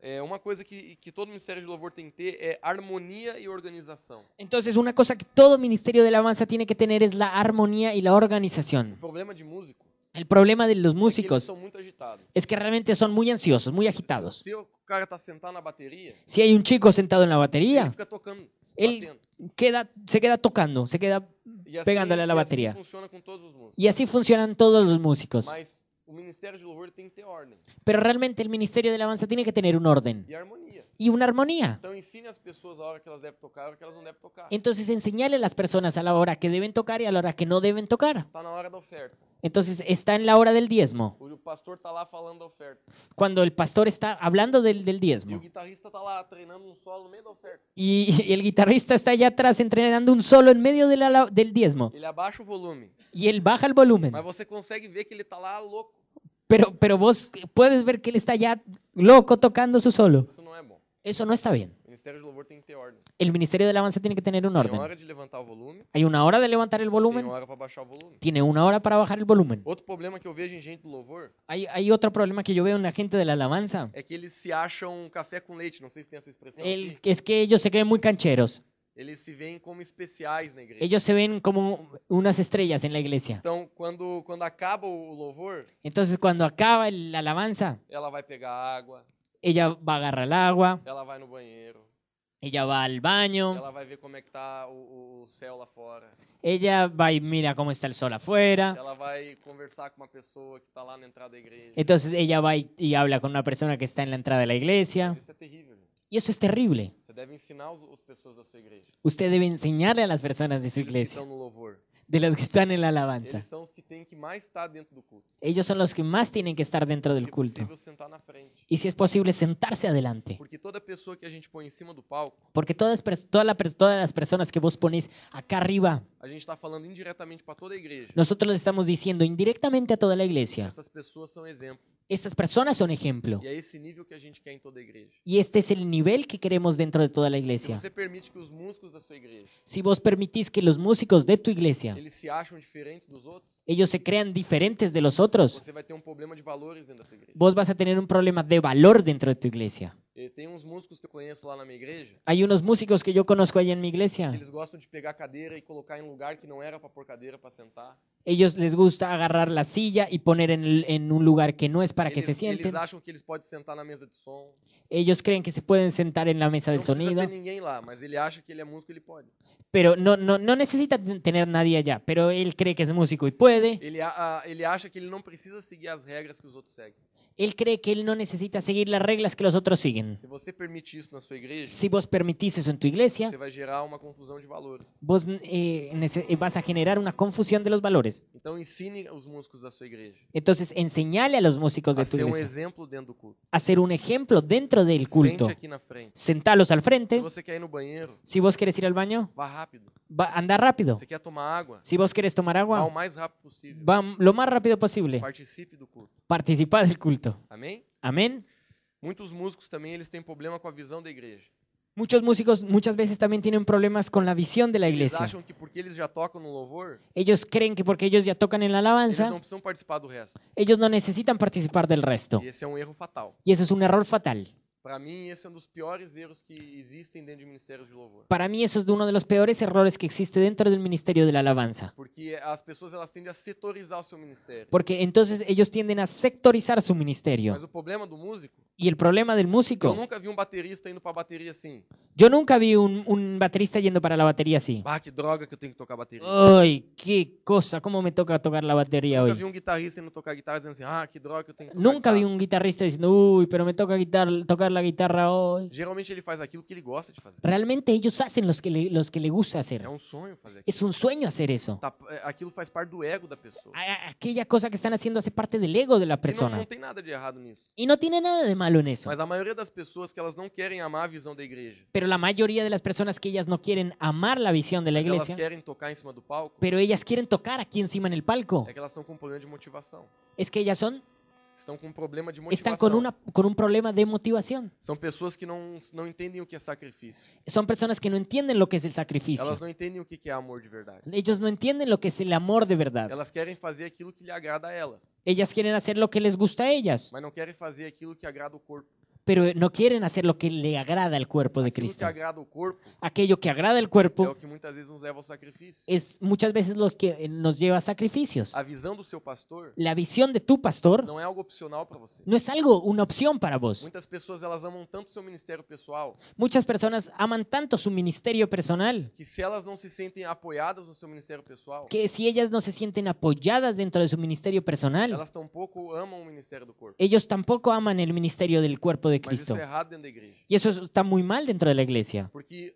é uma coisa que, que todo ministério de louvor tem que ter é harmonia e organização. Entonces, una cosa que todo ministerio de alabanza tiene que tener es la armonía y la O organización. problema de músico El problema de los é que eles músicos são muito agitados. es que realmente son muy ansiosos, muy Se, agitados. se o cara tá sentado na bateria, Si hay un chico sentado en la ele batería, fica tocando, Ele- batendo. queda, se queda tocando, se queda... E assim, pegándole à e bateria. assim funciona com todos os músicos. Y así funcionan todos los músicos. Mas o ministério de louvor tem que ter ordem Pero realmente el ministerio de alabanza tiene que tener un orden e harmonia. y una armonía. Então ensine as pessoas a hora que elas devem tocar, a hora que elas não devem tocar. Entonces, enseñale a las personas a la hora que deben tocar y a la hora que no deben tocar. Tá na hora da oferta. Entonces, está en la hora del diezmo, O pastor tá lá falando da oferta. cuando el pastor está hablando del, del E o diezmo. guitarrista tá lá treinando um solo no meio da oferta. Y, y el guitarrista está allá atrás entrenando un solo en medio de la la- del diezmo. Ele abaixa o volume, Y él baja el volumen. mas você consegue ver que ele tá lá louco. Pero, pero vos puedes ver que él está allá loco tocando su solo. Isso não é bom. Eso no está bien. O ministério de louvor tem que ter ordem. El ministerio de alabanza tiene que tener un Tem orden. hora de levantar o volume, Hay una hora de levantar el tem volumen, hora para baixar o volume. tiene una hora para bajar el volumen. Outro problema que eu vejo em gente do louvor Hay, hay otro problema que yo veo en la gente de la alabanza. é que eles se acham café com leite, não sei se tem essa expressão. El- aqui. es que ellos se creen muy cancheros. Eles se veem como especiais na igreja. Ellos se ven como unas estrellas en la iglesia. Então, quando, quando acaba o louvor, Entonces, cuando acaba el- la alabanza, ela vai pegar água, ella va a agarrar el agua, ela vai no banheiro, ella va al baño, ela vai ver como é que tá o, o céu lá fora, ella va y mira cómo está el sol afuera. ela vai conversar com uma pessoa que tá lá na entrada da igreja. Entonces, ella va y, y habla con una persona que está en la entrada de la iglesia. Isso é terrível. gente. Y eso es terrible. Você deve ensinar os- as pessoas da sua igreja. Usted debe enseñarle a las personas de su Eles que iglesia, estão no louvor. de las que están en la alabanza. Eles são os que têm que mais estar dentro do culto. Ellos son los que más tienen que estar dentro del Se culto. possível, sentar na frente. Y si es posible, sentarse adelante. Porque toda pessoa que a gente põe em cima do palco, Porque todas, pers- toda la pers- todas las personas que vos ponéis acá arriba, a gente está falando indiretamente para toda a igreja. nosotros le estamos diciendo indirectamente a toda la iglesia, Essas pessoas são exemplo. estas personas son ejemplo. E é esse nível que a gente quer em toda a igreja. Y este es el nivel que queremos dentro de toda la Se iglesia. você permite que os músicos da sua igreja, Si vos permitís que los músicos de tu iglesia, eles se acham diferentes dos outros, ellos se crean diferentes de los otros, você vai ter um problema de valores dentro da sua igreja. vos vas a tener un problema de valor dentro de tu iglesia. E tem uns músicos que eu conheço lá na minha igreja, Hay unos músicos que yo conozco allá en mi que iglesia. eles gostam de pegar cadeira e colocar em lugar que não era para pôr cadeira para sentar. Ellos les gusta agarrar la silla y poner en, el- en un lugar que no es para que Eles, se eles sienten. acham que eles podem sentar na mesa de som. Ellos creen que se pueden sentar en la mesa Não del precisa sonido. ter ninguém lá, mas ele acha que ele é músico, ele pode. pero no, no, no necesita ten- tener nadie allá, pero él cree que es músico y puede, Ele, a- a- ele acha que ele não precisa seguir as regras que os outros seguem. él cree que él no necesita seguir las reglas que los otros siguen. Se você permite isso na sua igreja, Si vos permitís eso en tu iglesia, você vai gerar uma confusão de valores. vos eh, nece- eh, vas a generar una confusión de los valores. Então ensine os músicos da sua igreja Entonces, enseñale a los músicos a de tu ser um iglesia exemplo dentro do culto. a ser un ejemplo dentro del culto. Sente aqui na frente. Sentalos al Se frente. você quer ir no banheiro, Si vos querés ir al baño, vá rápido. va, anda rápido. Você quer tomar água, Si vos querés tomar vá o agua, mais rápido possível. va lo más rápido posible. Participe do culto. Participa del culto. Amém? Amén. Muitos músicos também eles têm problema com a visão da igreja. Muchos músicos muchas veces también tienen problemas con la visión de la Eles iglesia. acham que porque eles já tocam no louvor, Ellos creen que porque ellos ya tocan en la eles não alabanza, precisam participar do resto. ellos no necesitan participar del resto. E esse é um erro fatal. Y eso es un error fatal. Para mim, esse é um dos piores erros que existem dentro de ministérios de louvor. Para mí eso es de uno de los peores errores que existe dentro del ministerio de la alabanza. Porque as pessoas elas tendem a setorizar o seu ministério. Porque entonces ellos tienden a sectorizar su Mas ministerio. o problema do músico, Y el problema del eu músico, nunca vi um baterista indo pra bateria assim. yo nunca vi un, un baterista yendo para la batería así. Ah, que droga que eu tenho que tocar bateria. ¡Ay, qué cosa! ¿Cómo me toca tocar la batería Nunca vi hoy? um guitarrista indo tocar guitarra dizendo assim, ah, que droga que eu tenho que tocar Nunca vi guitarra. un guitarrista diciendo, uy, pero me toca guitar- tocar la guitarra hoy. Geralmente ele faz aquilo que ele gosta de fazer. Realmente ellos hacen los que le, los que le gusta hacer. É um sonho fazer aquilo. Es un sueño hacer eso. Tá- é, aquilo faz parte do ego da pessoa. A- a- Aquella cosa que están haciendo hace parte del ego de E la não, não persona. tem nada de errado nisso. Y no tiene nada de malo en eso. Mas a maioria das pessoas que elas não querem amar a visão da igreja, Pero la mayoría de las personas que ellas no quieren amar la visión de la mas elas iglesia, querem tocar em cima do palco, pero ellas quieren tocar aquí encima en el palco, é que elas estão com um problema de motivación. es que ellas son, Estão com um problema de motivação. están con, una, con un problema de motivación. São pessoas que não, não entendem o que é sacrifício. Son personas que no entienden lo que es el Elas sacrificio. não entendem o que que é amor de verdade. Ellos no entienden lo que es el amor de verdad. Elas querem fazer aquilo que lhe agrada a elas, Ellas quieren hacer lo que les gusta a ellas, mas não querem fazer aquilo que agrada o corpo. pero no quieren hacer lo que le agrada al cuerpo de Aquilo que Cristo. agrada o corpo Aquello que agrada al é o cuerpo que muitas vezes nos leva ao sacrifício. es muchas veces lo que eh, nos lleva a sacrificios. A visão do seu pastor La visión de tu pastor não é algo opcional para você. no es algo, una opción para vos. Muitas pessoas elas amam tanto seu ministério pessoal Muchas personas aman tanto su ministerio personal que se elas não se sentem apoiadas no seu ministério pessoal, que si ellas no se sienten apoyadas dentro de su ministerio personal, elas tampouco amam o ministério do corpo. ellos tampoco aman el ministerio del cuerpo de Mas isso Cristo. é errado dentro da igreja. Y eso es- está muy mal dentro de la iglesia. Porque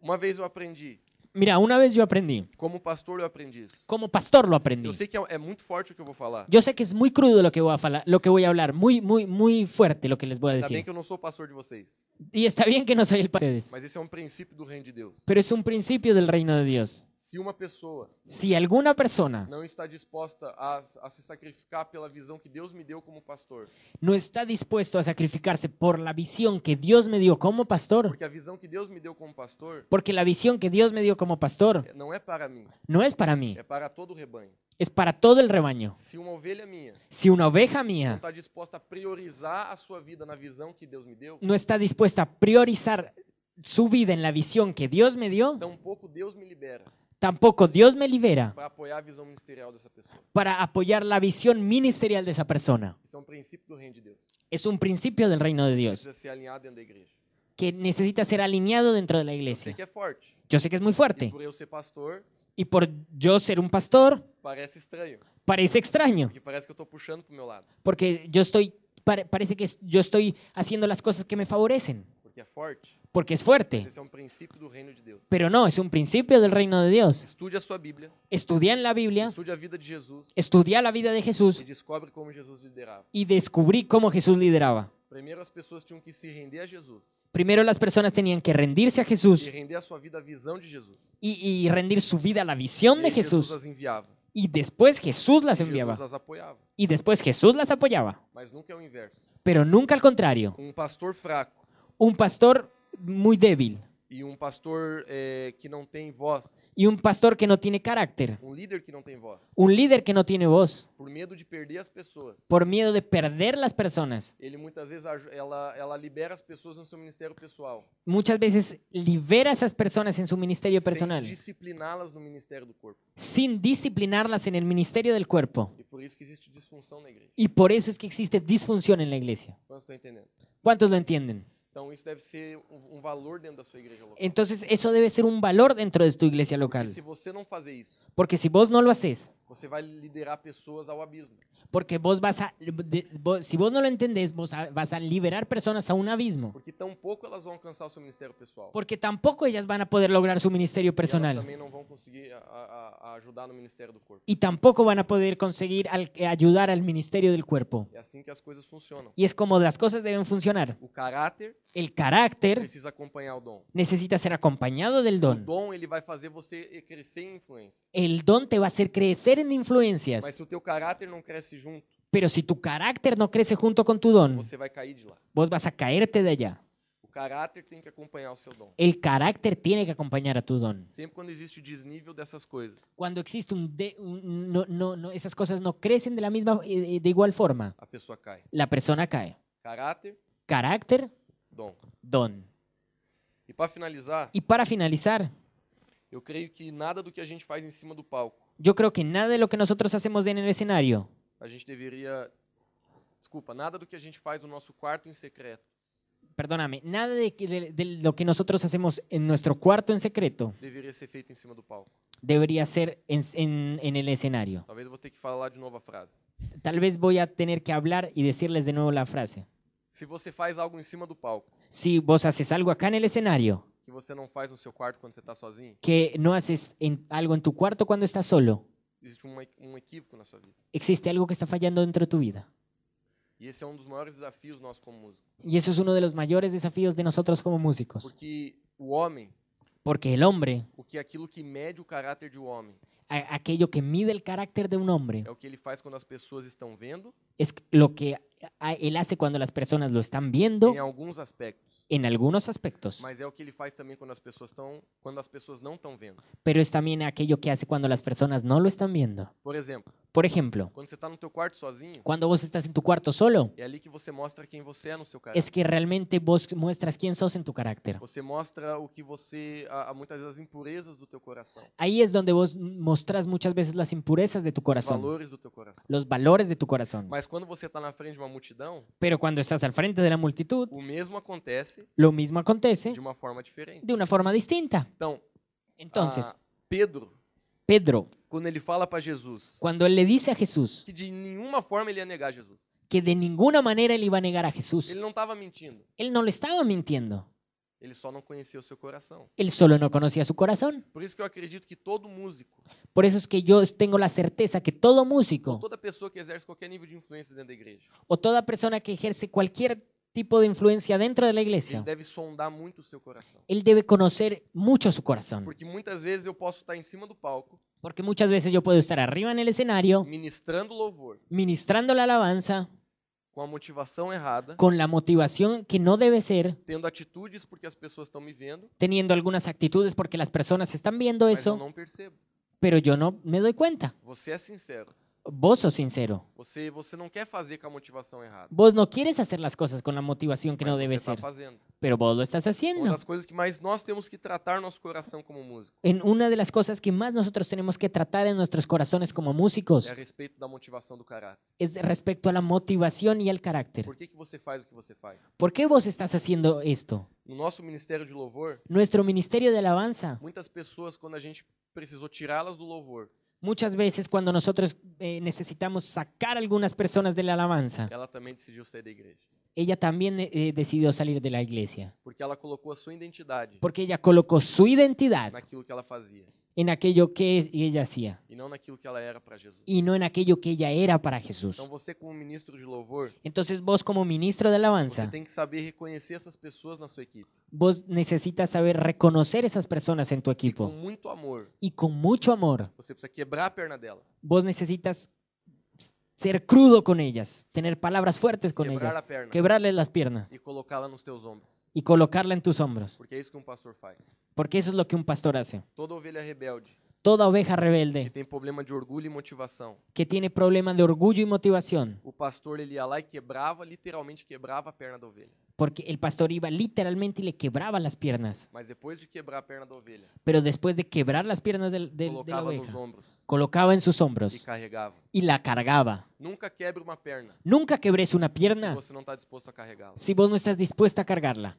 uma vez eu aprendi, Mira, una vez yo aprendí, como pastor eu aprendi isso. como pastor lo aprendí. Eu sei que é, é muito forte o que eu vou falar. Yo sé que es muy crudo lo que voy a, fala- lo que voy a hablar, muy, muy, muy fuerte lo que les voy a Ainda bem decir. que eu não sou o pastor de vocês. Y está bien que no soy el padre de ustedes, Mas esse é um princípio do reino de Deus. pero es un principio del reino de Dios. Se uma pessoa Si alguna persona não está disposta a, a se sacrificar pela visão que Deus me deu como pastor, no está dispuesto a sacrificarse por la visión que Dios me dio como pastor, porque a visão que Deus me deu como pastor Porque la visión que Dios me dio como pastor é- não é para mim, no es para mí, é para todo o rebanho. es para todo el rebaño. Se uma ovelha minha Si una oveja não mía está disposta a priorizar a sua vida na visão que Deus me deu, no está dispuesta a priorizar su vida en la visión que Dios me dio, tampouco Deus me libera tampoco Dios me libera para apoiar a visão ministerial dessa pessoa. para apoyar la visión ministerial de esa persona. Isso é um princípio do reino de Deus. Es un principio del reino de Dios Precisa ser alinhado dentro da igreja. que necesita ser alineado dentro de la Eu sei iglesia. que é forte. Yo sé que es muy E fuerte por eu ser pastor, y por yo ser un pastor parece estranho. parece extraño Porque parece que eu tô puxando pro meu lado. porque yo estoy pare- parece que es- yo estoy haciendo las cosas que me favorecen Porque é forte. porque es fuerte. Mas esse é um princípio do reino de Deus. Pero no, es un principio del reino de Dios. Estude a sua Bíblia, Estudia en la Biblia, estude a vida de Jesus estudia la vida de e Jesús descobre como Jesus liderava. y descubrí cómo Jesús lideraba. Primeiro as pessoas tinham que se render a Jesus Primero las personas tenían que rendirse a e Jesús render a sua vida à visão de Jesus. y, y rendir su vida a la E visión de aí Jesus Jesús. as enviava. Y después Jesús las e Jesus enviaba. as apoiava. Y después Jesús las apoyaba. Mas nunca é o inverso. Pero nunca al contrario. Um pastor fraco Un pastor muy débil e um pastor eh, que não tem voz, y un pastor que no tiene carácter. um líder que não tem voz, Un líder que no tiene voz por medo de perder as pessoas. por miedo de perder las personas. Ele muitas vezes aju- ela, ela libera as pessoas no seu ministério pessoal, Muchas veces libera a esas personas en su ministerio personal. sem discipliná-las no ministério do corpo. sin disciplinarlas en el ministerio del cuerpo. E por isso que existe disfunção na igreja. Y por eso es que existe disfunción en la iglesia. Quantos estão entendendo? ¿Cuántos lo entienden? Então isso deve ser um, um valor dentro da sua igreja local. Então, Entonces eso debe ser un valor dentro de tu iglesia Porque local. se você não fazer isso, Porque si vos no lo haces, você vai liderar pessoas ao abismo. Porque vos vas a, de- vos- si vos no lo entendés, vos a- vas a liberar personas a un abismo. Porque tão pouco elas vão alcançar o seu ministério pessoal. Porque tampoco ellas van a poder lograr su E ministerio elas personal. também não vão conseguir a- a- a ajudar no ministério do corpo. Y tampoco van a poder conseguir al- eh, ayudar al ministerio del cuerpo. É assim que as coisas funcionam. Y es como las cosas deben funcionar. O caráter El carácter precisa acompanhar o dom. necesita ser acompañado del O don. dom ele vai fazer você crescer em influência. El don te va a hacer crecer en Mas influencias. se o teu caráter não cresce junto, Pero si tu carácter no crece junto con tu don, você vai cair de lá. vos vas a caerte de allá. O caráter tem que acompanhar o seu dom. El carácter tiene que acompañar a tu don. Sempre quando existe o desnível dessas coisas, Cuando existe un... de- un- no, no, no, esas cosas no crecen de la misma, eh, eh, de igual forma. a pessoa cai. La persona cae. Caráter, Carácter, dom. don. E para finalizar, Y para finalizar, eu creio que nada do que a gente faz em cima do palco, yo creo que nada de lo que nosotros hacemos en el escenario, a gente deveria Desculpa, nada do que a gente faz no nosso quarto em secreto perdóname, nada de, que- de- de lo que nosotros hacemos en nuestro cuarto en secreto deveria ser feito em cima do palco. debería ser en, en- en el escenario. Talvez eu vou ter que falar de novo a frase. Tal vez voy a tener que hablar y decirles de nuevo la frase. Se você faz algo em cima do palco Si vos haces algo acá en el escenario que você não faz no seu quarto quando você está sozinho, que no haces en- algo en tu cuarto cuando estás solo, existe um, equ- um equívoco na sua vida. existe algo que está fallando dentro de tu vida. E esse é um dos maiores desafios nossos como músicos. Y eso es uno de los mayores desafíos de nosotros como músicos. Porque o homem, Porque el hombre, o que é aquilo que mede o caráter de um homem, a- aquello que mide el carácter de un hombre, é o que ele faz quando as pessoas estão vendo, es lo que a- él hace cuando las personas lo están viendo em alguns aspectos. en algunos aspectos, Mas é o que ele faz também quando as pessoas estão, quando as pessoas não estão vendo. pero es también aquello que hace cuando las personas no lo están viendo. Por exemplo, Por ejemplo, quando você está no teu quarto sozinho, cuando vos estás en tu cuarto solo, é ali que você mostra quem você é no seu caráter. es que realmente vos muestras quién sos en tu carácter. Você mostra o que você, a, a muitas vezes as impurezas do teu coração, Ahí es donde vos mostrás muchas veces las impurezas de tu os corazón, valores do teu coração. los valores de tu corazón. Mas quando você está na frente de uma multidão, Pero cuando estás al frente de la multitud, o mesmo acontece lo mismo acontece de uma forma diferente. de una forma distinta. Então, Entonces, ah, Pedro, Pedro, quando ele fala para Jesus cuando él le dice a Jesús que de nenhuma forma ele ia negar Jesus, que de ninguna manera él iba a negar a Jesús, ele não estava mentindo. Él no le estaba mintiendo. Ele só não conhecia o seu coração. Él solo no conocía su corazón. Por isso que eu acredito que todo músico, Por eso es que yo tengo la certeza que todo ou músico toda pessoa que exerce qualquer nível de influência dentro da igreja, o toda persona que ejerce cualquier tipo de influencia dentro de la ele iglesia, deve sondar muito o seu coração. él debe conocer mucho su corazón. Porque muitas vezes eu posso estar em cima do palco, Porque muchas veces yo puedo estar arriba en el escenario, ministrando louvor, ministrando la alabanza, com a motivación errada, con la motivación que no debe ser, tendo atitudes porque as pessoas estão me vendo, teniendo algunas actitudes porque las personas están viendo mas eu eso, não percebo. pero yo no me doy cuenta. Você é sincero. Vos sos sincero. Você, você não quer fazer com a motivación errada. Vos no quieres hacer las cosas con la motivación que mas no você debe está ser, fazendo. pero vos lo estás Uma haciendo. das coisas que mais nós temos que tratar nosso coração como músico en una de las cosas que más nosotros tenemos que tratar en nuestros corazones como é a músicos respeito da motivação do caráter. es respecto a la motivación y al carácter. Por que, que você faz o que você faz? ¿Por qué vos estás haciendo esto? No nosso ministério de louvor, Nuestro ministerio de alabanza, muitas pessoas, quando a gente precisou tirá-las do louvor, muchas veces cuando nosotros eh, necesitamos sacar a algunas personas de la alabanza, ela também decidiu sair da igreja. ella también eh, decidió salir de la iglesia, Porque ela colocou a sua identidade porque ella colocó su identidad naquilo que ela fazia en aquello que es- ella hacía e não naquilo que ela era para Jesus. y no en aquello que ella era para Jesús. Então você, como ministro de louvor, Entonces vos como ministro de alabanza, você tem que saber reconhecer essas pessoas na sua equipe. vos necesitas saber reconocer esas personas en tu E com equipo. muito amor, y con mucho amor, você precisa quebrar a perna delas, vos necesitas ser crudo con ellas, tener palabras fuertes con quebrar ellas, a perna quebrarles las piernas e colocá-la nos teus ombros. y colocarla en tus hombros, Porque é isso que um pastor faz. porque eso es lo que un pastor hace. Toda ovelha rebelde Toda oveja que rebelde tem problema de orgulho e motivação, que tiene problemas de orgullo y motivación, o pastor ele ia lá e quebrava, literalmente quebrava a perna da ovelha. porque el pastor iba literalmente y le quebraba las piernas, Mas depois de quebrar a perna da ovelha, pero después de quebrar las piernas del- del- de la colocava nos oveja, ombros colocaba en sus e hombros carregava. y la cargaba. Nunca quebre uma perna Nunca quebres una se pierna você não está disposto a carregá-la. si vos no estás dispuesta a cargarla.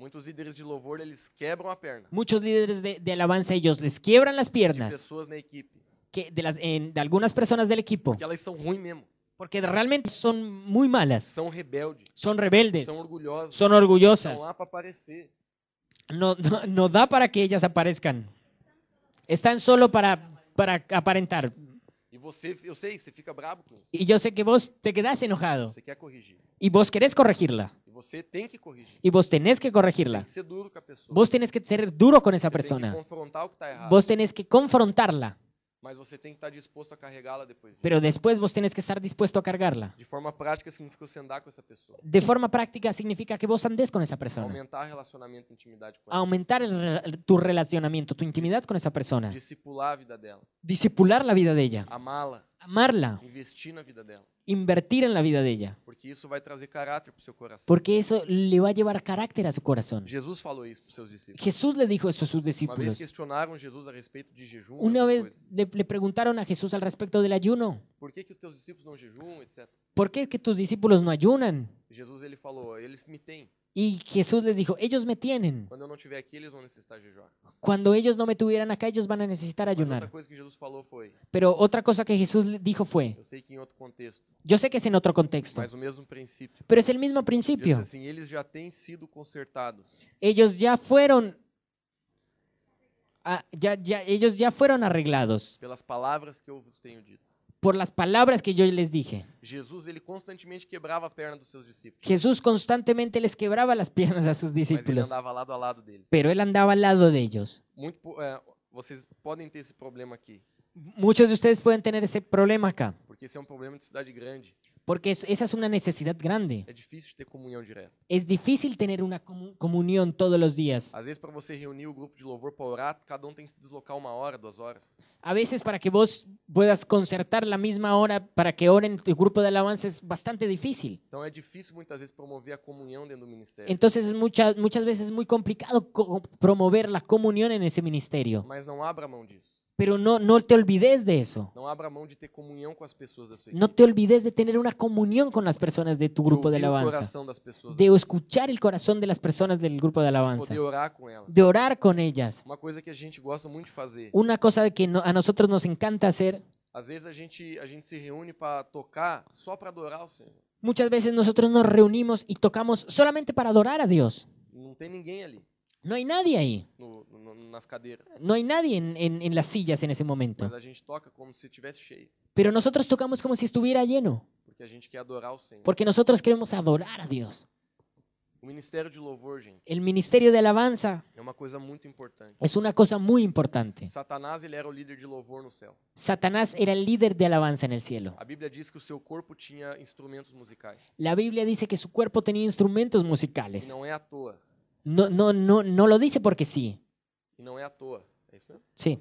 Muitos líderes de louvor eles quebram a perna Muchos líderes de, de alabanza ellos les quiebran las de piernas pessoas na equipe que de, las, en- de algunas personas del equipo, Porque elas são ruins mesmo. porque realmente son muy malas, São rebeldes. son rebeldes, São orgulhosas. son Estão orgullosas, lá pra aparecer. no, no, no da para que ellas aparezcan. Están solo para, para aparentar. E você, eu sei, você fica bravo com isso. Y yo sé que vos te quedás enojado Você quer corrigir. y vos querés corregirla E você tem que corrigir. y vos tenés que Tem corregirla. que ser duro com a pessoa. Vos tenés que ser duro con esa Você Tem que persona. confrontar o que tá errado. Vos tenés que confrontarla, Mas você tem que estar disposto a carregá-la depois disso. pero después vos tenés que estar dispuesto a cargarla. De forma prática, significa você andar com esa pessoa. De forma práctica significa que vos andes con esa persona. Aumentar relacionamento e intimidade com ela. Aumentar el re- tu relacionamiento, tu intimidad con esa persona. Discipular a vida dela. Disipular la vida de ella. Amá-la. Amarla. Investir na vida dela. Invertir en la vida de ella. Porque isso vai trazer caráter pro seu coração. Porque eso le va a llevar carácter a su corazón. Jesus falou isso pros seus discípulos. Jesús le dijo eso a sus Uma vez discípulos. questionaram Jesus a respeito de jejum. e Una outras vez coisas. le, le preguntaron a Jesús al respecto del ayuno. Por que, que os teus discípulos não jejuam, etc. ¿Por qué es que tus discípulos no ayunan? Jesus ele falou, eles me têm. Y Jesús les dijo, ellos me tienen. Quando eu não estiver aqui, eles vão necessitar jejuar. Cuando ellos no me tuvieran acá, ellos van a necesitar Mas outra ayunar. coisa que Jesus falou foi, Pero otra cosa que Jesús le dijo fue, eu sei que em outro contexto, yo sé que es en otro contexto, mas o mesmo princípio. pero es el mismo Jesus principio. disse assim, eles já têm sido consertados. ellos ya fueron ah, ya, ya- ellos ya fueron arreglados pelas palavras que eu vos tenho dito. por las palabras que yo les dije. Jesus ele constantemente quebrava a perna dos seus discípulos, Jesús constantemente les quebraba las <laughs> piernas a mas sus ele discípulos, andava lado a lado deles. pero él andaba al lado de ellos. Muito, po- é, vocês podem ter esse problema aqui, Muchos de ustedes pueden tener ese problema acá, porque esse é um problema de cidade grande. porque es- esa es una necesidad grande. É difícil de ter comunhão direta. Es difícil tener una comu- comunión todos los días. Às vezes para você reunir o grupo de louvor para orar, cada um tem que se deslocar uma hora, duas horas. A veces para que vos puedas concertar la misma hora para que oren tu grupo de alabanza es bastante difícil. Então é difícil muitas vezes promover a comunhão dentro do ministério. Entonces es muchas, muchas veces es muy complicado co- promover la comunión en ese ministerio. Mas não abra mão disso. Pero no, no te olvides de eso. Não abra mão de ter comunhão com as pessoas da sua No igreja. te olvides de tener una comunión con las personas de tu grupo de ouvir o alabanza. coração das pessoas, da De escuchar el corazón de las personas del grupo de sua igreja, alabanza. poder orar com elas. De orar con ellas. Uma coisa que a gente gosta muito de fazer. Una cosa que no- a nosotros nos encanta hacer. Às vezes a gente, a gente se reúne para tocar só para adorar o Senhor. Muchas veces nosotros nos reunimos y tocamos solamente para adorar a Dios. Não tem ninguém ali No hay nadie ahí. no, no- no- nas cadeiras. No hay nadie en, en- en las sillas en ese momento. Mas a gente toca como se estivesse cheio. Pero nosotros tocamos como si estuviera lleno. Porque a gente quer adorar o Senhor. Porque nosotros queremos adorar a Dios. O ministério de louvor, gente, El ministerio de alabanza é uma coisa muito importante. es una cosa muy importante. Satanás, ele era o líder de louvor no céu. Satanás era el líder de alabanza en el cielo. A Bíblia diz que o seu corpo tinha instrumentos musicais. La Biblia dice que su cuerpo tenía instrumentos E musicales. não é à toa. No, no, no, no lo dice porque sí. E não é à toa. É isso mesmo? Sí.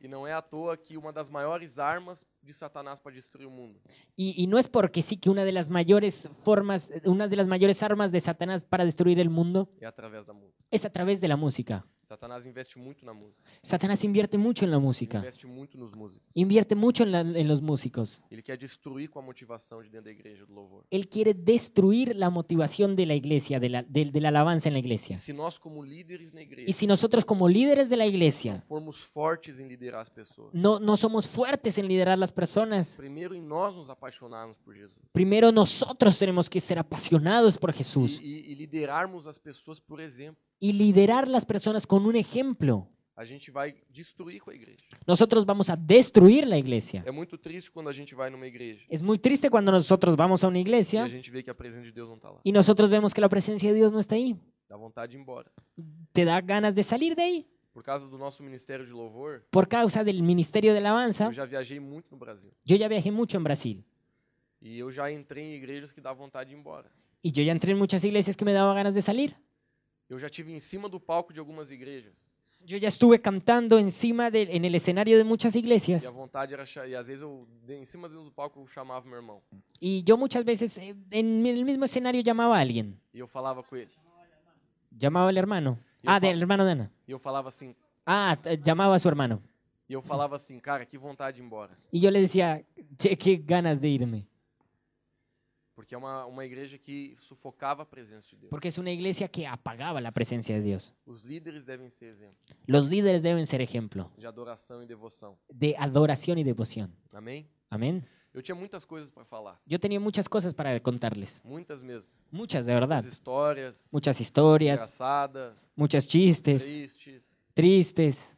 E não é à toa que uma das maiores armas de Satanás para destruir o mundo Y, y no es porque sí que una de las mayores formas, una de las mayores armas de Satanás para destruir el mundo é através da música. es a través de la música. Satanás investe muito na música. Satanás invierte mucho en la Ele música. investe muito nos músicos. Invierte mucho en, la- en los músicos. Ele quer destruir com a motivação de dentro da igreja do louvor. Él quiere destruir la motivación de la iglesia, de la, del- de la alabanza en la E iglesia. se nós, como líderes na igreja, Y si nosotros como líderes de la iglesia formos fortes em liderar as pessoas, no, no somos fuertes en liderar las personas. primeiro em nós nos apaixonarmos por Jesus Primero nosotros tenemos que ser apasionados por e, Jesús e- e liderarmos as pessoas por exemplo, y liderar las personas con un ejemplo. a gente vai destruir com a igreja. Nosotros vamos a destruir la iglesia. É muito triste quando a gente vai numa igreja Es muy triste cuando nosotros vamos a una e a iglesia gente vê que a presença de Deus não está lá. y nosotros vemos que la presencia de Dios no está ahí. Dá vontade de ir embora. Te da ganas de salir de ahí. Por causa do nosso ministério de louvor, Por causa del ministerio de alabanza, eu já viajei muito no Brasil yo ya viajé mucho en Brasil e eu já entrei em igrejas que dá vontade de ir embora. y yo ya entré en muchas iglesias que me daba ganas de salir. Eu já tive em cima do palco de algumas igrejas Yo ya estuve cantando encima de, en el escenario de muchas E a iglesias vontade era. cha- E às vezes eu, de- em cima do palco, eu chamava meu irmão. y yo muchas veces eh, en el mismo escenario llamaba a alguien. E eu falava com ele. Llamaba al hermano. Y Ah, opa. del hermano de Ana. E eu falava assim. Ah, t- llamaba a su hermano. E eu falava assim, cara, que vontade de ir embora. Y yo le decía, che, qué ganas de irme. Porque é uma, uma igreja que sufocava a presença de Deus. porque es una iglesia que apagaba la presencia de Dios. Os líderes devem ser exemplo Los líderes deben ser ejemplo de adoração e devoção. de adoración y devoción. Amém? Amén. Eu tinha muitas coisas para falar. Yo tenía muchas cosas para contarles, Muitas mesmo. muchas de verdad, Muitas histórias, muchas historias, engraçadas, muchos chistes, tristes. tristes,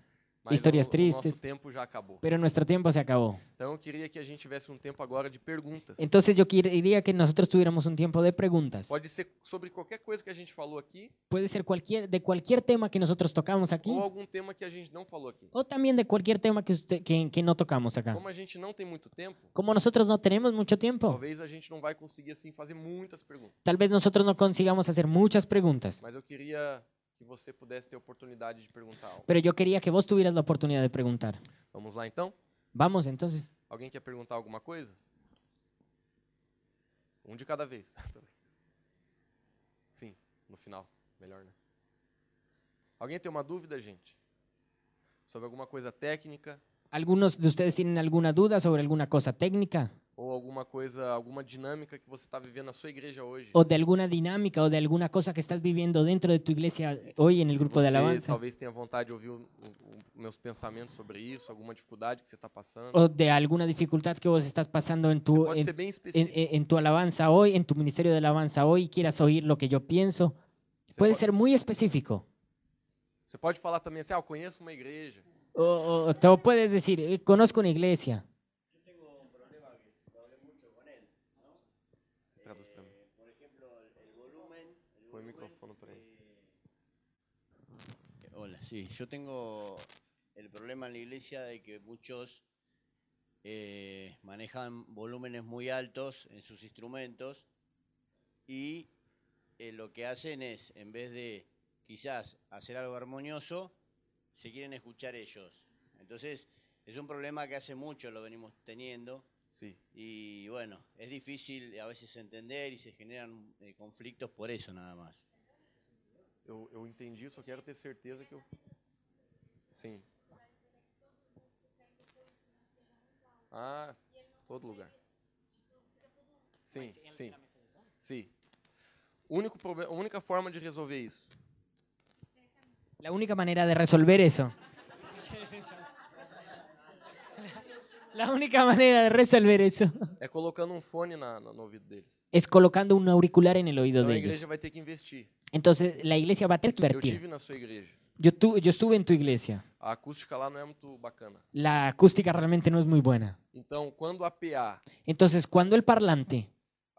Mas Histórias o, O tristes. nosso tempo já acabou. pero nuestro tiempo se acabó. Então eu queria que a gente tivesse um tempo agora de perguntas. Entonces yo quería que nosotros tuviéramos un tiempo de preguntas. Pode ser sobre qualquer coisa que a gente falou aqui Puede ser cualquier, de cualquier tema que nosotros tocamos aquí ou algum tema que a gente não falou aqui. o también de cualquier tema que, usted- que, que no tocamos acá. Como a gente não tem muito tempo, Como nosotros no tenemos mucho tiempo, talvez a gente não vai conseguir assim fazer muitas perguntas. tal vez nosotros no consigamos hacer muchas preguntas, Mas eu queria que você pudesse ter a oportunidade de perguntar algo. pero yo quería que vos tuvieras la oportunidad de preguntar. Vamos lá então? Vamos entonces. Alguém quer perguntar alguma coisa? Um de cada vez. <laughs> tá? Tá bem. Sim, no final. Melhor, né? Alguém tem uma dúvida, gente? Sobre alguma coisa técnica ¿Algunos de ustedes tienen alguna duda sobre alguna cosa técnica ou alguma coisa, alguma dinâmica que você está vivendo na sua igreja hoje? o de alguna dinámica o de alguna cosa que estás viviendo dentro de tu iglesia hoy en el grupo de Você alabanza? talvez tenha vontade de ouvir o- o- o- meus pensamentos sobre isso, alguma dificuldade que você está passando. ¿O de alguna dificultad que vos estás pasando en Você tu, pode en- ser bem en, específico. en- en tu alabanza hoy, en tu ministerio de alabanza hoy, quieras oír lo que yo pienso. Você Puede pode- ser muy específico. Você pode falar também assim, ah, eu conheço uma igreja. O, o- o te puedes decir, "Eh, conozco una iglesia. Você traduz pra mí. Por ejemplo, el, el volumen. el Pon el volumen, micrófono por ahí. eh, Hola, sí, yo tengo el problema en la iglesia de que muchos eh, manejan volúmenes muy altos en sus instrumentos y eh, lo que hacen es, en vez de quizás hacer algo armonioso, se quieren escuchar ellos. Entonces, es un problema que hace mucho lo venimos teniendo. Sim. Y bueno, es difícil a veces entender y se generan eh, conflictos por eso nada más. Eu, eu entendi, eu só quero ter certeza que eu. Sim. Ah, todo lugar. Sim, sim, sim. Único proble- a única forma de resolver isso La única manera de resolver eso. <laughs> La única manera de resolver eso é colocando um fone na, na- no ouvido deles. es colocando un auricular en el oído Então a de igreja ellos. vai ter que investir. Entonces la iglesia va a tener que Eu invertir. tive na sua igreja. Yo, tu- yo estuve en tu iglesia. A acústica lá não é muito bacana. La acústica realmente no es muy buena. Então, quando a PA, Entonces, cuando el parlante...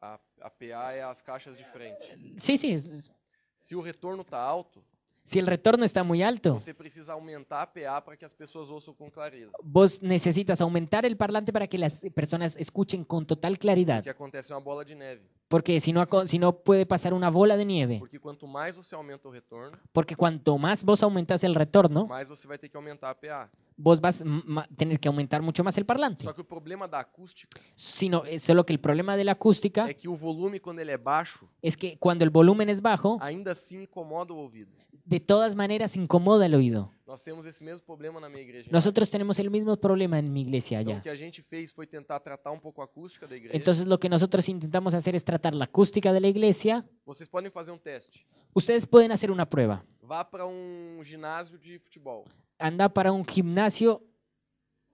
a, a PA é as caixas de frente. Sí, sí, es- es- Se o retorno tá alto, si el retorno está muy alto, Você precisa aumentar a PA para que as pessoas ouçam com clareza. vos necesitas aumentar el parlante para que las personas escuchen con total claridad, Porque acontece uma bola de neve. porque si no, aco- si no puede pasar una bola de nieve, Porque quanto mais você aumenta o retorno, porque cuanto más vos aumentas el retorno, mais você vai ter que aumentar a PA. vos vas a tener que aumentar mucho más el parlante. Só que o problema da acústica Sino, eh, solo que el problema de la acústica é que o volume, quando ele é baixo, es que cuando el volumen es bajo, ainda assim incomoda o ouvido. de todas maneras incomoda el oído. Nós temos esse mesmo problema na minha igreja. Nosotros tenemos el mismo problema en mi iglesia Então, o allá. que a gente fez foi tentar tratar um pouco a acústica da igreja. Entonces lo que nosotros intentamos hacer es tratar la acústica de la iglesia. Vocês podem fazer um teste. Ustedes pueden hacer una prueba. Vá para um ginásio de futebol. Anda para un gimnasio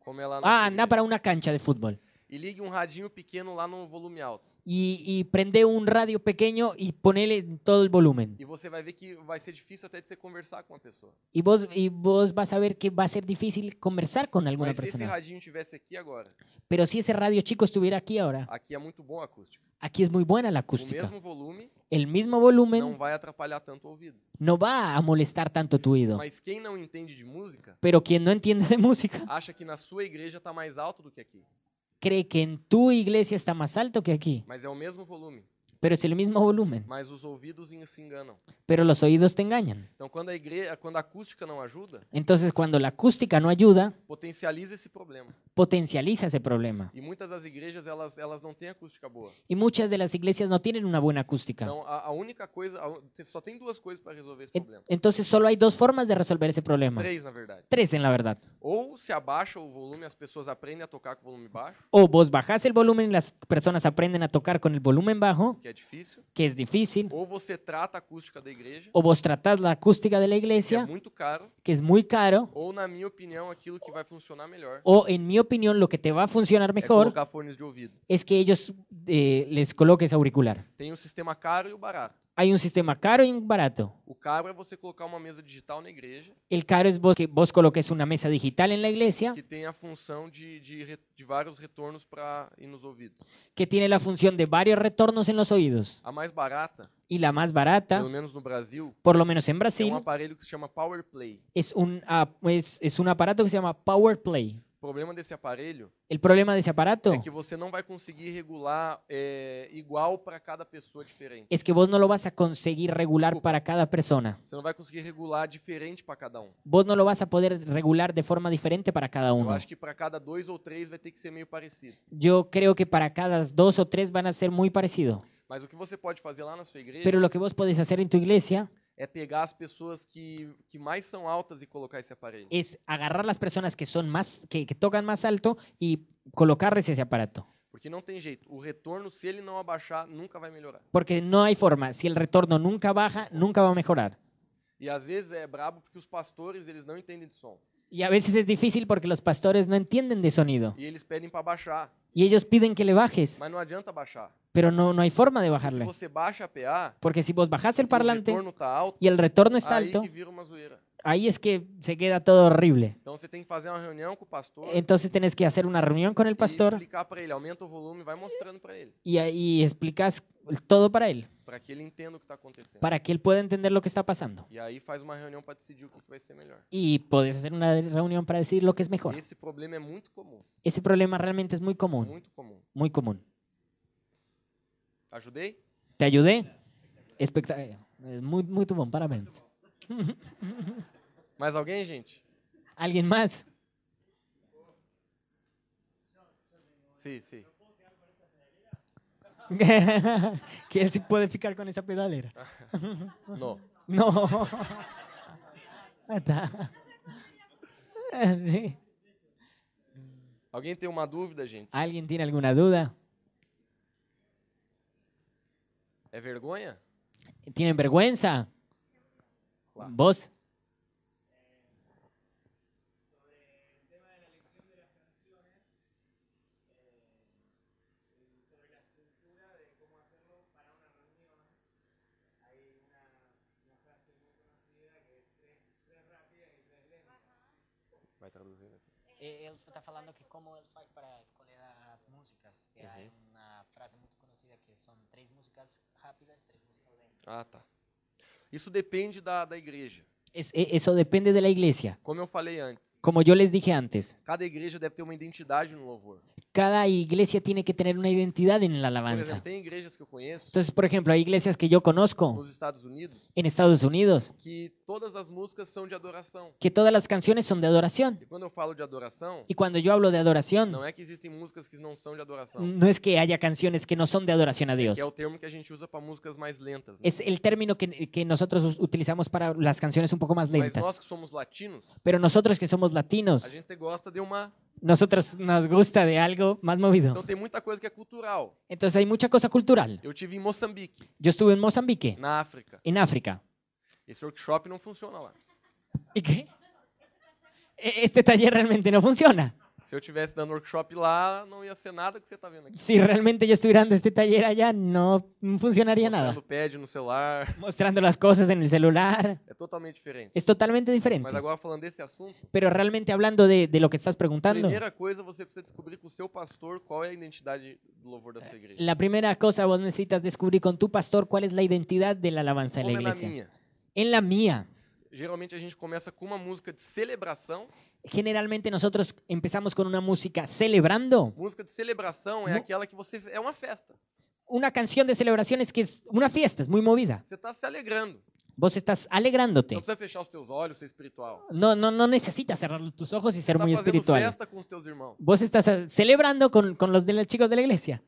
Como é lá na Ah, sua anda igreja. para una cancha de fútbol E ligue um radinho pequeno lá no volume alto. y, y prende un radio pequeño y ponele todo el volumen. E você vai ver que vai ser difícil até de você conversar com a pessoa. Y vos, y vos vas a ver que va a ser difícil conversar con alguna Mas se esse persona. radinho tivesse aqui agora, Pero si ese radio chico estuviera aquí ahora, aqui é muito bom a acústica. aquí es muy buena la O acústica. mesmo volume El mismo não volumen vai atrapalhar tanto o ouvido. no va a molestar tanto tu oído. Mas quem não entende de música, Pero quien no entiende de música acha que na sua igreja tá mais alto do que aqui. cree que en tu iglesia está más alto que aquí, Mas é o mesmo volume. pero es el mismo volumen, mas os ouvidos en- se enganam. pero los oídos te engañan. Então, quando a igreja, quando a acústica não ajuda, Entonces, cuando la acústica no ayuda, potencializa esse problema. potencializa ese problema. E muitas das igrejas elas, elas não têm acústica boa. Y muchas de las iglesias no tienen una buena acústica. Então, a, a única coisa, a un- só tem duas coisas para resolver esse En- problema. Entonces, solo hay dos formas de resolver ese problema. Três, na verdade. Tres, en la verdad. Ou se abaixa o volume, as pessoas aprendem a tocar com o volume baixo, O vos bajás el volumen y las personas aprenden a tocar con el volumen bajo, que é difícil. que es difícil. Ou você trata a acústica da igreja, O vos tratás la acústica de la que é iglesia, muito caro. que es muy caro. Ou, na minha opinião, aquilo que vai funcionar melhor O, en mi opinión, lo que te va a funcionar é mejor colocar fones de ouvido. es que ellos eh, les coloques auricular. Tem o sistema caro e o barato. Hay un sistema caro y un barato. O caro é você colocar uma mesa digital na igreja El caro es vos, que vos coloques una mesa digital en la iglesia que tem a função de, de, re- de vários retornos para ir nos ouvidos. que tiene la función de varios retornos en los oídos. A mais barata, Y la más barata, pelo menos no Brasil, por lo menos en é Brasil, um aparelho que se chama Power Play. es un, ah, es, es un aparato que se llama Power Play. O problema desse aparelho El problema de ese aparato é que você não vai conseguir regular é, igual para cada pessoa diferente. es que vos no lo vas a conseguir regular Disculpa. para cada persona. Você não vai conseguir regular diferente para cada um. Vos no lo vas a poder regular de forma diferente para cada Eu uno. acho que para cada dois ou três vai ter que ser meio parecido. Yo creo que para cada dos o tres van a ser muy parecido. Mas o que você pode fazer lá na sua igreja Pero lo que vos podés hacer en tu iglesia é pegar as pessoas que, que mais são altas e colocar esse aparelho. es agarrar las personas que son más, que, que tocan más alto y colocarles ese aparato. Porque não tem jeito. O retorno, se ele não abaixar, nunca vai melhorar. Porque no hay forma. Si el retorno nunca baja, nunca va a mejorar. E às vezes é brabo porque os pastores eles não entendem de som. Y a veces es difícil porque los pastores no entienden de sonido. E eles pedem para baixar, Y ellos piden que le bajes, mas não adianta baixar. pero no, no hay forma de Porque se bajarle. você baixa a PA, Porque si vos bajás el e o parlante retorno tá alto, y el retorno está então. aí alto, que vira uma zoeira. ahí es que se queda todo horrible. Então você tem que fazer uma reunião com o pastor, Entonces tenés que hacer una reunión con el e pastor explicar para ele, aumenta o volume, vai mostrando para ele, y ahí explicás todo para él, para que ele entenda o que tá acontecendo. para que él pueda entender lo que está pasando. E aí faz uma reunião para decidir o que que vai ser melhor. Y podés hacer una reunión para decir lo que es mejor. Esse problema é muito comum, Ese problema realmente es muy común, muito comum. muy común. Ajudei? ¿Te ayudé? Especta- eh, Muy, muy bom, parabéns. Mais alguém, gente? ¿Alguien más? <laughs> Sim, sim. que se puede ficar con esa pedalera. Não. No. <laughs> Ah, tá. Ah, sí. Alguém tem uma dúvida, gente? ¿Alguien tiene alguna duda? É vergonha? ¿Tienen vergüenza? Claro. ¿Vos? Vai traduzir aqui. Eh, Él está hablando que cómo él faz para escolher las músicas. que hay una frase muy conocida que son tres músicas rápidas, tres músicas lentas. Ah, tá. Isso depende da, da igreja. e, eso depende de la iglesia. Como eu falei antes, Como yo les dije antes, cada igreja deve ter uma identidade no louvor. cada iglesia tiene que tener una identidad en Por la alabanza. exemplo, tem igrejas que eu conheço Entonces, por ejemplo, hay iglesias que yo conozco nos Estados Unidos en Estados Unidos que todas as músicas são de adoração. que todas las canciones son de adoración. E quando eu falo de adoração, Y cuando yo hablo de adoración, não é que existem músicas que não são de adoração, no es que haya canciones que no son de adoración a Dios. que é o termo que a gente usa para músicas mais lentas. né? Es el término que, que nosotros us- utilizamos para las canciones un poco más Mas nós lentas. que somos latinos, Pero nosotros que somos a latinos, gente gosta de uma. nosotros nos gusta de algo más movido. Então tem muita coisa que é cultural. Entonces hay mucha cosa cultural. Eu tive em Moçambique, Yo estuve en Mozambique, na África. en África. Esse workshop não funciona lá. ¿Y qué? E- Este taller realmente no funciona. Se eu tivesse dando workshop lá, não ia ser nada que você tá vendo aqui. Si realmente yo estuviera dando este taller allá, no funcionaría Mostrando nada. o pad no celular. Mostrando las cosas en el celular. É totalmente diferente. Es totalmente diferente. Mas agora falando desse assunto, Pero realmente hablando de, de lo que estás preguntando, primeira coisa você precisa descobrir com o seu pastor qual é a identidade do louvor da sua igreja. la primera cosa vos necesitas descubrir con tu pastor cuál es la identidad de la alabanza de Como la é na iglesia. minha. En la mía, Geralmente a gente começa com uma música de celebração. generalmente nosotros empezamos con una música celebrando. Música de celebração é Mu- aquela que você é uma festa. una canción de celebraciones que es una fiesta, es muy movida. Você está se alegrando. Vos estás Não alegrándote. precisa fechar os teus olhos, ser espiritual. No, no, no necesitas cerrar tus ojos y Você ser está pues, muy fazendo espiritual. festa com os teus irmãos. Vos estás ah, celebrando con, con los de los chicos de la iglesia.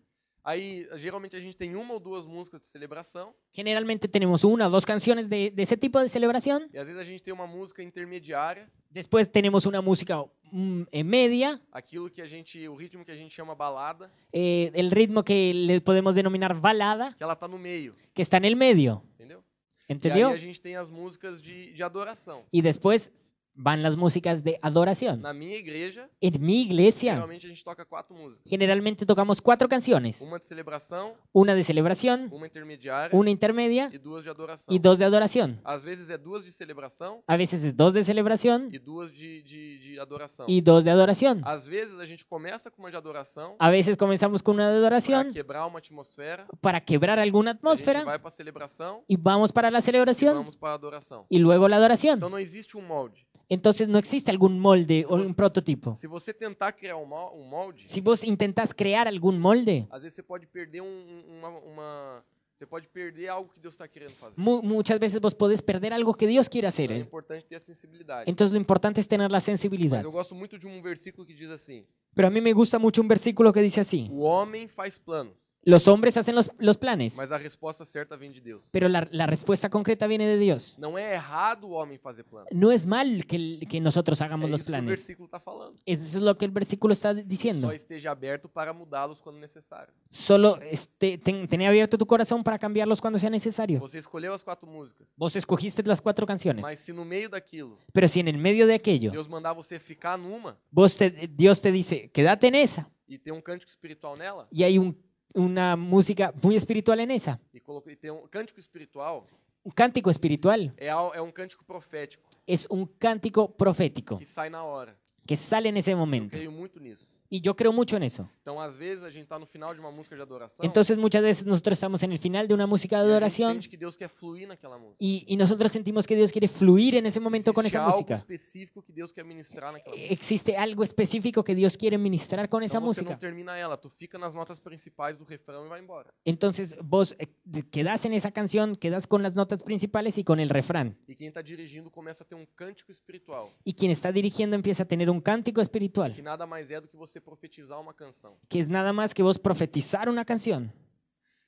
Aí, geralmente, a gente tem uma ou duas músicas de celebração. Generalmente tenemos una o dos canciones de, de ese tipo de celebración. E às vezes a gente tem uma música intermediária. Después tenemos una música mm, eh, media, Aquilo que a gente. O ritmo que a gente chama balada. eh, el ritmo que le podemos denominar balada, Que ela tá no meio. que está en el medio. Entendeu? E ¿Entendió? aí a gente tem as músicas de, de adoração. Y después van las músicas de adoración. Na minha igreja, En mi iglesia geralmente a gente toca quatro músicas. generalmente tocamos cuatro canciones. Uma de celebração, Una de celebración, uma intermediária una intermedia e duas de adoração. y dos de adoración. Às vezes é duas de celebração A veces es dos de celebración e duas de, de, de adoração. y dos de adoración. Às vezes a gente começa com uma de adoração A veces comenzamos con una de para adoración quebrar uma atmosfera. para quebrar alguna A gente atmósfera vai para celebração y vamos para la e celebración vamos para adoración. y luego la Então adoración. não existe um molde. Entonces no existe algún molde o vos- un prototipo. Se você tentar criar um mo- um molde, Si vos intentás crear algún molde, às vezes você pode perder um- um- uma, uma- você pode perder algo que Deus está querendo fazer. mu- muchas veces vos podés perder algo que Dios quiere hacer. Então é eh. importante ter a sensibilidade. Entonces lo importante es tener la Mas sensibilidad. eu gosto muito de um versículo que diz assim: Pero a mí me gusta mucho un versículo que dice así. O homem faz planos, Los hombres hacen los, los planes, mas a resposta certa vem de Deus. pero la, la respuesta concreta viene de Dios. Não é errado o homem fazer planos. No es mal que, el- que nosotros hagamos É los isso que o planes. versículo está falando. Eso es lo que el versículo está diciendo. Só esteja aberto para mudá-los quando necessário. Solo este, ten, tené abierto tu corazón para cambiarlos cuando sea necesario. Você escolheu as quatro músicas, Vos escogiste las cuatro canciones, mas se no meio daquilo pero si en el medio de aquello Deus mandar você ficar numa vos te- Dios te dice, quédate en esa, e ter um cântico espiritual nela y hay un- una música muy espiritual en esa, e, colocar- e ter um cântico espiritual un cántico espiritual, é, al- é um cântico profético es un cántico profético que sai na hora. que sale en ese Eu momento. creio muito nisso. Y yo creo mucho en eso. Então, às vezes a gente está no final de uma música de adoração Entonces muchas veces nosotros estamos en el final de una música e de a gente adoración sente que Deus quer fluir naquela música. y, y nosotros sentimos que Dios quiere fluir en ese momento con Existe esa algo música. É, específico que Deus quer ministrar naquela música. Existe algo específico que Dios quiere ministrar con esa então, você música. não termina ela, tu fica nas notas principais do refrão e vai embora. Entonces vos eh, te quedás en esa canción, quedás con las notas principales y con el refrán. E quem está dirigindo começa a ter um cântico espiritual, Y quien está dirigiendo empieza a tener un cántico que espiritual, nada mais é do que você profetizar uma canção. que es nada más que vos profetizar una canción.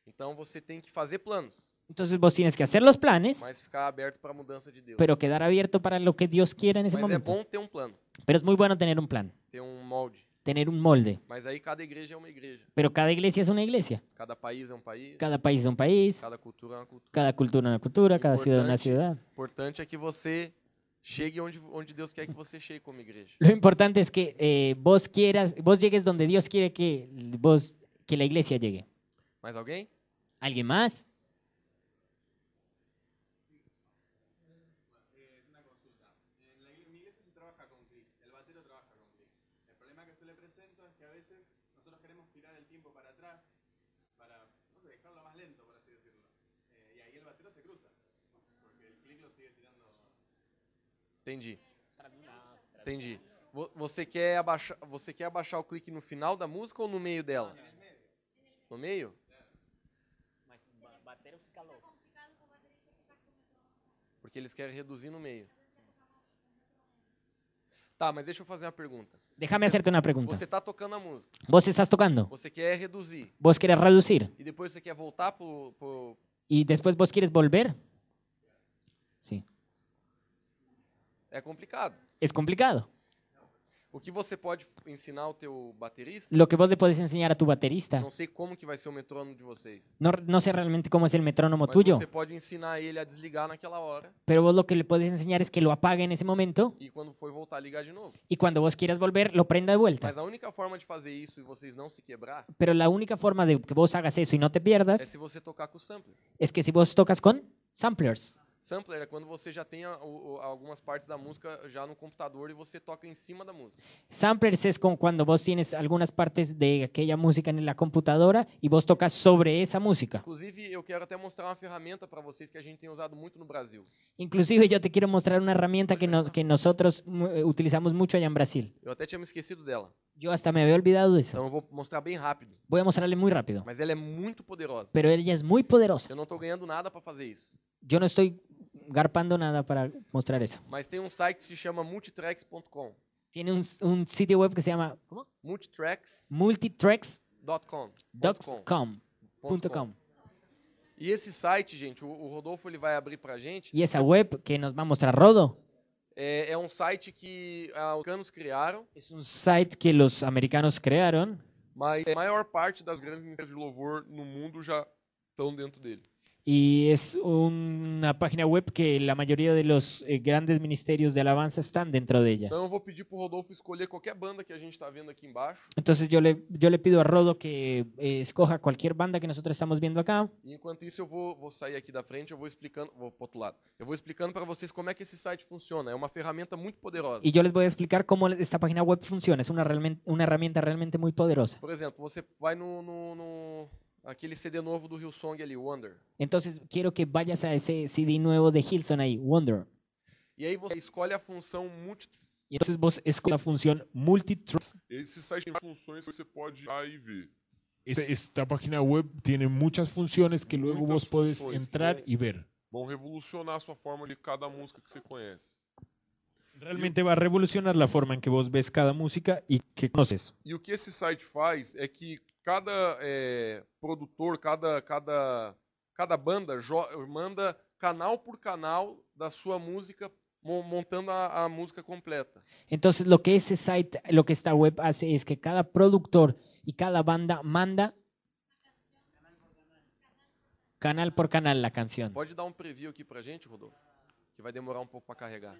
Então, você tem que fazer planos, Entonces vos tienes que hacer los planes, mas ficar aberto para a mudança de Deus. pero quedar abierto para lo que Dios quiera en ese mas é momento. bom ter um plano, Pero es muy bueno tener un plan, ter um molde. tener un molde. Mas aí cada igreja é uma igreja, Pero cada iglesia es una iglesia, cada país é um país, cada país es un país, cada cultura é uma cultura. cada cultura una cultura, cada ciudad una Importante. ciudad. O importante é que você chegue onde, onde Deus quer que você chegue como igreja. Lo importante es que eh, vos quieras, vos llegues donde Dios quiere que vos, que la iglesia llegue. Mais alguém? ¿Alguien más? Eh, una consulta. En la, igle- mi iglesia se trabaja con clic, el batero trabaja con clic. El problema que se le presenta es que a veces nosotros queremos tirar el tiempo para atrás, para no sé, dejarlo más lento, por así decirlo. Eh, y ahí el batero se cruza, porque el clic lo sigue tirando. Entendi. Entendi. Vo- Você quer, abaixar, você quer abaixar o clique no final da música ou no meio dela? No meio? Porque eles querem reduzir no meio. Tá, mas deixa eu fazer uma pergunta. Déjame Você- hacerte una pregunta. Você tá tocando a música, Vos estás tocando, você quer reduzir, vos querés reducir e depois você quer voltar pro, pro- y después vos quieres volver. Sí. É complicado. Es complicado. O que você pode ensinar o teu baterista, Lo que vos le podés enseñar a tu baterista. não sei como que vai ser o metrônomo de vocês. No, no sé realmente cómo es el metrónomo Mas tuyo, você pode ensinar ele a desligar naquela hora pero vos lo que le podés enseñar es que lo apague en ese momento e quando for voltar ligar de novo. y cuando vos quieras volver lo prenda de vuelta. Mas a única forma de fazer isso e vocês não se quebrar Pero la única forma de que vos hagas eso y no te é pierdas se você tocar com o sampler. es que si vos tocas con samplers. Sampler é quando você já tem a- o- o- algumas partes da música já no computador e você toca em cima da música. Samplers es con cuando vos tienes algunas partes de aquella música en la computadora y vos tocas sobre esa música. Inclusive, eu quero até mostrar uma ferramenta para vocês que a gente tem usado muito no Brasil. Inclusive yo te quiero mostrar una herramienta que, no- que nosotros mu- eh, utilizamos mucho allá en Brasil. Eu até tinha me esquecido dela. Yo hasta me había olvidado de eso. Então eu vou mostrar bem rápido. Voy a mostrarle muy rápido. Mas ela é muito poderosa. Pero ella es muy poderosa. Eu não estou ganhando nada para fazer isso. Yo no estoy garpando nada para mostrar eso. Mas tem um site que se chama multitracks.com. Tiene un, un sitio web que se llama ¿cómo? Multitracks.com. multitracks.com. Ponto com. .com. E esse site, gente, o, o Rodolfo ele vai abrir pra gente. Y esa web que nos va a mostrar Rodo É, é um site que ah, os canos criaron, es un site que los americanos crearon mas a maior parte das grandes ministérios de louvor no mundo já estão dentro dele. y es una página web que la mayoría de los eh, grandes ministerios de alabanza están dentro de ella. Então eu vou pedir pro Rodolfo escolher qualquer banda que a gente tá vendo aqui embaixo. Entonces yo le, yo le pido a Rodo que eh, escoja cualquier banda que nosotros estamos viendo acá. E enquanto isso eu vou, vou sair aqui da frente, eu vou explicando, vou pro outro lado. Eu vou explicando para vocês como é que esse site funciona. É uma ferramenta muito poderosa. Y yo les voy a explicar cómo esta página web funciona. Es una, realmen- una herramienta realmente muy poderosa. Por exemplo, você vai no, no, no- aquele CD novo do Hillsong ali, Wonder. Entonces quiero que vayas a ese CD nuevo de Hilson ahí, Wonder. E aí você escolhe a função multi. Y entonces vos escoges la función multitracks. Esse site tem funções que você pode ir lá e ver. Esta, página web tiene muchas funciones que luego Muchas vos podés funciones, entrar claro. y ver. Vão revolucionar a sua forma de cada música que você conhece. Realmente va a revolucionar la forma en que vos ves cada música y que conoces. E o que esse site faz é que cada eh, produtor, cada, cada, cada banda jo- manda canal por canal da sua música, mo- montando a, a música completa. Entonces lo que ese site, lo que esta web hace es que cada productor y cada banda manda canal por canal la canción. Pode dar um preview aqui pra gente, Rodolfo? Que vai demorar um pouco para carregar.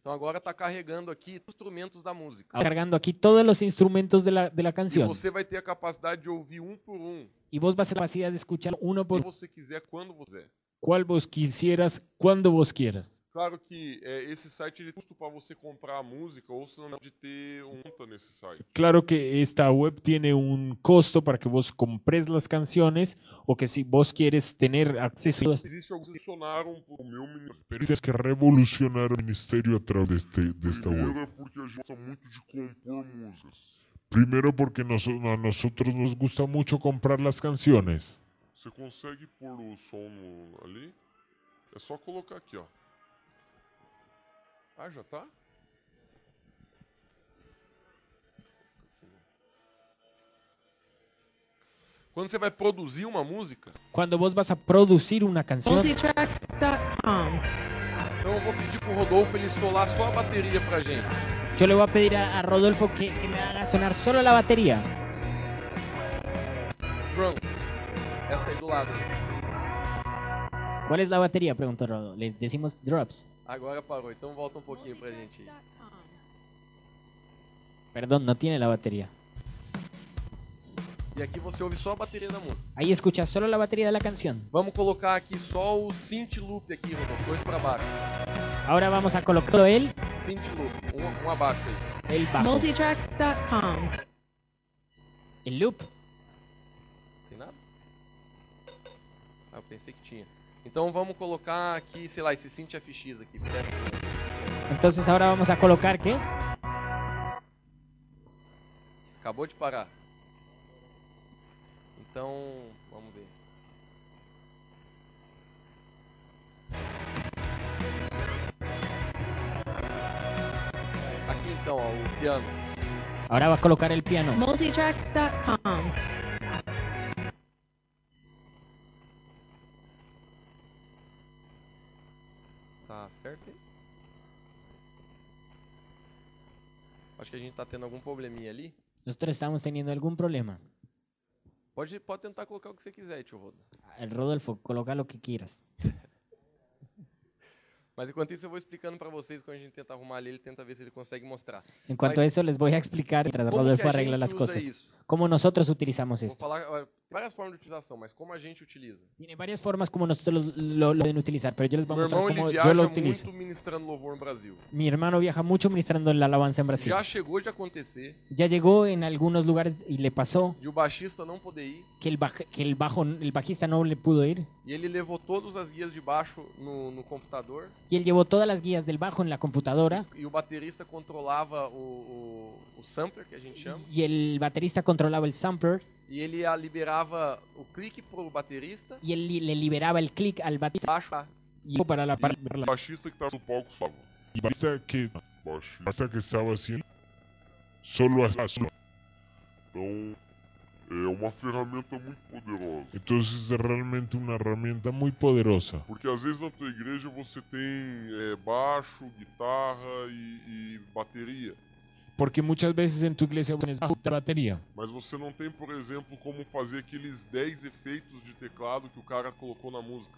Então agora tá carregando aquí os instrumentos da música. Cargando aquí todos los instrumentos de la, de la E canción. você vai ter a capacidade de ouvir um por um, Y vos vas a tener la capacidad de escuchar uno se por você quiser, quando você quiser. Cuál vos quisieras, cuando vos quieras. Claro que eh, esse site ele custa para você comprar a música ou se não de ter um conta nesse site. Claro que esta web tiene un costo para que vos compres las canciones o que si vos quieres tener acceso a Existe alguns que funcionaram um por mil milhões. Tienes que revolucionar el ministerio a través de, este- de esta web. Primeiro é porque a gente gosta muito de compor músicas. Primero porque nos- a nosotros nos gusta mucho comprar las canciones. Você consegue pôr o som no- ali? É só colocar aqui, ó. Ah, já tá? Quando você vai produzir uma música, cuando vos vas a producir una canción. Multitracks.com. então eu vou pedir pro Rodolfo ele solar só a bateria pra gente. Yo le voy a pedir a, a Rodolfo que, que me haga sonar solo la batería. Drums. Essa aí do lado. ¿Cuál es la batería? Preguntó Rodo. Les decimos drops. Agora parou, então volta um pouquinho pra gente. aí. Perdón, no tiene la batería. E aqui você ouve só a bateria da música. Ahí escuchas solo la batería de la canción. Vamos colocar aqui só o synth loop aqui, Rodolfo. Dois pra baixo. Ahora vamos a colocarlo él, Synth loop. Um, um abaixo aí. el bajo, Multitracks.com. el loop. Tem nada? Ah, eu pensei que tinha. Então vamos colocar aqui, sei lá, esse synth FX aqui. PS. Entonces ahora vamos a colocar qué? Acabou de parar. Então, vamos ver. Aqui então, ó, o piano. Ahora va a colocar el piano. Multitracks.com. Tá certo? hein? Acho que a gente tá tendo algum probleminha ali. Nosotros estamos teniendo algún problema. Pode, pode tentar colocar o que você quiser, tio Rodo. Eh, Rodolfo, coloca lo que quieras. Mas enquanto isso eu vou explicando pra vocês quando a gente tenta arrumar ali, ele tenta ver se ele consegue mostrar. En cuanto a Mas- eso, les voy a explicar mientras Como que Rodolfo a arregla gente las usa cosas. isso? Cómo nosotros utilizamos Vou esto. falar, ó, várias formas de utilização, mas como a gente utiliza? Tiene varias formas como nosotros lo, lo pueden utilizar, pero yo les voy a Meu mostrar irmão cómo ele yo viaja lo utilizo. muito ministrando louvor no Brasil. Mi hermano viaja mucho ministrando en la alabanza en Brasil. Já chegou de acontecer Ya llegó en algunos lugares y le pasó de o baixista não poder ir que el, baj- que el, bajo, el bajista no le pudo ir. e ele levou todas as guias de baixo no, no computador Y él llevó todas las guías del bajo en la computadora e o baterista controlava o, o, o sampler, que a gente chama, y el baterista controlaba el sampler e ele a- liberava o clique pro baterista y él li- le liberaba el clic al e baterista. baixo a- Y para la, para la- Baixista que estava no palco falava. E baixista que. Baixista que estava assim. Solo assim. Então. É uma ferramenta muito poderosa. Então é realmente uma ferramenta muito poderosa. Porque às vezes na tua igreja você tem é, baixo, guitarra e, e bateria, porque muchas veces en tu iglesia tienes la batería. mas você não tem, por exemplo, como fazer aqueles 10 efeitos de teclado que o cara colocou na música.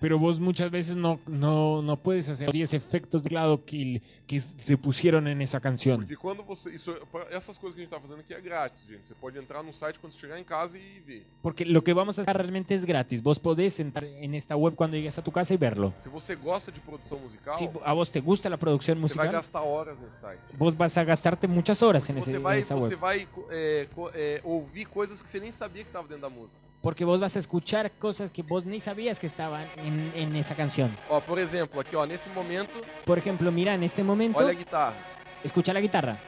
Pero vos muchas veces no, no, no puedes hacer 10 efectos de teclado que, que se pusieron en esa canción. Porque quando você. Isso, é- pra- essas coisas que a gente tá fazendo aqui é grátis, gente. Você pode entrar no site quando você chegar em casa e ver. Porque lo que vamos a hacer realmente es gratis. Vos podés entrar en esta web cuando llegues a tu casa y verlo. Se você gosta de produção musical, Si a vos te gusta la producción você vai musical, gastar horas nesse site. vos vas a gastarte muchas horas en, ese- Você en vai, esa você web. vai co- é, co- é, ouvir coisas que você nem sabia que estavam dentro da música. Porque vos vas a escuchar cosas que vos ni sabías que estaban en, en esa canción. Ó, por exemplo, aqui ó, nesse momento, Por ejemplo, mira, en este Então? momento, olha a guitarra. escucha la guitarra.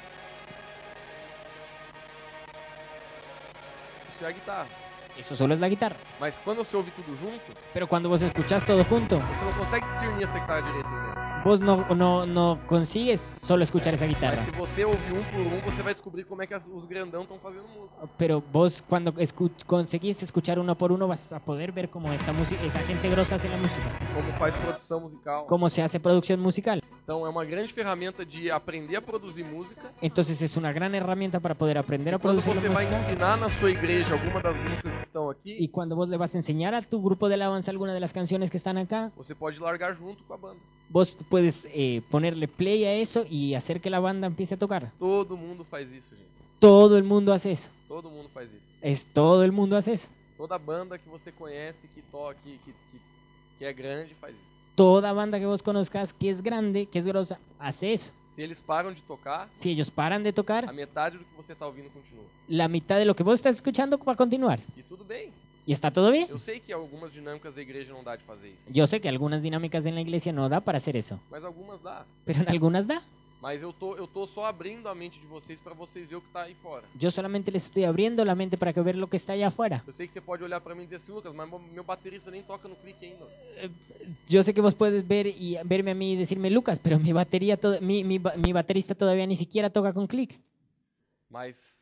Isso é a guitarra. Eso solo es la guitarra. Mas quando você ouve tudo junto, Pero cuando vos escuchás todo junto, você não consegue discernir essa guitarra direito. Né? vos no, no, no consigues solo escuchar esa Tá Mas guitarra. se você ouvir um por um, você vai descobrir como é que as- os grandão estão fazendo música. Pero vos cuando escu- conseguís escuchar uno por uno vas a poder ver cómo esa, musi- esa gente grosa hace la música, Como faz produção musical. cómo se hace producción musical. Então é uma grande ferramenta de aprender a produzir música. Entonces es una gran herramienta para poder aprender E a quando producir você la vai música. ensinar na sua igreja alguma das músicas que estão Y aqui, cuando vos le vas a enseñar a tu grupo de alabanza alguna de las canciones que están acá, você pode largar junto com a banda. vos puedes eh, ponerle play a eso y hacer que la banda empiece a tocar. Todo mundo faz isso, gente. Todo el mundo hace eso. Todo mundo faz isso. Es todo el mundo hace eso. Toda banda que você conhece, que toca, que, que, que- que é grande, faz isso. Toda banda que vos conozcas que es grande, que es grosa, hace eso. Se eles param de tocar, Si ellos paran de a tocar, metade do que você está ouvindo continua. la mitad de lo que vos estás escuchando va a continuar. E tudo bem. ¿Y está todo bien? Eu sei que algumas dinâmicas da igreja não dá de fazer isso. Yo sé que algunas dinámicas en la iglesia no da para hacer eso, Mas algumas dá. pero en algunas da. Mas eu tô, eu tô só abrindo a mente de vocês para vocês verem o que tá aí fora. Yo solamente les estoy abriendo la mente para que ver lo que está allá afuera. Eu sei que você pode olhar pra mim e dizer assim, Lucas, mas meu- meu baterista nem toca no clique ainda. Yo sé que vos puedes ver y verme a mí y decirme, Lucas, pero mi batería, to- mi, mi ba- mi baterista todavía ni siquiera toca con clic. Mas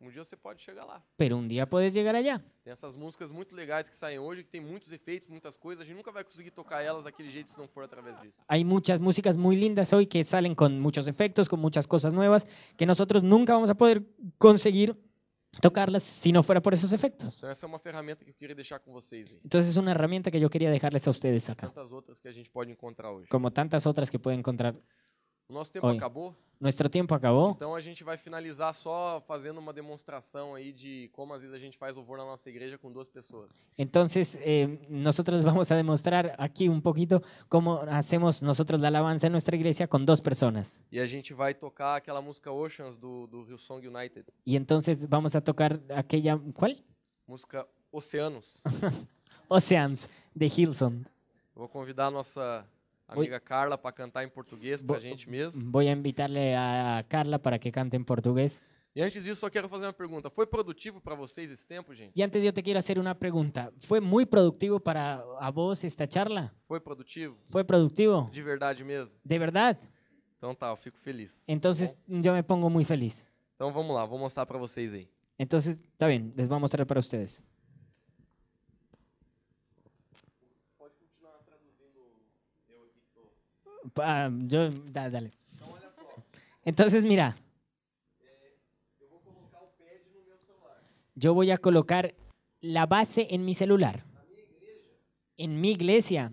um dia você pode chegar lá. Pero un día puedes llegar allá. Tem essas músicas muito legais que saem hoje, que tem muitos efeitos, muitas coisas. A gente nunca vai conseguir tocar elas daquele jeito se não for através disso. Hay muchas músicas muy lindas hoy que salen con muchos efectos, con muchas cosas nuevas, que nosotros nunca vamos a poder conseguir tocarlas si no fuera por esos efectos. Então essa é uma ferramenta que eu queria deixar com vocês aí. Entonces es una herramienta que yo quería dejarles a ustedes acá, Tantas outras que a gente pode encontrar hoje. como tantas otras que pueden encontrar. O nosso tempo Oi. acabou, Nuestro tiempo acabó. então a gente vai finalizar só fazendo uma demonstração aí de como às vezes a gente faz louvor na nossa igreja com duas pessoas. Entonces, eh, nosotros vamos a demostrar aquí un poquito cómo hacemos nosotros la alabanza en nuestra iglesia con dos personas. E a gente vai tocar aquela música Oceans do, do Hillsong United. Y entonces vamos a tocar aquella, ¿cuál? Música Oceanos. Oceans, de Hilson. Eu vou convidar a nossa Oi. amiga Carla para cantar em português pra Bo- gente mesmo. Voy a invitarle a Carla para que cante en portugués. E antes disso, só quero fazer uma pergunta. Foi produtivo para vocês esse tempo, gente? Y antes yo te quiero hacer una pregunta. ¿Fue muy productivo para a vos esta charla? Foi produtivo? ¿Fue productivo? De verdade mesmo? ¿De verdad? Então tá, eu fico feliz. Entonces yo me pongo muy feliz. Então vamos lá, vou mostrar para vocês aí. Entonces, está bien, les voy a mostrar para ustedes. Pa- yo, da- dale. Entonces, mira. Yo voy a colocar la base en mi celular. En mi iglesia.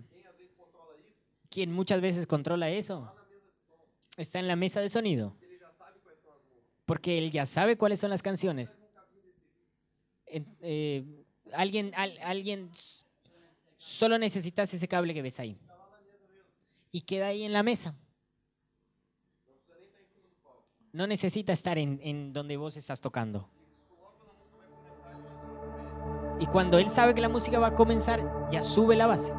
Quien muchas veces controla eso. Está en la mesa de sonido. Porque él ya sabe cuáles son las canciones. En- eh, Alguien, al- alguien s- solo necesitas ese cable que ves ahí. Y queda ahí en la mesa. No necesita estar en, en donde vos estás tocando. Y cuando él sabe que la música va a comenzar, ya sube la base.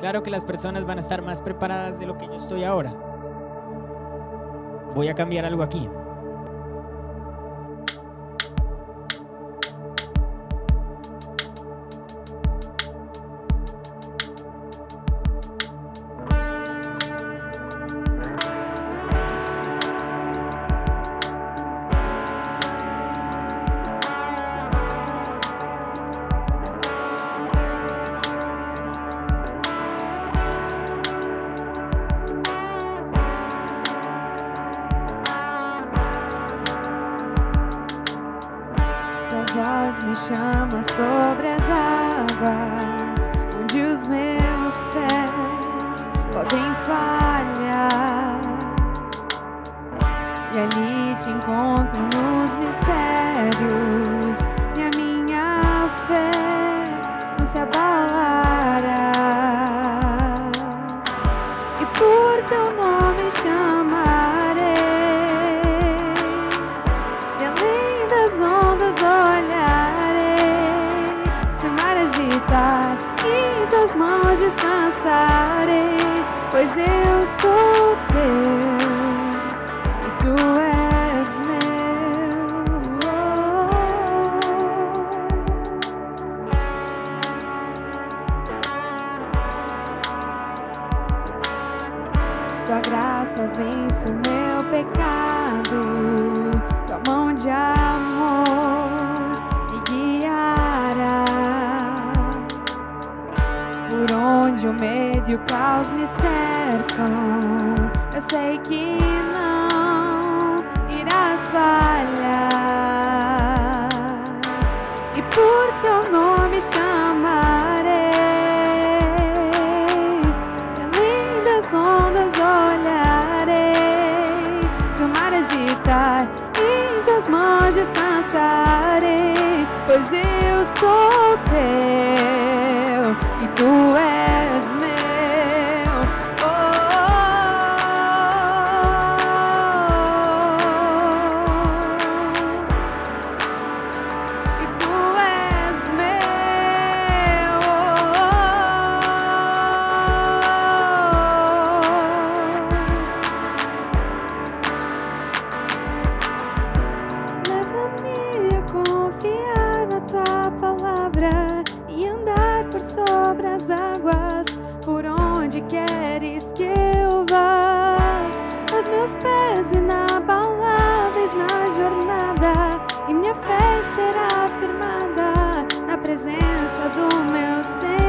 Claro que las personas van a estar más preparadas de lo que yo estoy ahora. Voy a cambiar algo aquí. Tua voz me chama sobre as águas, onde os meus pés podem falhar. E ali te encontro nos mistérios, e a minha fé não se abalará. E por teu nome chamarei. E além das ondas olharei, se o mar agitar, em tuas mãos descansarei, pois eu sou teu e tu és Oh, meu. Tua graça vence o meu pecado, tua mão de amor me guiará. Por onde o medo e o caos me cercam, eu sei que não irás falhar. E por teu nome chamarei. E além das ondas olharei. Se o mar agitar, em tuas mãos descansarei. Pois eu sou teu e tu és meu. Oh, oh, oh. E tu és meu. Leva-me a confiar na tua palavra e andar por sobre as águas, por onde queres que eu vá. Os meus pés inabaláveis na jornada e minha fé será firmada na presença do meu Senhor.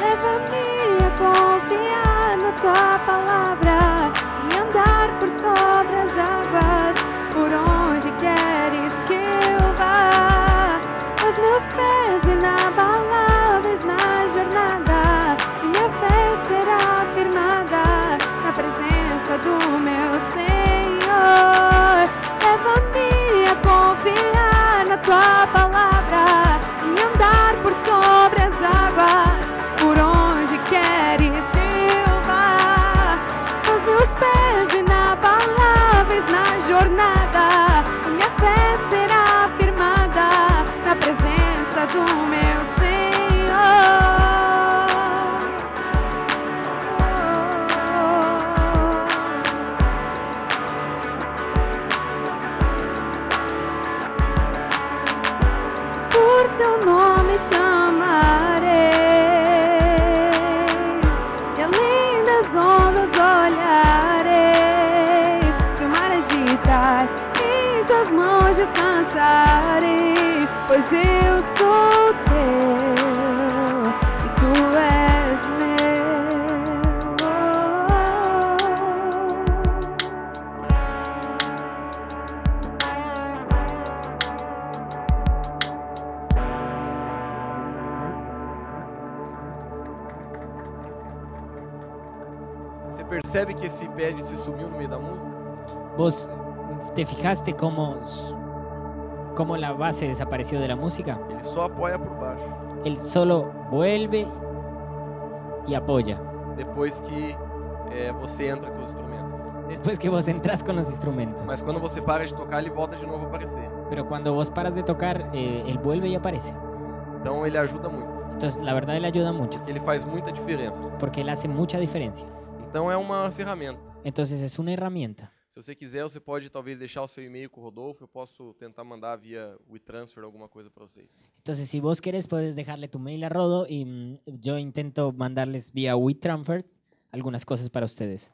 Leva-me a confiar na tua palavra e andar por sobre as águas, por onde queres que eu vá. Os meus pés inabaláveis na jornada e minha fé será firmada na presença do meu Senhor. Leva-me a confiar na tua palavra e andar por sobre as águas, por onde queres que eu vá. Os meus pés inabaláveis na jornada, e minha fé será firmada na presença do meu Senhor. Oh. por teu nome chamarei, e além das ondas olharei. Se o mar agitar, em tuas mãos descansarei, pois eu sou teu e tu és meu. Você percebe que esse pad se sumiu no meio da música? Vos te fijaste cómo s- cómo la base desapareció de la música, Ele só apoia por baixo. él solo vuelve y apoya. Depois que é, você entra com os instrumentos. Después que vos entras con los instrumentos. Mas quando você para de tocar, ele volta de novo a aparecer. Pero cuando vos paras de tocar, eh, él vuelve y aparece. Então ele ajuda muito. Entonces, la verdad, él ayuda mucho, Porque ele faz muita diferença. porque él hace mucha diferencia. Então é uma ferramenta. Entonces, es una herramienta. Se você quiser, você pode talvez deixar o seu e-mail com o Rodolfo. Eu posso tentar mandar via WeTransfer alguma coisa para vocês. Entonces, si vos querés, puedes dejarle tu mail a Rodo y mm, yo intento mandarles vía WeTransfer algunas cosas para ustedes.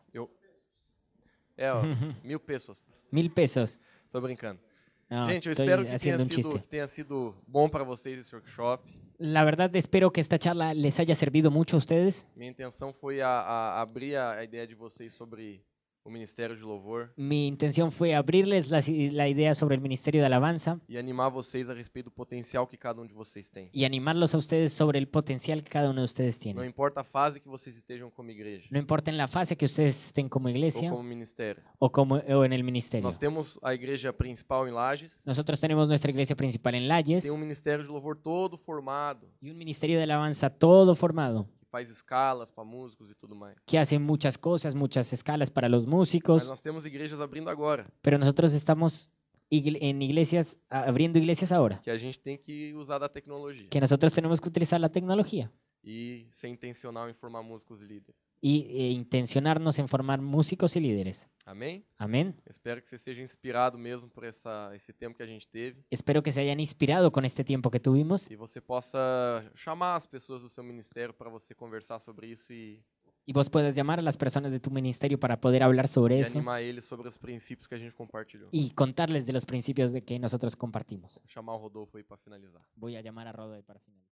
É, ó, mil pesos. Mil pesos. Tô brincando. No, Gente, eu estoy espero que tenha, haciendo un sido, chiste. que tenha sido bom para vocês esse workshop. La verdad, espero que esta charla les haya servido mucho a ustedes. Minha intenção foi a, a- abrir a, a ideia de vocês sobre o Ministério de Louvor Mi intención fue abrirles la, si- la idea sobre el Ministerio de Alabanza e animar vocês a respeito do potencial que cada um de vocês tem. y animarlos a ustedes sobre el potencial que cada uno de ustedes Não tiene. importa a fase que vocês estejam como igreja No importa en la fase que ustedes estén como ou iglesia como ministério. o, como, o en el ministerio. Nós temos a igreja principal em Lages, Nosotros tenemos nuestra iglesia principal en Layes tem um ministério de louvor todo formado, y un ministerio de alabanza todo formado que faz escalas para músicos e tudo mais. que hace muchas cosas, muchas escalas para los Mas músicos, nós temos igrejas abrindo agora, pero nosotros estamos igle- en iglesias, a- abriendo iglesias ahora, que a gente tem que usar da tecnologia que nosotros tenemos que utilizar la tecnología e ser intencional em formar músicos e líderes. y e intencionarnos en formar músicos y líderes. Amém? Amén. Espero que você seja inspirado mesmo por essa, esse tempo que a gente teve Espero que se hayan inspirado con este tiempo que tuvimos e você possa chamar as pessoas do seu ministério para você conversar sobre isso e, y vos puedas llamar a las personas de tu ministerio para poder hablar sobre e eso animar eles sobre os princípios que a gente compartilhou. y contarles de los principios de que nosotros compartimos. Vou chamar o Rodolfo aí para finalizar. Voy a llamar a Rodo ahí para finalizar.